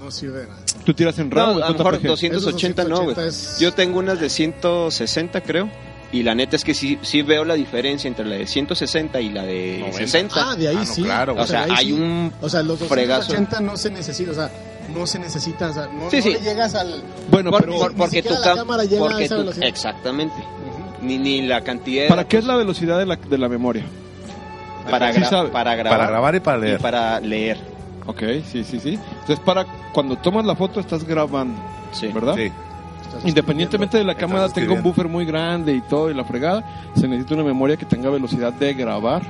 [SPEAKER 12] No sirve de nada.
[SPEAKER 3] Tú tiras en
[SPEAKER 2] No,
[SPEAKER 3] RAM.
[SPEAKER 2] a lo mejor 280 no, güey.
[SPEAKER 12] 280 es-
[SPEAKER 2] Yo tengo unas de 160, creo. Y la neta es que sí, sí veo la diferencia entre la de 160 y la de 60.
[SPEAKER 12] Ah, de ahí
[SPEAKER 2] no,
[SPEAKER 12] sí.
[SPEAKER 2] Claro, o sea,
[SPEAKER 12] de ahí
[SPEAKER 2] hay
[SPEAKER 12] sí.
[SPEAKER 2] un
[SPEAKER 12] O sea, los
[SPEAKER 2] fregazo.
[SPEAKER 12] 280 no se necesita, o sea, no se necesita, o sea, no,
[SPEAKER 2] Sí,
[SPEAKER 12] no
[SPEAKER 2] sí.
[SPEAKER 12] le llegas al...
[SPEAKER 3] Bueno,
[SPEAKER 2] Por-
[SPEAKER 3] pero
[SPEAKER 2] por- porque tu
[SPEAKER 12] siquiera la
[SPEAKER 2] cam-
[SPEAKER 12] cámara llega a
[SPEAKER 2] porque
[SPEAKER 12] esa
[SPEAKER 2] tu-
[SPEAKER 12] velocidad.
[SPEAKER 2] exactamente. Ni, ni la cantidad de-
[SPEAKER 3] ¿para qué es la velocidad de la, de la memoria?
[SPEAKER 2] para,
[SPEAKER 3] Sí
[SPEAKER 2] gra-
[SPEAKER 3] sabe.
[SPEAKER 2] para grabar
[SPEAKER 1] y para
[SPEAKER 2] y para leer.
[SPEAKER 3] Ok, sí, sí, sí. Entonces, para cuando tomas la foto, estás grabando,
[SPEAKER 2] Sí.
[SPEAKER 3] ¿verdad?
[SPEAKER 1] Sí.
[SPEAKER 3] Independientemente de la
[SPEAKER 1] Estás
[SPEAKER 3] cámara tenga un
[SPEAKER 1] escribiendo.
[SPEAKER 3] buffer muy grande y todo y la fregada, se necesita una memoria que tenga velocidad de grabar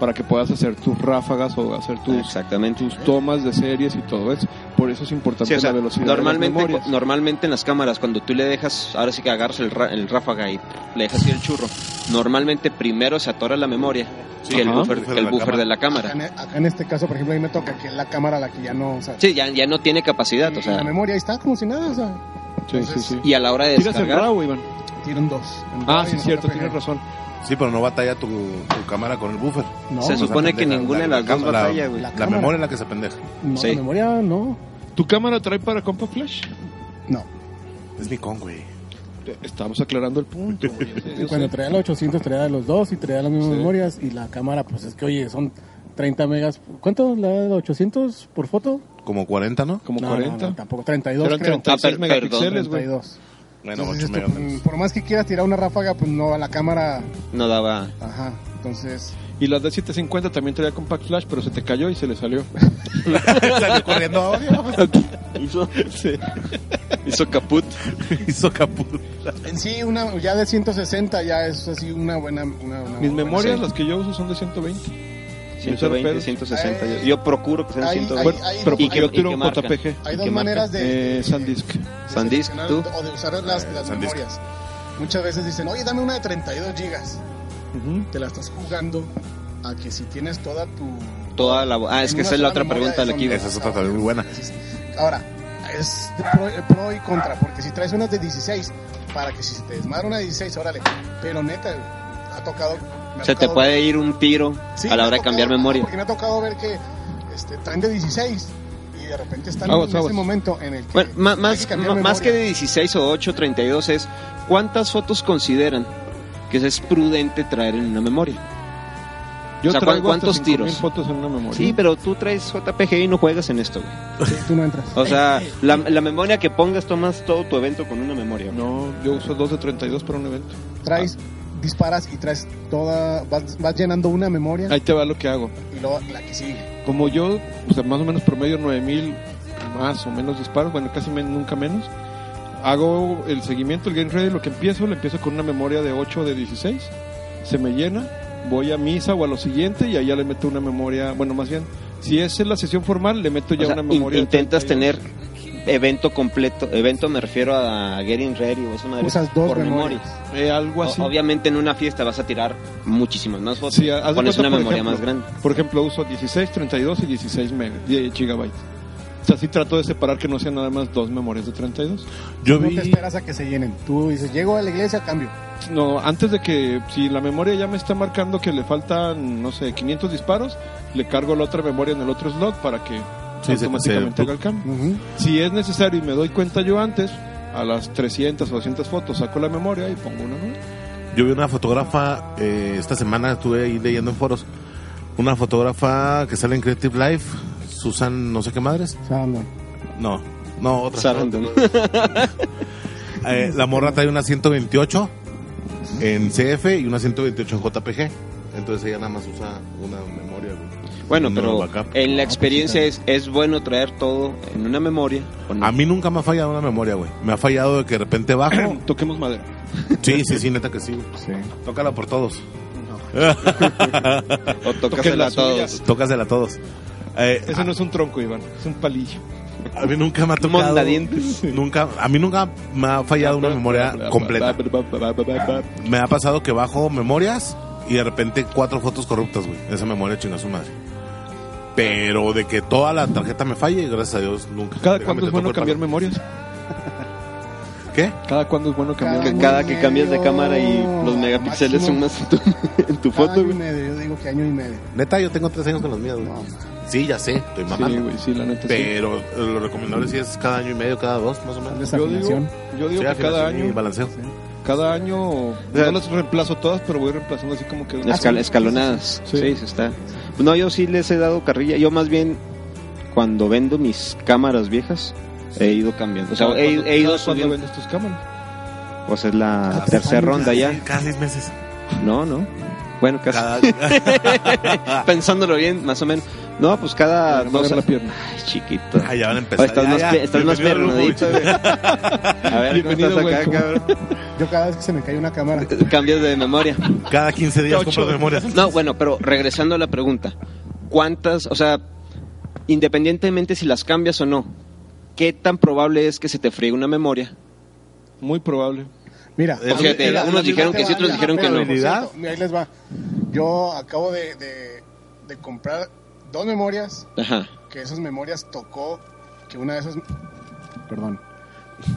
[SPEAKER 3] para que puedas hacer tus ráfagas o hacer tus,
[SPEAKER 2] Exactamente.
[SPEAKER 3] tus tomas de series y todo eso. Por eso es importante
[SPEAKER 2] Sí, o sea,
[SPEAKER 3] la velocidad de
[SPEAKER 2] normalmente,
[SPEAKER 3] las memorias.
[SPEAKER 2] normalmente en las cámaras, cuando tú le dejas, ahora sí que agarras el, ra- el ráfaga y le dejas ir el churro, normalmente primero se atora la memoria que el
[SPEAKER 3] Ajá.
[SPEAKER 2] buffer,
[SPEAKER 1] Buffer
[SPEAKER 2] que el
[SPEAKER 1] de la
[SPEAKER 2] buffer
[SPEAKER 1] cámara.
[SPEAKER 2] de la
[SPEAKER 12] Acá en,
[SPEAKER 2] cámara.
[SPEAKER 12] acá en este caso, por ejemplo, a mí me toca que es la cámara la que ya no, o sea,
[SPEAKER 2] Sí, ya, ya no tiene capacidad, o
[SPEAKER 12] la
[SPEAKER 2] sea,
[SPEAKER 12] memoria ahí está como si nada, o sea,
[SPEAKER 3] Sí, sí, sí.
[SPEAKER 2] y a la hora de
[SPEAKER 3] Tiras en
[SPEAKER 2] descargar,
[SPEAKER 3] RAW, Iván.
[SPEAKER 12] tienen dos. En
[SPEAKER 3] Ah,
[SPEAKER 12] RAW y
[SPEAKER 3] sí,
[SPEAKER 12] en
[SPEAKER 3] cierto,
[SPEAKER 12] JPG.
[SPEAKER 3] tienes razón.
[SPEAKER 1] Sí, pero no batalla tu, tu cámara con el buffer.
[SPEAKER 12] No,
[SPEAKER 2] se
[SPEAKER 1] no,
[SPEAKER 2] supone
[SPEAKER 1] no,
[SPEAKER 2] que
[SPEAKER 1] la-
[SPEAKER 2] ninguna
[SPEAKER 1] la-
[SPEAKER 2] de las
[SPEAKER 1] la
[SPEAKER 2] dos
[SPEAKER 1] Ah, cámara-
[SPEAKER 2] batalla, güey.
[SPEAKER 12] la
[SPEAKER 1] La
[SPEAKER 12] cámara.
[SPEAKER 1] memoria es la que se pendeja.
[SPEAKER 12] No,
[SPEAKER 2] Sí.
[SPEAKER 12] la memoria no.
[SPEAKER 3] ¿Tu cámara trae para compa flash?
[SPEAKER 12] No.
[SPEAKER 1] Es mi con, güey.
[SPEAKER 3] Estamos aclarando el punto. güey. Yo
[SPEAKER 5] Cuando
[SPEAKER 3] sé.
[SPEAKER 5] traía la 800 traía los dos y traía las mismas
[SPEAKER 3] Sí.
[SPEAKER 5] memorias y la cámara, pues es que oye, son 30 megas. ¿Cuánto la 800 por foto?
[SPEAKER 1] Como 40, ¿no?
[SPEAKER 3] Como
[SPEAKER 5] No, no,
[SPEAKER 3] 40.
[SPEAKER 5] no, tampoco 32
[SPEAKER 3] Eran
[SPEAKER 5] creo.
[SPEAKER 3] 36
[SPEAKER 2] Ah, per-
[SPEAKER 3] megapíxeles, güey.
[SPEAKER 5] 32.
[SPEAKER 1] Bueno,
[SPEAKER 12] Entonces,
[SPEAKER 1] 8
[SPEAKER 12] esto,
[SPEAKER 1] megapíxeles.
[SPEAKER 12] Este, mm, por más que quieras tirar una ráfaga, pues no, a la cámara,
[SPEAKER 2] no daba.
[SPEAKER 12] ajá, entonces...
[SPEAKER 3] Y las de 750 también traía compact flash, pero se te cayó y se le salió.
[SPEAKER 1] Salió corriendo ahora.
[SPEAKER 2] Hizo, hizo caput.
[SPEAKER 1] Hizo caput.
[SPEAKER 12] En sí, una, ya de 160 ya es así una buena... Una, una
[SPEAKER 3] Mis
[SPEAKER 12] buena-
[SPEAKER 3] memorias,
[SPEAKER 2] sí.
[SPEAKER 3] las que yo uso, son de 120.
[SPEAKER 2] 120, 160. Yo, yo procuro que sean
[SPEAKER 12] Ahí-
[SPEAKER 2] 120.
[SPEAKER 3] Bueno,
[SPEAKER 12] ahí-
[SPEAKER 3] pero
[SPEAKER 12] ¿y
[SPEAKER 3] porque
[SPEAKER 12] qué-
[SPEAKER 3] yo
[SPEAKER 2] y
[SPEAKER 3] tiro
[SPEAKER 2] qué
[SPEAKER 3] un
[SPEAKER 2] marca?
[SPEAKER 3] JPG.
[SPEAKER 12] Hay
[SPEAKER 2] ¿Y
[SPEAKER 12] dos
[SPEAKER 2] qué marca?
[SPEAKER 12] maneras de...
[SPEAKER 3] Eh, SanDisk.
[SPEAKER 2] Sandisk,
[SPEAKER 12] seleccionar
[SPEAKER 2] tú.
[SPEAKER 12] O de usar las,
[SPEAKER 1] Eh,
[SPEAKER 12] las
[SPEAKER 1] SanDisk.
[SPEAKER 12] memorias. Muchas veces dicen, oye, dame una de 32 gigas. Te la estás jugando a que si tienes toda tu...
[SPEAKER 2] Toda la. Ah, es
[SPEAKER 12] en
[SPEAKER 2] que esa
[SPEAKER 12] una
[SPEAKER 2] es la
[SPEAKER 12] sola
[SPEAKER 2] otra
[SPEAKER 12] memoria
[SPEAKER 2] pregunta de la
[SPEAKER 12] son
[SPEAKER 2] que iba.
[SPEAKER 1] Esa es otra también muy buena.
[SPEAKER 12] Ahora, es de pro, eh, pro y contra, porque si traes unas de 16, para que si se te desmadra una de 16, órale. Pero neta, güey, ha tocado... me ha
[SPEAKER 2] Se te
[SPEAKER 12] tocado-
[SPEAKER 2] puede ir un tiro
[SPEAKER 12] Sí,
[SPEAKER 2] a
[SPEAKER 12] me
[SPEAKER 2] la
[SPEAKER 12] ha
[SPEAKER 2] hora de
[SPEAKER 12] tocado-
[SPEAKER 2] cambiar memoria.
[SPEAKER 12] Porque me ha tocado ver que este, traen de 16 y de repente están
[SPEAKER 3] Aguas,
[SPEAKER 12] en
[SPEAKER 3] aguas.
[SPEAKER 12] ese momento en el que...
[SPEAKER 2] Bueno, ma- más,
[SPEAKER 12] hay
[SPEAKER 2] ma-
[SPEAKER 12] cambiar
[SPEAKER 2] más,
[SPEAKER 12] memoria.
[SPEAKER 2] que de 16 o 8, 32 es cuántas fotos consideran que es prudente traer en una memoria.
[SPEAKER 3] Yo
[SPEAKER 2] O sea, ¿cu-
[SPEAKER 3] traigo hasta
[SPEAKER 2] cuántos
[SPEAKER 3] 5000
[SPEAKER 2] tiros?
[SPEAKER 3] fotos en una memoria.
[SPEAKER 2] Sí, pero tú traes JPG y no juegas en esto, güey.
[SPEAKER 12] Sí, tú no entras.
[SPEAKER 2] O sea, la, la memoria que pongas, tomas todo tu evento con una memoria. güey.
[SPEAKER 3] No, yo uso dos de 32 para un evento.
[SPEAKER 12] traes, disparas y traes toda, vas, vas llenando una memoria
[SPEAKER 3] Ahí te va lo que hago.
[SPEAKER 12] y luego la que sigue.
[SPEAKER 3] Como yo, o sea, más o menos promedio 9000 más o menos disparos, bueno, casi men- nunca menos. Hago el seguimiento, el game ready, lo que empiezo, lo empiezo con una memoria de 8 o de 16. Se me llena, voy a misa o a lo siguiente y allá le meto una memoria, bueno, más bien, si es en la sesión formal, le meto
[SPEAKER 2] O
[SPEAKER 3] ya
[SPEAKER 2] sea,
[SPEAKER 3] una
[SPEAKER 2] in-
[SPEAKER 3] memoria. de
[SPEAKER 2] intentas
[SPEAKER 3] 32.
[SPEAKER 2] tener evento completo. Evento me refiero a Getting Ready o esa madre.
[SPEAKER 12] Usas dos
[SPEAKER 2] por
[SPEAKER 12] memorias.
[SPEAKER 3] Eh, algo
[SPEAKER 2] O-
[SPEAKER 3] así.
[SPEAKER 2] Obviamente en una fiesta vas a tirar muchísimas más fotos.
[SPEAKER 3] Sí, haz de
[SPEAKER 2] Pones
[SPEAKER 3] cuenta,
[SPEAKER 2] una
[SPEAKER 3] por
[SPEAKER 2] memoria
[SPEAKER 3] ejemplo,
[SPEAKER 2] más grande.
[SPEAKER 3] Por ejemplo, uso 16, 32 y 16 mega, 10 gigabytes. O sea, sí trato de separar que no sean nada más dos memorias de 32.
[SPEAKER 1] Yo
[SPEAKER 12] No te
[SPEAKER 1] vi.
[SPEAKER 12] esperas a que se llenen. Tú dices, llego a la iglesia, cambio.
[SPEAKER 3] No, antes de que, si la memoria ya me está marcando que le faltan, no sé, 500 disparos, le cargo la otra memoria en el otro slot para que
[SPEAKER 1] Sí, se-
[SPEAKER 3] automáticamente
[SPEAKER 1] se-
[SPEAKER 3] haga el cambio.
[SPEAKER 12] Ujú.
[SPEAKER 3] Si es necesario y me doy cuenta yo antes, a las 300 o 200 fotos saco la memoria y pongo una nueva.
[SPEAKER 1] Yo vi una fotógrafa, eh, esta semana estuve ahí leyendo en foros, una fotógrafa que sale en Creative Life, Susan no sé qué madres.
[SPEAKER 5] O sea, no.
[SPEAKER 1] No, no, otra.
[SPEAKER 2] Sarandon.
[SPEAKER 1] Eh, la morra trae una 128 en CF y una 128 en JPG. Entonces ella nada más usa una memoria. güey.
[SPEAKER 2] Bueno,
[SPEAKER 1] No,
[SPEAKER 2] pero
[SPEAKER 1] backup.
[SPEAKER 2] en la experiencia es, es bueno traer todo en una memoria. con-
[SPEAKER 1] A mí nunca me ha fallado una memoria, güey. Me ha fallado de que de repente bajo.
[SPEAKER 3] Toquemos madera.
[SPEAKER 1] sí, sí, sí, neta que sí. güey. Tócala por todos.
[SPEAKER 2] o
[SPEAKER 3] toquen
[SPEAKER 2] tocársela a
[SPEAKER 3] las
[SPEAKER 2] todos.
[SPEAKER 3] suyas.
[SPEAKER 1] Tócasela a todos. Eh,
[SPEAKER 3] Ese no es un tronco, Iván, es un palillo.
[SPEAKER 1] A mí nunca me ha tocado.
[SPEAKER 2] Mondadientes.
[SPEAKER 1] Nunca, a mí nunca me ha fallado
[SPEAKER 3] Ah,
[SPEAKER 1] una memoria completa. Ah, Me ha pasado que bajo memorias y de repente cuatro fotos corruptas, güey. Esa memoria chinga su madre. Pero de que toda la tarjeta me falle, gracias a Dios, nunca.
[SPEAKER 3] ¿Cada
[SPEAKER 1] Déjame,
[SPEAKER 3] cuánto
[SPEAKER 1] te
[SPEAKER 3] es
[SPEAKER 1] toco
[SPEAKER 3] bueno
[SPEAKER 1] el
[SPEAKER 3] cambiar
[SPEAKER 1] palo.
[SPEAKER 3] memorias?
[SPEAKER 1] ¿Qué?
[SPEAKER 3] Cada cuando es bueno cambiar
[SPEAKER 2] Que cada que cambias de cámara y los megapíxeles son más en tu, en tu
[SPEAKER 5] Cada
[SPEAKER 2] foto,
[SPEAKER 5] año y
[SPEAKER 2] güey.
[SPEAKER 5] medio, yo digo que año y medio.
[SPEAKER 1] Neta, yo tengo tres años con los míos, güey. Sí, ya sé, estoy mamando.
[SPEAKER 3] güey, sí, la neta Pues sí.
[SPEAKER 1] Pero eh, lo recomendable sí es cada año y medio, cada dos, más o menos.
[SPEAKER 3] Yo digo, yo digo
[SPEAKER 1] Sí,
[SPEAKER 3] que cada
[SPEAKER 1] afinación y
[SPEAKER 3] año.
[SPEAKER 1] balanceo.
[SPEAKER 3] Cada año. No las reemplazo todas, pero voy reemplazando así como que.
[SPEAKER 2] Escal- escalonadas. Sí, se está. No, yo sí les he dado carrilla. Yo más bien, cuando vendo mis cámaras viejas, he ido cambiando. O sea,
[SPEAKER 3] Cada
[SPEAKER 2] he,
[SPEAKER 3] cuando-
[SPEAKER 2] he ido
[SPEAKER 3] cada cuando
[SPEAKER 2] subiendo.
[SPEAKER 3] vendes tus cámaras?
[SPEAKER 2] Pues es la tercera ronda ya.
[SPEAKER 1] Cada seis meses.
[SPEAKER 2] No, no. Bueno, casi. Pensándolo bien, más o menos. No, pues cada dos.
[SPEAKER 3] agarra la pierna.
[SPEAKER 2] Ay, chiquito.
[SPEAKER 1] Ah, ya van a empezar.
[SPEAKER 5] pues,
[SPEAKER 2] Oh, estás
[SPEAKER 1] ya,
[SPEAKER 2] más,
[SPEAKER 1] ya.
[SPEAKER 2] pe- estás más
[SPEAKER 1] Bienvenido al grupo,
[SPEAKER 2] piernudito, güey. A ver, ¿cómo
[SPEAKER 3] Bienvenido,
[SPEAKER 2] estás
[SPEAKER 3] güey,
[SPEAKER 2] acá,
[SPEAKER 3] ¿cómo-
[SPEAKER 2] cabrón?
[SPEAKER 5] Yo cada vez que se me cae una cámara.
[SPEAKER 2] Cambias de memoria.
[SPEAKER 1] Cada 15 días
[SPEAKER 2] Ocho.
[SPEAKER 1] compro memorias.
[SPEAKER 2] No, bueno, pero regresando a la pregunta, ¿cuántas, o sea, independientemente si las cambias o no, qué tan probable es que se te friegue una memoria?
[SPEAKER 3] Muy probable.
[SPEAKER 5] Mira,
[SPEAKER 2] O sea, te- unos dijeron que sí, otros dijeron que no.
[SPEAKER 5] Mira, ahí les va. Yo acabo de, de- de comprar dos memorias,
[SPEAKER 2] Ajá.
[SPEAKER 5] que esas memorias tocó que una de esas... Perdón.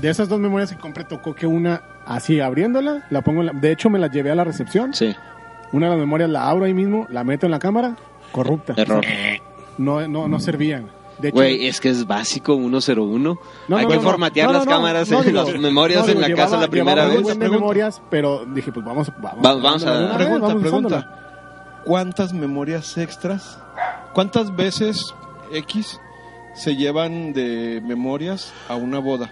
[SPEAKER 5] De esas dos memorias que compré tocó que una, así abriéndola, la pongo en la- De hecho, me la llevé a la recepción.
[SPEAKER 2] Sí.
[SPEAKER 5] Una de las memorias la abro ahí mismo, la meto en la cámara, corrupta.
[SPEAKER 2] Error.
[SPEAKER 5] No, no,
[SPEAKER 12] Mm.
[SPEAKER 5] no servían. De hecho,
[SPEAKER 2] Güey, es que es básico 101.
[SPEAKER 5] No,
[SPEAKER 2] Hay
[SPEAKER 5] no,
[SPEAKER 2] que
[SPEAKER 5] no, no.
[SPEAKER 2] formatear
[SPEAKER 5] No, no,
[SPEAKER 2] las
[SPEAKER 5] no,
[SPEAKER 2] cámaras,
[SPEAKER 5] no,
[SPEAKER 2] en
[SPEAKER 5] digo,
[SPEAKER 2] las memorias
[SPEAKER 5] no, digo,
[SPEAKER 2] en la
[SPEAKER 5] llevaba-
[SPEAKER 2] casa la primera
[SPEAKER 5] llevaba un
[SPEAKER 2] vez.
[SPEAKER 5] buen de memorias, pero dije, pues vamos, vamos,
[SPEAKER 2] Va- vamos a-
[SPEAKER 5] dándole una
[SPEAKER 3] Pregunta,
[SPEAKER 5] vez, Eh, vamos usándola.
[SPEAKER 3] pregunta. ¿Cuántas memorias extras? ¿Cuántas veces X se llevan de memorias a una boda?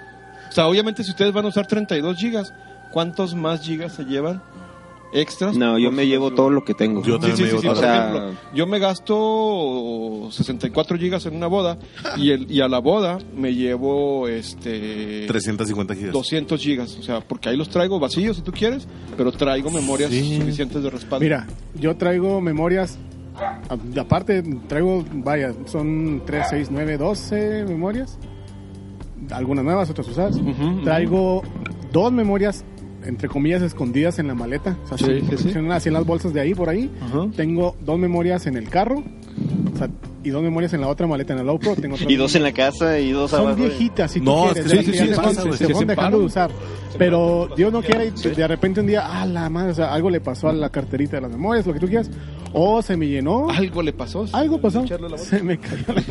[SPEAKER 3] O sea, obviamente si ustedes van a usar 32 gigas, ¿cuántos más gigas se llevan extras?
[SPEAKER 2] No, yo me llevo todo lo que tengo.
[SPEAKER 1] Yo
[SPEAKER 3] Sí,
[SPEAKER 1] también
[SPEAKER 3] sí,
[SPEAKER 1] me
[SPEAKER 3] sí,
[SPEAKER 1] llevo
[SPEAKER 3] sí,
[SPEAKER 1] todo.
[SPEAKER 3] por
[SPEAKER 2] o sea-
[SPEAKER 3] ejemplo, yo me gasto 64 gigas en una boda y, el, y a la boda me llevo este
[SPEAKER 1] 350 gigas.
[SPEAKER 3] 200 gigas, o sea, porque ahí los traigo vacíos si tú quieres, pero traigo memorias suficientes de respaldo.
[SPEAKER 5] Mira, yo traigo memorias. a- Aparte, traigo, vaya, son 3, 6, 9, 12 memorias. Algunas nuevas, otras usadas. Traigo dos memorias, entre comillas, escondidas en la maleta. O sea,
[SPEAKER 3] Sí,
[SPEAKER 5] así,
[SPEAKER 3] sí, sí.
[SPEAKER 5] son así en las bolsas de ahí, por ahí. Tengo dos memorias en el carro. o sea, y dos memorias en la otra maleta, en la low pro. Tengo otras
[SPEAKER 2] Y dos en la casa y dos
[SPEAKER 5] son
[SPEAKER 2] abajo.
[SPEAKER 5] viejitas, si
[SPEAKER 1] No,
[SPEAKER 5] tú
[SPEAKER 1] es
[SPEAKER 5] quieres.
[SPEAKER 1] que
[SPEAKER 5] de
[SPEAKER 1] sí,
[SPEAKER 5] las
[SPEAKER 1] sí,
[SPEAKER 5] que
[SPEAKER 1] sí,
[SPEAKER 5] ya
[SPEAKER 1] sí,
[SPEAKER 5] se,
[SPEAKER 1] sí,
[SPEAKER 5] se
[SPEAKER 1] sí,
[SPEAKER 5] van
[SPEAKER 1] se
[SPEAKER 5] dejando de usar.
[SPEAKER 3] empalan.
[SPEAKER 5] Pero Dios no quiera y de repente un día, ah, la madre, o sea, algo le pasó a la carterita de las memorias, lo que tú quieras. O se me llenó,
[SPEAKER 3] Algo le pasó.
[SPEAKER 5] algo pasó,
[SPEAKER 3] echarle la boca.
[SPEAKER 5] se me cayó la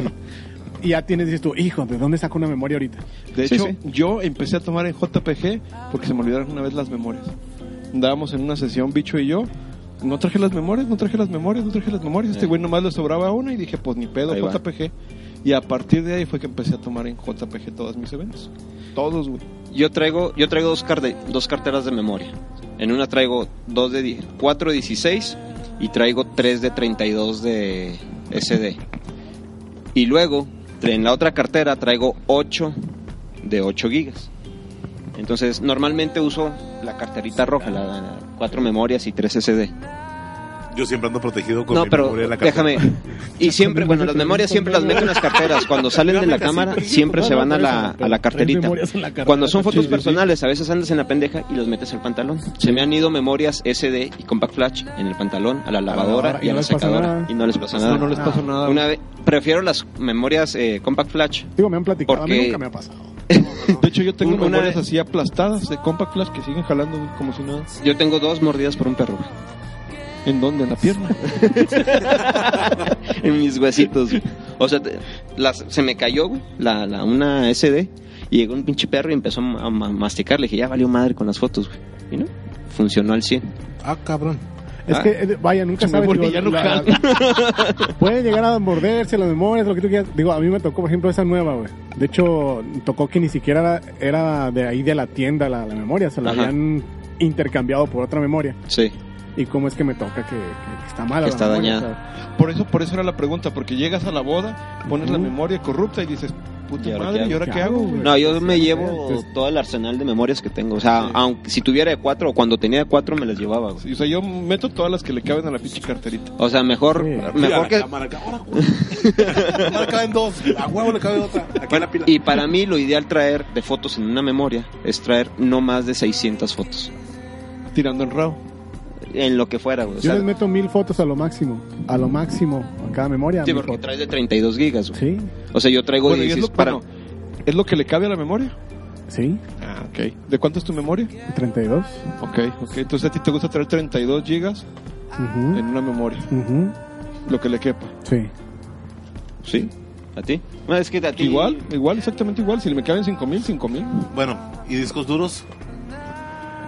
[SPEAKER 5] Y ya tienes, dices tú, hijo, ¿de dónde saco una memoria ahorita?
[SPEAKER 3] De
[SPEAKER 2] Sí,
[SPEAKER 3] hecho,
[SPEAKER 2] sí.
[SPEAKER 3] yo empecé a tomar en JPG porque se me olvidaron una vez las memorias. Andábamos en una sesión, bicho y yo. No traje las memorias, no traje las memorias, no traje las memorias. Este güey nomás le sobraba una y dije, pues ni pedo,
[SPEAKER 2] Ahí va.
[SPEAKER 3] JPG. Y a partir de ahí fue que empecé a tomar en JPG todos mis eventos. Todos, güey.
[SPEAKER 2] Yo traigo, yo traigo dos, carde- dos carteras de memoria. En una traigo dos de die- cuatro de 16 y traigo tres de 32 de SD. Y luego, tra- en la otra cartera traigo 8 de 8 gigas. Entonces, normalmente uso la carterita roja, la, la- cuatro memorias y tres SD.
[SPEAKER 1] Yo siempre ando protegido con
[SPEAKER 2] No,
[SPEAKER 1] mi
[SPEAKER 2] pero
[SPEAKER 1] memoria en la cartera.
[SPEAKER 2] déjame. Y siempre, bueno, las memorias siempre las meto en las carteras. Cuando salen de la cámara, siempre se van a la, a la carterita. Cuando son fotos personales, a veces andas en la pendeja y los metes al pantalón. Se me han ido memorias SD y Compact Flash en el pantalón, a la lavadora y a la secadora. Y no les pasa
[SPEAKER 3] No,
[SPEAKER 2] nada.
[SPEAKER 3] no les pasó nada.
[SPEAKER 2] Una vez, prefiero las memorias eh, Compact Flash.
[SPEAKER 5] Digo, me han platicado, a
[SPEAKER 2] Porque-
[SPEAKER 5] mí nunca me ha pasado.
[SPEAKER 3] De hecho, yo tengo
[SPEAKER 2] Una- una
[SPEAKER 3] memorias
[SPEAKER 2] vez-
[SPEAKER 3] así aplastadas de Compact Flash que siguen jalando güey, como si nada.
[SPEAKER 2] Yo tengo dos mordidas por un perro. güey.
[SPEAKER 3] ¿En dónde? ¿En la pierna?
[SPEAKER 2] en mis huesitos. güey. O sea, te- las, se me cayó güey, la, la, una SD y llegó un pinche perro y empezó a ma- a masticar. Le dije, ya valió madre con las fotos, güey. Y no, funcionó al 100.
[SPEAKER 1] Ah, cabrón.
[SPEAKER 5] Es
[SPEAKER 2] Ah.
[SPEAKER 5] que, eh, vaya, nunca
[SPEAKER 3] Se me
[SPEAKER 5] sabes.
[SPEAKER 3] volvió ya
[SPEAKER 5] digo, la- la- pueden llegar a morderse las memorias, lo que tú quieras. Digo, a mí me tocó, por ejemplo, esa nueva, güey. De hecho, tocó que ni siquiera era, era de ahí de la tienda la, la memoria. Se la
[SPEAKER 2] Ajá.
[SPEAKER 5] habían intercambiado por otra memoria.
[SPEAKER 2] Sí.
[SPEAKER 5] ¿Y cómo es que me toca que, que está mala?
[SPEAKER 2] Que
[SPEAKER 5] la
[SPEAKER 2] está
[SPEAKER 5] memoria,
[SPEAKER 2] dañada.
[SPEAKER 5] o sea,
[SPEAKER 3] Por eso, por eso era la pregunta, porque llegas a la boda, pones la
[SPEAKER 5] Ujú.
[SPEAKER 3] memoria corrupta y dices, puta
[SPEAKER 2] ¿Y ahora qué
[SPEAKER 3] madre,
[SPEAKER 2] hago?
[SPEAKER 3] ¿y ahora
[SPEAKER 5] ¿Qué
[SPEAKER 3] qué hago?
[SPEAKER 5] hago,
[SPEAKER 3] güey?
[SPEAKER 2] No, yo me llevo
[SPEAKER 5] Entonces-
[SPEAKER 2] todo el arsenal de memorias que tengo. O sea, aunque si tuviera de cuatro o cuando tenía de cuatro me las llevaba, güey.
[SPEAKER 3] Sí, O sea, yo meto todas las que le caben a la pinche carterita.
[SPEAKER 2] O sea, mejor,
[SPEAKER 5] Sí.
[SPEAKER 2] mejor que...
[SPEAKER 1] Ahora caben dos. A huevo le cabe otra. Aquí en la pila.
[SPEAKER 2] Y para mí lo ideal traer de fotos en una memoria es traer no más de 600 fotos.
[SPEAKER 3] Tirando en RAW.
[SPEAKER 2] En lo que fuera, güey. O
[SPEAKER 5] Yo
[SPEAKER 2] sea,
[SPEAKER 5] les meto mil fotos a lo máximo. A lo máximo. A cada memoria.
[SPEAKER 2] sí,
[SPEAKER 5] mil
[SPEAKER 2] porque
[SPEAKER 5] fotos.
[SPEAKER 2] traes de 32 gigas, güey.
[SPEAKER 5] Sí,
[SPEAKER 2] O sea, yo traigo
[SPEAKER 3] Bueno, y es
[SPEAKER 2] 16
[SPEAKER 3] lo,
[SPEAKER 2] para...
[SPEAKER 3] bueno, ¿es lo que le cabe a la memoria?
[SPEAKER 5] sí.
[SPEAKER 3] Ah, Ok. ¿De cuánto es tu memoria?
[SPEAKER 13] 32.
[SPEAKER 3] Ok, ok. Entonces a ti te gusta traer 32 gigas
[SPEAKER 13] Ujú.
[SPEAKER 3] en una memoria.
[SPEAKER 13] Ujú.
[SPEAKER 3] Lo que le quepa.
[SPEAKER 13] Sí.
[SPEAKER 3] ¿Sí?
[SPEAKER 2] ¿A ti? No, es que a ti...
[SPEAKER 3] Igual, igual, exactamente igual. Si me caben 5000, 5000.
[SPEAKER 1] Bueno, ¿y discos duros?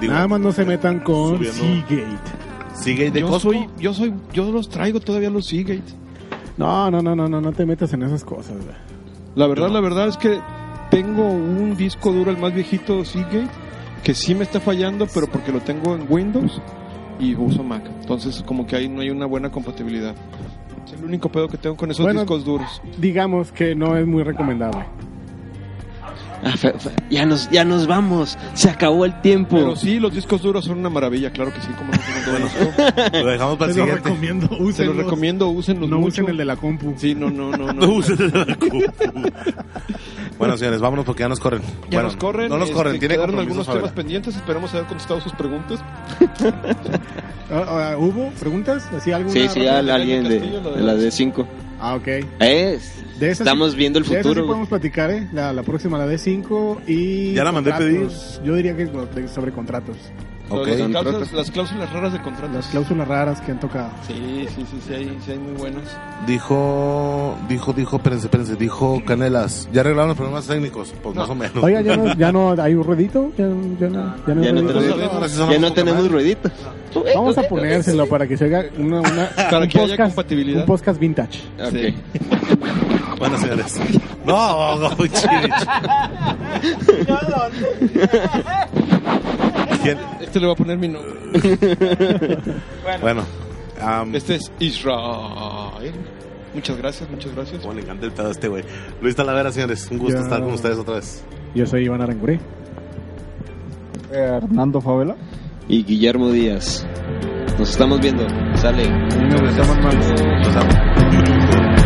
[SPEAKER 5] Nada más no se metan con
[SPEAKER 3] subiendo.
[SPEAKER 5] Seagate.
[SPEAKER 1] Seagate
[SPEAKER 3] yo Soy, yo soy, yo los traigo todavía los Seagate.
[SPEAKER 5] No, no, no, no, no, no te metas en esas cosas. güey.
[SPEAKER 3] La verdad, la verdad es que tengo un disco duro, el más viejito Seagate, que sí me está fallando, pero porque lo tengo en Windows y uso Mac. Entonces, como que ahí no hay una buena compatibilidad. Es el único pedo que tengo con esos
[SPEAKER 5] Bueno,
[SPEAKER 3] discos duros.
[SPEAKER 5] Digamos que no es muy recomendable.
[SPEAKER 2] Ah, fe- fe- ya, nos, ya nos vamos. Se acabó el tiempo.
[SPEAKER 3] Pero sí, los discos duros son una maravilla, claro que sí, como no tengo
[SPEAKER 1] Lo dejamos para el
[SPEAKER 5] Te lo
[SPEAKER 1] siguiente.
[SPEAKER 5] recomiendo,
[SPEAKER 3] Se
[SPEAKER 5] úsenlos.
[SPEAKER 3] los recomiendo, úsenlos
[SPEAKER 5] No
[SPEAKER 3] mucho.
[SPEAKER 5] usen el de la compu.
[SPEAKER 3] Sí, no, no, no.
[SPEAKER 1] No usen el de la compu. Bueno, señores, vámonos porque ya nos corren.
[SPEAKER 3] Ya
[SPEAKER 1] Bueno,
[SPEAKER 3] nos corren.
[SPEAKER 1] No nos
[SPEAKER 3] este,
[SPEAKER 1] corren, tiene
[SPEAKER 3] quedaron
[SPEAKER 1] compromisos
[SPEAKER 3] algunos
[SPEAKER 1] Fabiola.
[SPEAKER 3] temas pendientes. Esperamos haber contestado sus preguntas.
[SPEAKER 5] Ah, ah, ¿Hubo preguntas? ¿Así alguna
[SPEAKER 2] Sí, sí,
[SPEAKER 5] raza?
[SPEAKER 2] al- alguien de, de la de 5.
[SPEAKER 5] Ah, ok.
[SPEAKER 2] Es,
[SPEAKER 5] De esas
[SPEAKER 2] estamos
[SPEAKER 5] sí-
[SPEAKER 2] viendo el
[SPEAKER 5] de esas sí
[SPEAKER 2] futuro. güey.
[SPEAKER 5] podemos platicar, ¿eh? La, la próxima, la D5 y...
[SPEAKER 1] Ya la mandé a pedir.
[SPEAKER 5] contratos. Yo diría que lo- de- sobre contratos.
[SPEAKER 1] Ok.
[SPEAKER 3] Las, cláusulas, las cláusulas raras de contratos.
[SPEAKER 5] Las cláusulas raras que han tocado.
[SPEAKER 3] Sí, sí, sí, sí, hay, sí hay muy buenas.
[SPEAKER 1] Dijo, dijo, dijo, espérense, espérense, dijo Canelas. Ya arreglaron los problemas técnicos, pues más o menos.
[SPEAKER 5] Oiga, ¿ya no, ya no hay un ruedito. Ya, ya no, ya no hay
[SPEAKER 2] Ya no
[SPEAKER 5] ruedito.
[SPEAKER 2] tenemos,
[SPEAKER 1] Ahora sí sonamos
[SPEAKER 2] ya no
[SPEAKER 1] poca
[SPEAKER 2] tenemos
[SPEAKER 1] madre.
[SPEAKER 2] ruedito.
[SPEAKER 5] Vamos a ponérselo para que se haga una, una-
[SPEAKER 3] Eh, Para
[SPEAKER 5] un,
[SPEAKER 3] que haya
[SPEAKER 5] podcast,
[SPEAKER 3] compatibilidad.
[SPEAKER 5] un podcast vintage.
[SPEAKER 2] Ok.
[SPEAKER 1] Bueno, señores. No, no, ¿Quién?
[SPEAKER 3] Este le voy a poner mi nombre.
[SPEAKER 1] Bueno, am,
[SPEAKER 3] Este es Israel. Muchas gracias, muchas gracias.
[SPEAKER 1] cómo le encanta el pedo a este güey. Luis Talavera, señores, un gusto
[SPEAKER 5] Ya.
[SPEAKER 1] estar con ustedes otra vez.
[SPEAKER 5] Yo soy Iván Arangurí.
[SPEAKER 14] Hernando Favela.
[SPEAKER 2] Y Guillermo Díaz. Nos estamos viendo. Sale.
[SPEAKER 1] Nos amo.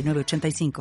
[SPEAKER 12] 906985.